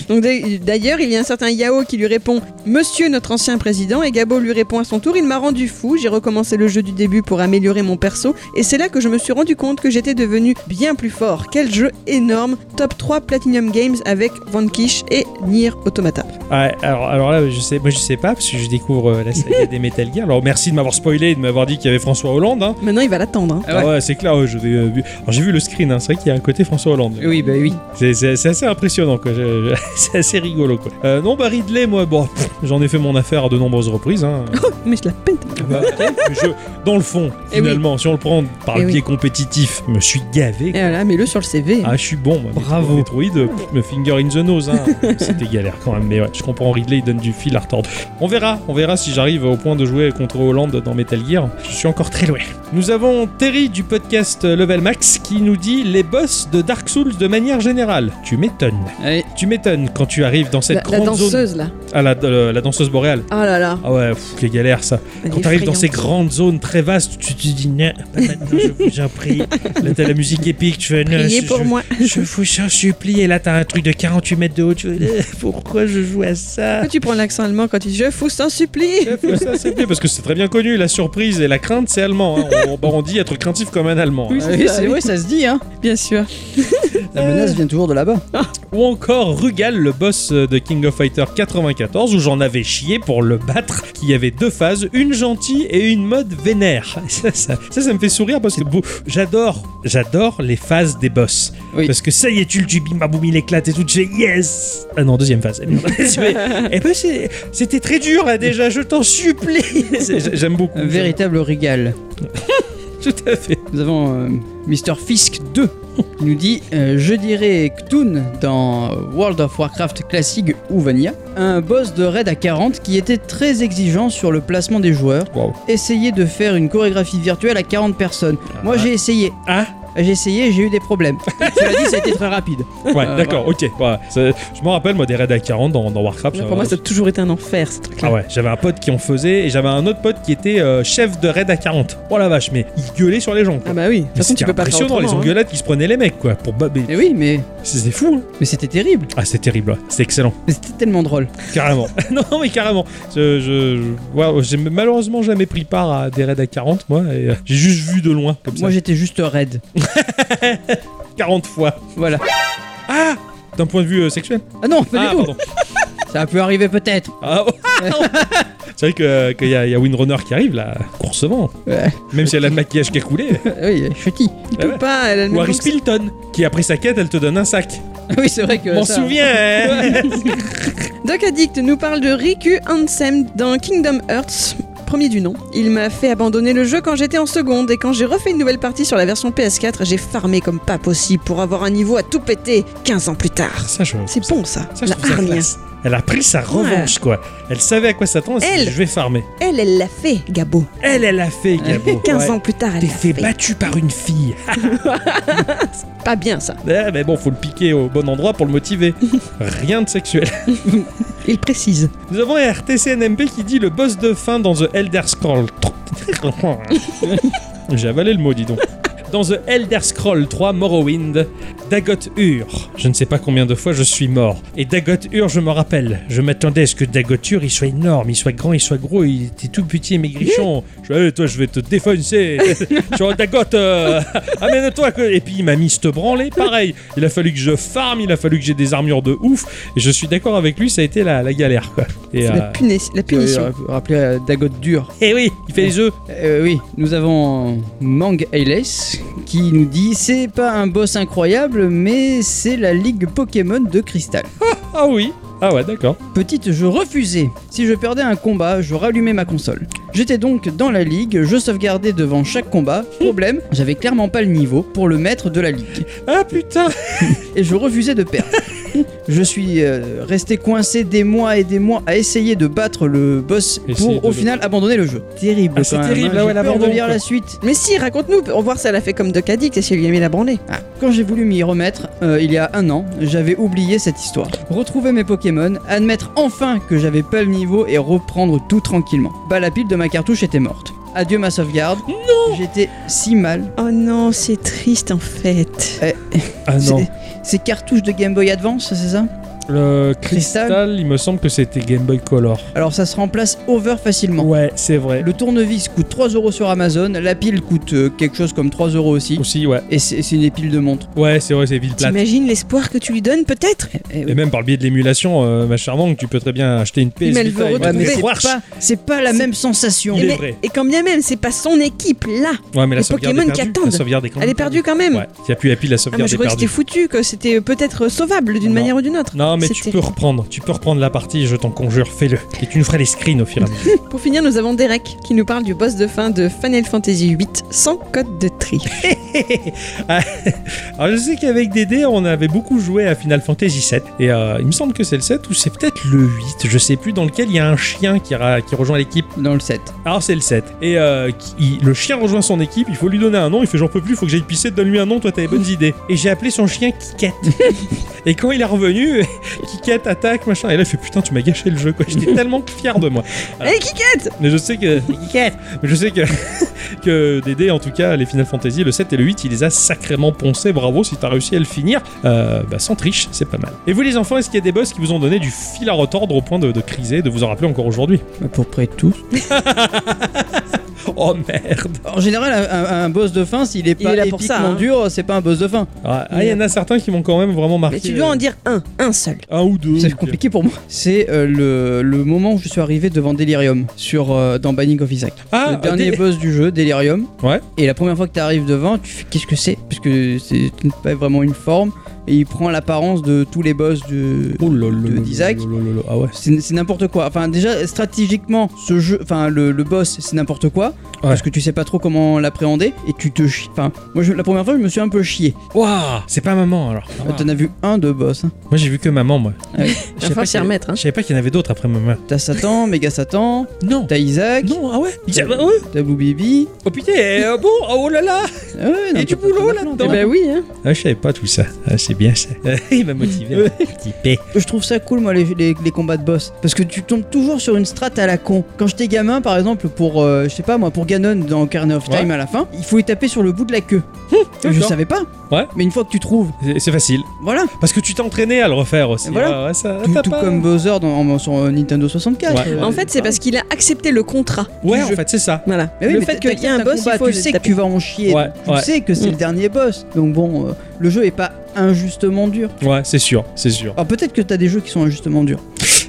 Speaker 2: Donc d'a- d'ailleurs, il y a un certain Yao qui lui répond Monsieur notre ancien président et Gabo lui répond à son tour Il m'a rendu fou, j'ai recommencé le jeu du début pour améliorer mon perso et c'est là que je me suis rendu compte que j'étais devenu bien plus fort. Quel jeu énorme, top 3 Platinum Games avec Vanquish et Nier Automata.
Speaker 1: Ouais, alors, alors là, je sais, moi je sais pas parce que je découvre euh, la saga des Metal Gear. Alors merci de m'avoir spoilé et de m'avoir dit qu'il y avait François Hollande. hein.
Speaker 2: Maintenant, il va l'attendre. hein.
Speaker 3: Ah ouais.
Speaker 1: Ah ouais, c'est clair. ouais, je vais, euh, vu- alors, j'ai vu le screen. hein, c'est vrai qu'il y a un côté François Hollande.
Speaker 3: Eh Oui, bah oui.
Speaker 1: C'est- C'est c'est assez impressionnant, quoi. Je- je- c'est assez rigolo, quoi. Euh, non, bah Ridley, moi, bon, pff, j'en ai fait mon affaire à de nombreuses reprises. hein.
Speaker 2: Oh, Mais je la pète.
Speaker 1: Bah, mais je- dans le fond,
Speaker 2: Eh oui.
Speaker 1: finalement, si on le prend par
Speaker 2: Eh
Speaker 1: le
Speaker 2: oui.
Speaker 1: biais compétitif, je me suis gavé.
Speaker 2: Et voilà, mets-le sur le CV.
Speaker 1: Ah, je suis bon, moi.
Speaker 3: Bravo.
Speaker 1: Metroid, euh, pff, me finger in the nose, hein. C'était galère quand même, mais ouais, je comprends. Ridley, il donne du fil à retordre. On verra, on verra si j'arrive au point de jouer contre Hollande dans Metal Gear. Je suis encore très loin. Nous avons Terry du podcast Level Max qui nous dit les boss de Dark Souls de manière générale. Tu m'étonnes.
Speaker 3: Allez.
Speaker 1: Tu m'étonnes quand tu arrives dans
Speaker 2: La,
Speaker 1: cette
Speaker 2: la
Speaker 1: grande zone.
Speaker 2: danseuse là.
Speaker 1: Ah, la, la- la danseuse boréale.
Speaker 2: Ah là là.
Speaker 1: Ah ouais, pff, les galères ça.
Speaker 2: elle
Speaker 1: Quand
Speaker 2: est
Speaker 1: tu arrives dans
Speaker 2: effrayante.
Speaker 1: ces grandes zones très vastes, tu te dis, non, pas maintenant, je vous en prie. Là, t'as la musique épique, tu fais, non,
Speaker 2: Priez
Speaker 1: Euh, je-
Speaker 2: pour
Speaker 1: je,
Speaker 2: moi.
Speaker 1: je vous en supplie. Et là, t'as un truc de 48 mètres de haut, tu fais, euh, pourquoi je joue à ça
Speaker 2: Pourquoi tu prends l'accent allemand quand tu dis je fous, s'en supplie
Speaker 1: ça, c'est bien parce que c'est très bien connu, la surprise et la crainte, c'est allemand. hein. On, on dit être craintif comme un allemand. hein.
Speaker 2: Oui,
Speaker 3: Ah
Speaker 2: c'est
Speaker 3: oui,
Speaker 2: ça,
Speaker 3: c'est-
Speaker 2: oui.
Speaker 3: ouais, ça se dit, hein.
Speaker 2: Bien sûr.
Speaker 3: La menace vient toujours de là-bas.
Speaker 1: Ou encore Rugal, le boss de King of Fighter 94, où j'en avais chié pour le battre, qui avait deux phases, une gentille et une mode vénère. Ça, ça, ça, ça me fait sourire parce que bon, j'adore, j'adore les phases des boss.
Speaker 3: Oui.
Speaker 1: Parce que ça y est, tu le tues, bim, bam, boum, il éclate et tout, tu fais yes Ah non, deuxième phase. et ben, c'est- c'était très dur là, déjà, je t'en supplie C'est- J'aime beaucoup.
Speaker 3: Un Euh, véritable régal.
Speaker 1: Tout à fait.
Speaker 3: Nous avons euh, Mr. Fisk 2 qui nous dit euh, Je dirais Ktoon dans World of Warcraft Classic ou Vanilla, un boss de raid à 40 qui était très exigeant sur le placement des joueurs.
Speaker 1: Wow.
Speaker 3: Essayez de faire une chorégraphie virtuelle à 40 personnes. Moi j'ai essayé.
Speaker 1: Ah.
Speaker 3: J'ai essayé, j'ai eu des problèmes. Hein Cela dit, ça a été très rapide.
Speaker 1: Ouais,
Speaker 2: Ah,
Speaker 3: Euh,
Speaker 1: d'accord, ok. Ouais, ça- je me rappelle, moi, des raids à 40 dans, dans Warcraft. ça-
Speaker 2: Pour moi, ça a toujours été un enfer ce truc-là.
Speaker 1: Ah ouais, j'avais un pote qui en faisait et j'avais un autre pote qui était euh, chef de raid à 40. Oh la vache, mais il gueulait sur les gens. Quoi.
Speaker 2: Ah bah oui, de toute
Speaker 1: Mais
Speaker 2: façon tu
Speaker 1: c'était
Speaker 2: peux pas faire
Speaker 1: impressionnant les
Speaker 2: autrement, hein.
Speaker 1: engueulades qui se prenaient les mecs quoi pour babber.
Speaker 3: Et Eh oui, mais,
Speaker 1: C'est fou. Hein.
Speaker 3: mais c'était terrible.
Speaker 1: Ah c'est terrible, ouais. c'est excellent,
Speaker 3: Mais C'était tellement drôle.
Speaker 1: carrément. non mais carrément. Je, je- je- ouais, j'ai malheureusement jamais pris part à des raids à 40 moi. et, euh, j'ai juste vu de loin comme ça.
Speaker 3: Moi j'étais juste raid.
Speaker 1: 40 fois.
Speaker 3: Voilà.
Speaker 1: Ah d'un point de vue euh, sexuel.
Speaker 3: Ah non, pas
Speaker 1: ah,
Speaker 3: du tout.
Speaker 1: pardon.
Speaker 3: Ça a pu arriver peut-être.
Speaker 1: Ah, oh, c'est vrai que- euh, qu'il y, a- il y a Windrunner qui arrive là, coursement.
Speaker 3: Ouais.
Speaker 1: Même si elle a le maquillage qui a coulé.
Speaker 3: Oui, chutis.
Speaker 2: Tu peux
Speaker 1: ouais.
Speaker 2: hein. pas, elle a le
Speaker 1: Ou
Speaker 2: même
Speaker 1: Harry
Speaker 2: nom que-
Speaker 1: Spilton, qui après sa quête, elle te donne un sac.
Speaker 3: Oui, c'est vrai que.
Speaker 1: M'en
Speaker 3: ça-
Speaker 1: souviens hein
Speaker 2: Doc Addict nous parle de Riku Hansen dans Kingdom Hearts. Premier du nom. Il m'a fait abandonner le jeu quand j'étais en seconde et quand j'ai refait une nouvelle partie sur la version PS4, j'ai farmé comme pas possible pour avoir un niveau à tout péter 15 ans plus tard.
Speaker 1: Ça, je,
Speaker 2: C'est bon ça,
Speaker 1: ça, je
Speaker 2: la
Speaker 1: trouve ça
Speaker 2: hargne.
Speaker 1: classe. Elle a pris sa revanche, quoi. Elle savait à quoi s'attendre. Elle s'est dit,
Speaker 2: Elle.
Speaker 1: Je vais farmer.
Speaker 2: Elle, elle l'a fait, Gabo.
Speaker 1: Elle, elle a fait, Gabo.
Speaker 2: 15
Speaker 1: Oh, Ouais.
Speaker 2: ans plus tard, elle
Speaker 1: T'es
Speaker 2: l'a
Speaker 1: fait
Speaker 2: fait.
Speaker 1: battu par une fille.
Speaker 2: Pas bien ça.
Speaker 1: Ah, mais bon, faut le piquer au bon endroit pour le motiver. Rien de sexuel.
Speaker 2: Il précise.
Speaker 1: Nous avons RTCNMP qui dit le boss de fin dans The Elder Scrolls. J'ai avalé le mot, dis donc. dans The Elder Scrolls 3 Morrowind, Dagoth hurle. Je ne sais pas combien de fois je suis mort. Et Dagoth hurle, je me rappelle. Je m'attendais à ce que Dagoth hurle, il soit énorme, il soit grand, il soit gros, il était tout petit et maigrichon. Je suis toi, je vais te défoncer. Sur Dagoth, euh, amène-toi. que- Et puis il m'a mis ce branlé, pareil. Il a fallu que je farme, il a fallu que j'ai des armures de ouf. Et je suis d'accord avec lui, ça a été la, la galère, quoi. Et,
Speaker 2: C'est
Speaker 1: euh,
Speaker 2: la, punis- la punition.
Speaker 3: Rappelez à Dagoth Dur.
Speaker 1: eh oui, il fait les œufs.
Speaker 3: Euh, oui, nous avons Mang Ailes qui nous dit c'est pas un boss incroyable, mais c'est la ligue Pokémon de cristal.
Speaker 1: Ah oui. Ah ouais, d'accord.
Speaker 3: Petite, je refusais. Si je perdais un combat, je rallumais ma console. J'étais donc dans la ligue, je sauvegardais devant chaque combat. Problème, j'avais clairement pas le niveau pour le maître de la ligue.
Speaker 1: Ah putain.
Speaker 3: Et je refusais de perdre. Je suis euh, resté coincé des mois et des mois à essayer de battre le boss
Speaker 1: Essayer
Speaker 3: pour au
Speaker 1: de le-
Speaker 3: final abandonner le jeu. Terrible.
Speaker 1: Ah, c'est
Speaker 3: quand même,
Speaker 1: terrible,
Speaker 3: hein.
Speaker 1: ah ouais,
Speaker 3: J'ai peur
Speaker 1: l'abandon,
Speaker 3: de lire
Speaker 1: quoi.
Speaker 3: la suite.
Speaker 2: Mais si, raconte-nous, on va voir si elle a fait comme Doc a dit, qu'est-ce qu'elle lui a mis la branlée.
Speaker 3: Ah, Quand j'ai voulu m'y remettre, euh, il y a un an, j'avais oublié cette histoire. Retrouver mes Pokémon, admettre enfin que j'avais pas le niveau et reprendre tout tranquillement. Bah la pile de ma cartouche était morte. Adieu ma sauvegarde. Non J'étais si mal.
Speaker 2: Oh non, c'est triste en fait.
Speaker 1: Ah non.
Speaker 3: C'est- Ces cartouches de Game Boy Advance, c'est ça
Speaker 1: Le
Speaker 3: Cristal.
Speaker 1: cristal, il me semble que c'était Game Boy Color.
Speaker 3: Alors ça se remplace over facilement.
Speaker 1: Ouais, c'est vrai.
Speaker 3: Le tournevis coûte 3 euros sur Amazon, la pile coûte euh, quelque chose comme 3 euros aussi.
Speaker 1: Aussi, ouais.
Speaker 3: Et c'est c'est une pile de montre.
Speaker 1: Ouais, c'est vrai, c'est ville plate.
Speaker 2: T'imagines l'espoir que tu lui donnes peut-être
Speaker 3: Eh, eh oui.
Speaker 1: Et même par le biais de l'émulation, euh, ma chère Wang, tu peux très bien acheter une PS
Speaker 2: Mais elle
Speaker 1: Vita
Speaker 2: veut
Speaker 1: avec
Speaker 3: Ouais,
Speaker 1: une
Speaker 3: mais
Speaker 2: retrouver-
Speaker 3: c'est
Speaker 1: Warch.
Speaker 3: pas, c'est pas la
Speaker 1: C'est-
Speaker 3: même sensation.
Speaker 1: Il est
Speaker 2: Mais-
Speaker 1: vrai.
Speaker 2: Et quand bien même, c'est pas son équipe là.
Speaker 1: Ouais, mais la
Speaker 2: les
Speaker 1: sauvegarde
Speaker 2: Pokémon
Speaker 1: est
Speaker 2: qui
Speaker 1: perdue.
Speaker 2: attendent.
Speaker 1: La sauvegarde est quand
Speaker 2: Elle est perdue quand même.
Speaker 1: Ouais, il n'y a plus la pile, la
Speaker 2: Ah, moi
Speaker 1: sauvegarde
Speaker 2: je
Speaker 1: est
Speaker 2: croyais que c'était
Speaker 1: perdue.
Speaker 2: foutu, que c'était peut-être sauvable d'une
Speaker 1: Non.
Speaker 2: manière ou d'une autre.
Speaker 1: Non, mais tu
Speaker 2: C'était-
Speaker 1: peux reprendre. Tu peux reprendre la partie, je t'en conjure, fais-le. Et tu nous feras les screens au fur et à mesure.
Speaker 2: Pour finir, nous avons Derek qui nous parle du boss de fin de Final Fantasy VIII sans code de tri.
Speaker 1: Alors, je sais qu'avec Dédé, on avait beaucoup joué à Final Fantasy VII. Et euh, il me semble que c'est le 7 ou c'est peut-être le 8, je sais plus, dans lequel il y a un chien qui, ra- qui rejoint l'équipe.
Speaker 3: Dans le set.
Speaker 1: Alors Ah, c'est le 7. Et euh, qui- il- le chien rejoint son équipe, il faut lui donner un nom, il fait j'en peux plus, faut que j'aille pisser, donne-lui un nom, toi t'as les bonnes idées. Et j'ai appelé son chien Kikette. et quand il est revenu, Kikette attaque, machin, et là il fait putain tu m'as gâché le jeu quoi, j'étais tellement fier de moi. Euh,
Speaker 2: Hé Kikette
Speaker 1: Mais je sais que... Kikette Mais je sais que... que Dédé en tout cas, les Final Fantasy, le 7 et le 8, il les a sacrément poncés, bravo si t'as réussi à le finir, euh, bah sans triche, c'est pas mal. Et vous les enfants, est-ce qu'il y a des boss qui vous ont donné du fil à retordre au point de, de criser, de vous en rappeler encore aujourd'hui
Speaker 3: À peu près tous.
Speaker 1: Oh merde
Speaker 3: En général, un, un- un boss de fin, s'il est
Speaker 2: Il
Speaker 3: pas
Speaker 2: est là pour
Speaker 3: épiquement
Speaker 2: ça, hein.
Speaker 3: dur, c'est pas un boss de fin.
Speaker 1: Ah, ah, il y en a certains qui m'ont quand même vraiment marqué.
Speaker 2: Mais tu dois en dire un, un seul.
Speaker 1: un ou deux.
Speaker 3: C'est compliqué pour moi. C'est euh, le, le moment où je suis arrivé devant Delirium sur, euh, dans Banning of Isaac.
Speaker 1: Ah,
Speaker 3: le dernier
Speaker 1: des-
Speaker 3: boss du jeu, Delirium.
Speaker 1: Ouais.
Speaker 3: Et la première fois que tu arrives devant, tu fais qu'est-ce que c'est Parce que c'est pas vraiment une forme. Et il prend l'apparence de tous les boss de.
Speaker 1: Oh là là
Speaker 3: de-
Speaker 1: là
Speaker 3: d'Isaac.
Speaker 1: là là là là. Ah ouais.
Speaker 3: C'est c'est n'importe quoi. Enfin, déjà, stratégiquement, ce jeu, enfin, le, le boss, c'est n'importe quoi. Parce que tu sais pas trop comment l'appréhender. Et tu te chies. Enfin, moi, je- la première fois, je me suis un peu chié.
Speaker 1: Waouh, c'est pas maman alors. Ah. Hein
Speaker 3: T'en as vu un de boss. hein.
Speaker 1: Moi j'ai vu que maman moi.
Speaker 2: Il
Speaker 1: Je
Speaker 2: va
Speaker 1: savais pas
Speaker 2: falloir s'y
Speaker 1: qu'il-
Speaker 2: remettre. hein.
Speaker 1: Je savais pas qu'il y en avait d'autres après maman.
Speaker 3: T'as Satan, méga Satan,
Speaker 1: Non.
Speaker 3: t'as Isaac,
Speaker 1: Non, ah ouais.
Speaker 3: T'as-
Speaker 1: Ah ouais.
Speaker 3: t'as Blue Baby.
Speaker 1: Oh putain, euh, bon, oh là là.
Speaker 3: Ah ouais, non,
Speaker 1: Et du
Speaker 3: t'as pas-
Speaker 1: boulot
Speaker 3: t'en as plein,
Speaker 1: là-dedans.
Speaker 3: t'en
Speaker 2: Eh
Speaker 3: as
Speaker 2: ben oui, hein.
Speaker 1: Ah, je savais pas tout ça. Ah, c'est bien ça. il m'a motivé. Petit P.
Speaker 3: Je trouve ça cool, moi, les, les- les combats de boss. Parce que tu tombes toujours sur une strat à la con. Quand j'étais gamin, par exemple, pour, euh, je sais pas moi, pour Ganon dans Ocarina of Time
Speaker 1: Ouais.
Speaker 3: à la fin, il faut y taper sur le bout de la queue. je
Speaker 1: d'accord.
Speaker 3: savais pas.
Speaker 1: Ouais.
Speaker 3: Mais une fois que tu trouves,
Speaker 1: C'est- C'est facile.
Speaker 3: voilà.
Speaker 1: Parce que tu t'es entraîné à le refaire aussi.
Speaker 3: Voilà.
Speaker 1: Ah, ouais, ça,
Speaker 3: Tout,
Speaker 1: t'as
Speaker 3: tout
Speaker 1: pas-
Speaker 3: comme Bowser dans, en- sur euh, Nintendo 64.
Speaker 1: Ouais.
Speaker 3: Euh,
Speaker 2: En fait, c'est parce qu'il a accepté le contrat.
Speaker 1: Ouais,
Speaker 2: du
Speaker 1: en
Speaker 2: jeu.
Speaker 1: fait, c'est ça.
Speaker 2: Voilà.
Speaker 3: Mais oui,
Speaker 2: le
Speaker 3: mais
Speaker 2: fait
Speaker 3: t'as-
Speaker 2: qu'il y a
Speaker 3: t'as
Speaker 2: un
Speaker 3: un
Speaker 2: boss,
Speaker 3: combat,
Speaker 2: il faut
Speaker 3: tu
Speaker 2: le
Speaker 3: sais que
Speaker 2: taper.
Speaker 3: tu vas en chier.
Speaker 1: Ouais,
Speaker 3: tu
Speaker 1: ouais.
Speaker 3: sais que c'est
Speaker 2: Mm.
Speaker 3: le dernier boss. Donc bon, euh, le jeu est pas injustement dur.
Speaker 1: Ouais, c'est sûr, c'est sûr.
Speaker 3: Alors peut-être que t'as des jeux qui sont injustement durs.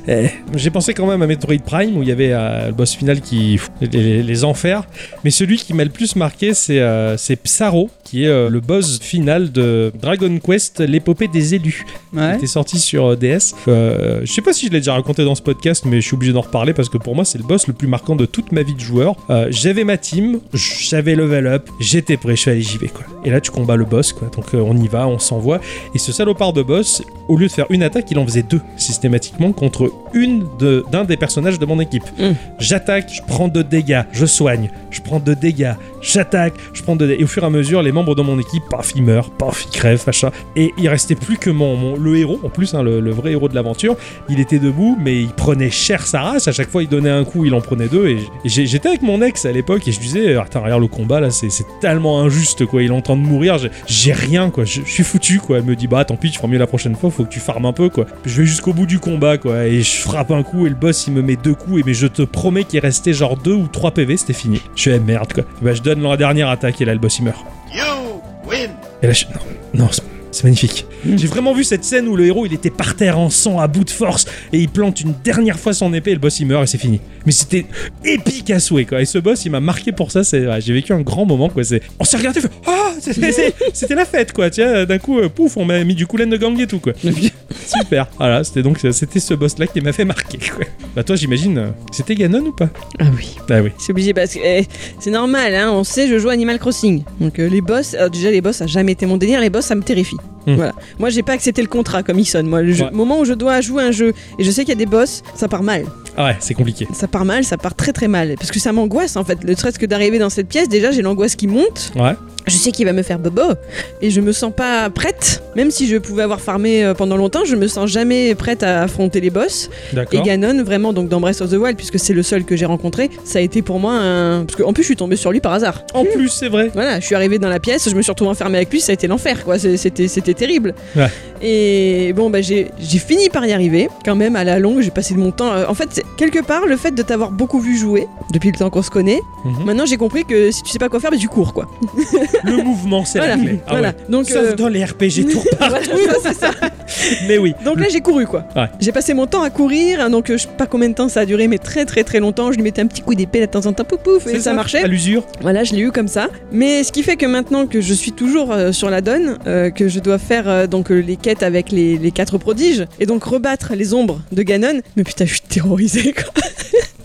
Speaker 1: Eh, J'ai pensé quand même à Metroid Prime où il y avait euh, le boss final qui pff, les, les- les enfers, mais celui qui m'a le plus marqué c'est euh, c'est Psaro qui est euh, le boss final de Dragon Quest l'épopée des élus qui
Speaker 3: Ouais.
Speaker 1: était sorti sur euh, DS. Euh, je sais pas si je l'ai déjà raconté dans ce podcast mais je suis obligé d'en reparler parce que pour moi c'est le boss le plus marquant de toute ma vie de joueur. Euh, j'avais ma team, j'avais level up, j'étais prêt, je suis allé j'y vais quoi. Et là tu combats le boss quoi. Donc euh, on y va, on s'envoie et ce salopard de boss au lieu de faire une attaque, il en faisait deux systématiquement contre une de- d'un des personnages de mon équipe.
Speaker 2: Mm.
Speaker 1: J'attaque, je prends deux dégâts, je soigne, je prends deux dégâts, j'attaque, je prends deux dés. Et au fur et à mesure, les membres de mon équipe, paf, ils meurent, paf, ils crèvent, machin. Et il restait plus que mon, mon- le héros, en plus, hein, le, le vrai héros de l'aventure. Il était debout, mais il prenait cher sa race. À chaque fois, il donnait un coup, il en prenait deux. Et j'ai- j'étais avec mon ex à l'époque et je disais, euh, attends, regarde le combat là, c'est c'est tellement injuste, quoi. Il est en train de mourir, j'ai- j'ai rien, quoi. Je je suis foutu, quoi. Elle me dit, bah, tant pis, tu feras mieux la prochaine fois, faut que tu farmes un peu, quoi. Je vais jusqu'au bout du combat, quoi. Et je frappe un coup et le boss, il me met deux coups. Et mais je te promets qu'il restait genre deux ou trois PV, c'était fini. Je suis, eh, merde, quoi. Bah, je donne la dernière attaque et là, le boss, il meurt.
Speaker 7: You win
Speaker 1: Et là, je... Non, non, c'est- c'est magnifique.
Speaker 2: Mm.
Speaker 1: J'ai vraiment vu cette scène où le héros, il était par terre en sang, à bout de force, et il plante une dernière fois son épée, et le boss, il meurt, et c'est fini. Mais c'était épique à souhait, quoi. Et ce boss, il m'a marqué pour ça. C'est... ouais, j'ai vécu un grand moment, quoi. C'est... On s'est regardé, on fait... Ah, c'est- c'est- c'est- c'était la fête, quoi. Tiens, d'un coup, euh, pouf, on m'a mis du coulen de gang et tout, quoi. Super. Voilà, c'était donc euh, c'était ce boss-là qui m'a fait marquer, quoi. Bah toi, j'imagine, euh, c'était Ganon ou pas
Speaker 2: Ah oui.
Speaker 1: Ah oui.
Speaker 2: C'est obligé parce que eh, c'est normal, hein, on sait, je joue Animal Crossing. Donc euh, les boss, alors déjà les boss, ça a jamais été mon délire, les boss, ça me terrifie.
Speaker 1: Hmm.
Speaker 2: Voilà. Moi, j'ai pas accepté le contrat comme il sonne. Moi, le jeu-
Speaker 1: Ouais.
Speaker 2: moment où je dois jouer un jeu et je sais qu'il y a des boss, ça part mal.
Speaker 1: Ah ouais, c'est compliqué.
Speaker 2: Ça part mal, ça part très très mal. Parce que ça m'angoisse en fait. Le stress que d'arriver dans cette pièce, déjà j'ai l'angoisse qui monte.
Speaker 1: Ouais.
Speaker 2: Je sais qu'il va me faire bobo. Et je me sens pas prête. Même si je pouvais avoir farmé euh, pendant longtemps, je me sens jamais prête à affronter les boss. Et
Speaker 1: D'accord.
Speaker 2: Ganon, vraiment, donc dans Breath of the Wild, puisque c'est le seul que j'ai rencontré, ça a été pour moi un. Parce qu'en plus, je suis tombée sur lui par hasard.
Speaker 1: En plus, c'est vrai.
Speaker 2: Voilà, je suis arrivée dans la pièce, je me suis retrouvée enfermée avec lui, ça a été l'enfer, quoi. C'est- C'était, c'était terrible.
Speaker 1: Ouais.
Speaker 2: Et bon, bah, j'ai, j'ai fini par y arriver, quand même, à la longue, j'ai passé de mon temps. euh, En fait, c'est- quelque part, le fait de t'avoir beaucoup vu jouer, depuis le temps qu'on se connaît,
Speaker 1: Mhm.
Speaker 2: maintenant j'ai compris que si tu sais pas quoi faire, bah, tu cours, quoi.
Speaker 1: Le mouvement, c'est
Speaker 2: voilà.
Speaker 1: la clé. Ah
Speaker 2: voilà.
Speaker 1: ouais.
Speaker 2: Donc,
Speaker 1: Sauf
Speaker 2: euh,
Speaker 1: dans les RPG tour par
Speaker 2: voilà, ça, c'est ça.
Speaker 1: Mais oui.
Speaker 2: Donc là, j'ai couru quoi.
Speaker 1: Ouais.
Speaker 2: J'ai passé mon temps à courir, hein, donc euh, je sais pas combien de temps ça a duré, mais très très très longtemps. Je lui mettais un petit coup d'épée de temps en temps, pouf pouf, et ça, marchait.
Speaker 1: À l'usure.
Speaker 2: Voilà, je l'ai eu comme ça. Mais ce qui fait que maintenant que je suis toujours euh, sur la donne, euh, que je dois faire euh, donc euh, les quêtes avec les, les quatre prodiges, et donc rebattre les ombres de Ganon, mais putain, je suis terrorisée quoi.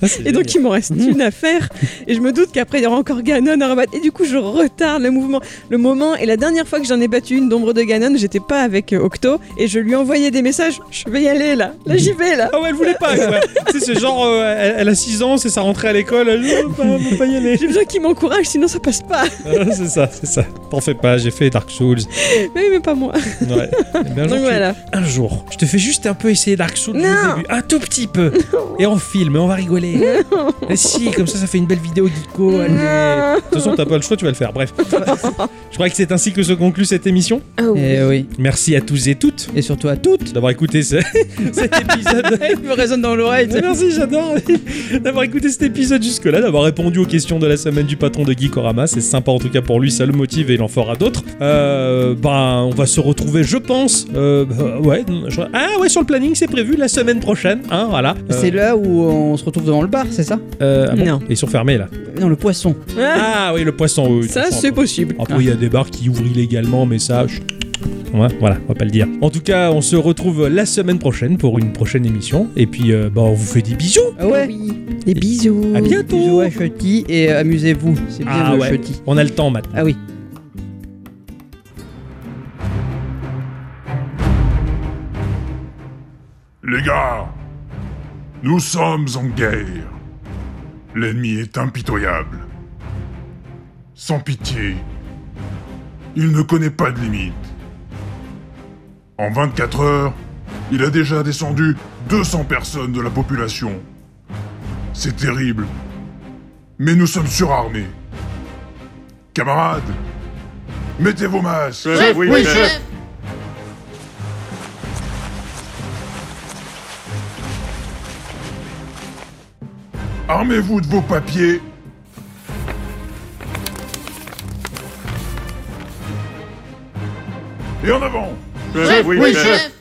Speaker 1: Ah,
Speaker 2: Et donc il m'en reste une à faire. Et je me doute qu'après il y aura encore Ganon à rabattre. Et du coup je retarde le mouvement, le moment. Et la dernière fois que j'en ai battu une d'ombre de Ganon, j'étais pas avec euh, Octo. Et je lui envoyais des messages. Je vais y aller là. Là j'y vais là.
Speaker 1: Ah ouais, elle voulait pas. quoi. tu sais, c'est genre, euh, elle, elle a 6 ans, c'est sa rentrée à l'école. Elle oh, veut pas, elle veut pas y aller.
Speaker 2: J'ai besoin qu'il m'encourage, sinon ça passe pas.
Speaker 1: Ah, c'est ça, c'est ça. T'en fais pas, j'ai fait Dark Souls.
Speaker 2: Mais, mais pas moi.
Speaker 1: Ouais. Eh ben, un, jour,
Speaker 2: Donc
Speaker 1: tu-
Speaker 2: voilà.
Speaker 1: un jour, je te fais juste un peu essayer Dark Souls
Speaker 2: Non.
Speaker 1: au début. Un tout petit peu. Et on filme, et on va rigoler. Et si, comme ça, ça fait une belle vidéo geeko. allez.
Speaker 2: Non.
Speaker 1: De toute façon, t'as pas le choix, tu vas le faire. Bref. Je crois que c'est ainsi que se conclut cette émission.
Speaker 2: Ah.
Speaker 3: Et Eh oui.
Speaker 1: Merci à tous et toutes
Speaker 3: Et surtout à toutes.
Speaker 1: d'avoir écouté ce- cet épisode.
Speaker 3: Elle me résonne dans l'oreille. tu sais.
Speaker 1: Mais Merci, j'adore d'avoir écouté cet épisode jusque-là, d'avoir répondu aux questions de la semaine du patron de Geekorama. C'est sympa en tout cas pour lui, ça le motive et il en fera d'autres. Euh, ben, on va se retrouver, je pense. euh, bah, ouais, je- ah ouais, sur le planning, c'est prévu la semaine prochaine. Hein, voilà. Euh,
Speaker 3: C'est là où on se retrouve devant le bar, c'est ça
Speaker 1: euh, ah bon,
Speaker 2: Non.
Speaker 1: Ils sont fermés là.
Speaker 3: Non, le poisson.
Speaker 2: Ah,
Speaker 1: Ah oui, le poisson. oui, oui,
Speaker 2: ça
Speaker 1: le poisson,
Speaker 2: c'est
Speaker 1: quoi.
Speaker 2: possible.
Speaker 1: Après, il y a des bars qui ouvrent illégalement, mais ça. chut. Ouais, voilà, on va pas le dire. En tout cas, on se retrouve la semaine prochaine pour une prochaine émission. Et puis, euh, bah, on vous fait des bisous.
Speaker 3: Ah ouais
Speaker 2: Des bisous.
Speaker 1: À bientôt.
Speaker 3: Bisous à Chucky et euh, amusez-vous. C'est bien
Speaker 1: Ah
Speaker 3: le
Speaker 1: ouais.
Speaker 3: Chucky.
Speaker 1: On a le temps maintenant.
Speaker 3: Ah oui.
Speaker 8: Les gars, nous sommes en guerre. L'ennemi est impitoyable. Sans pitié. Il ne connaît pas de limite. En 24 heures, il a déjà descendu 200 personnes de la population. C'est terrible. Mais nous sommes surarmés. Camarades, mettez vos masques. Armez-vous de vos papiers. Et en avant
Speaker 9: Oui, chef.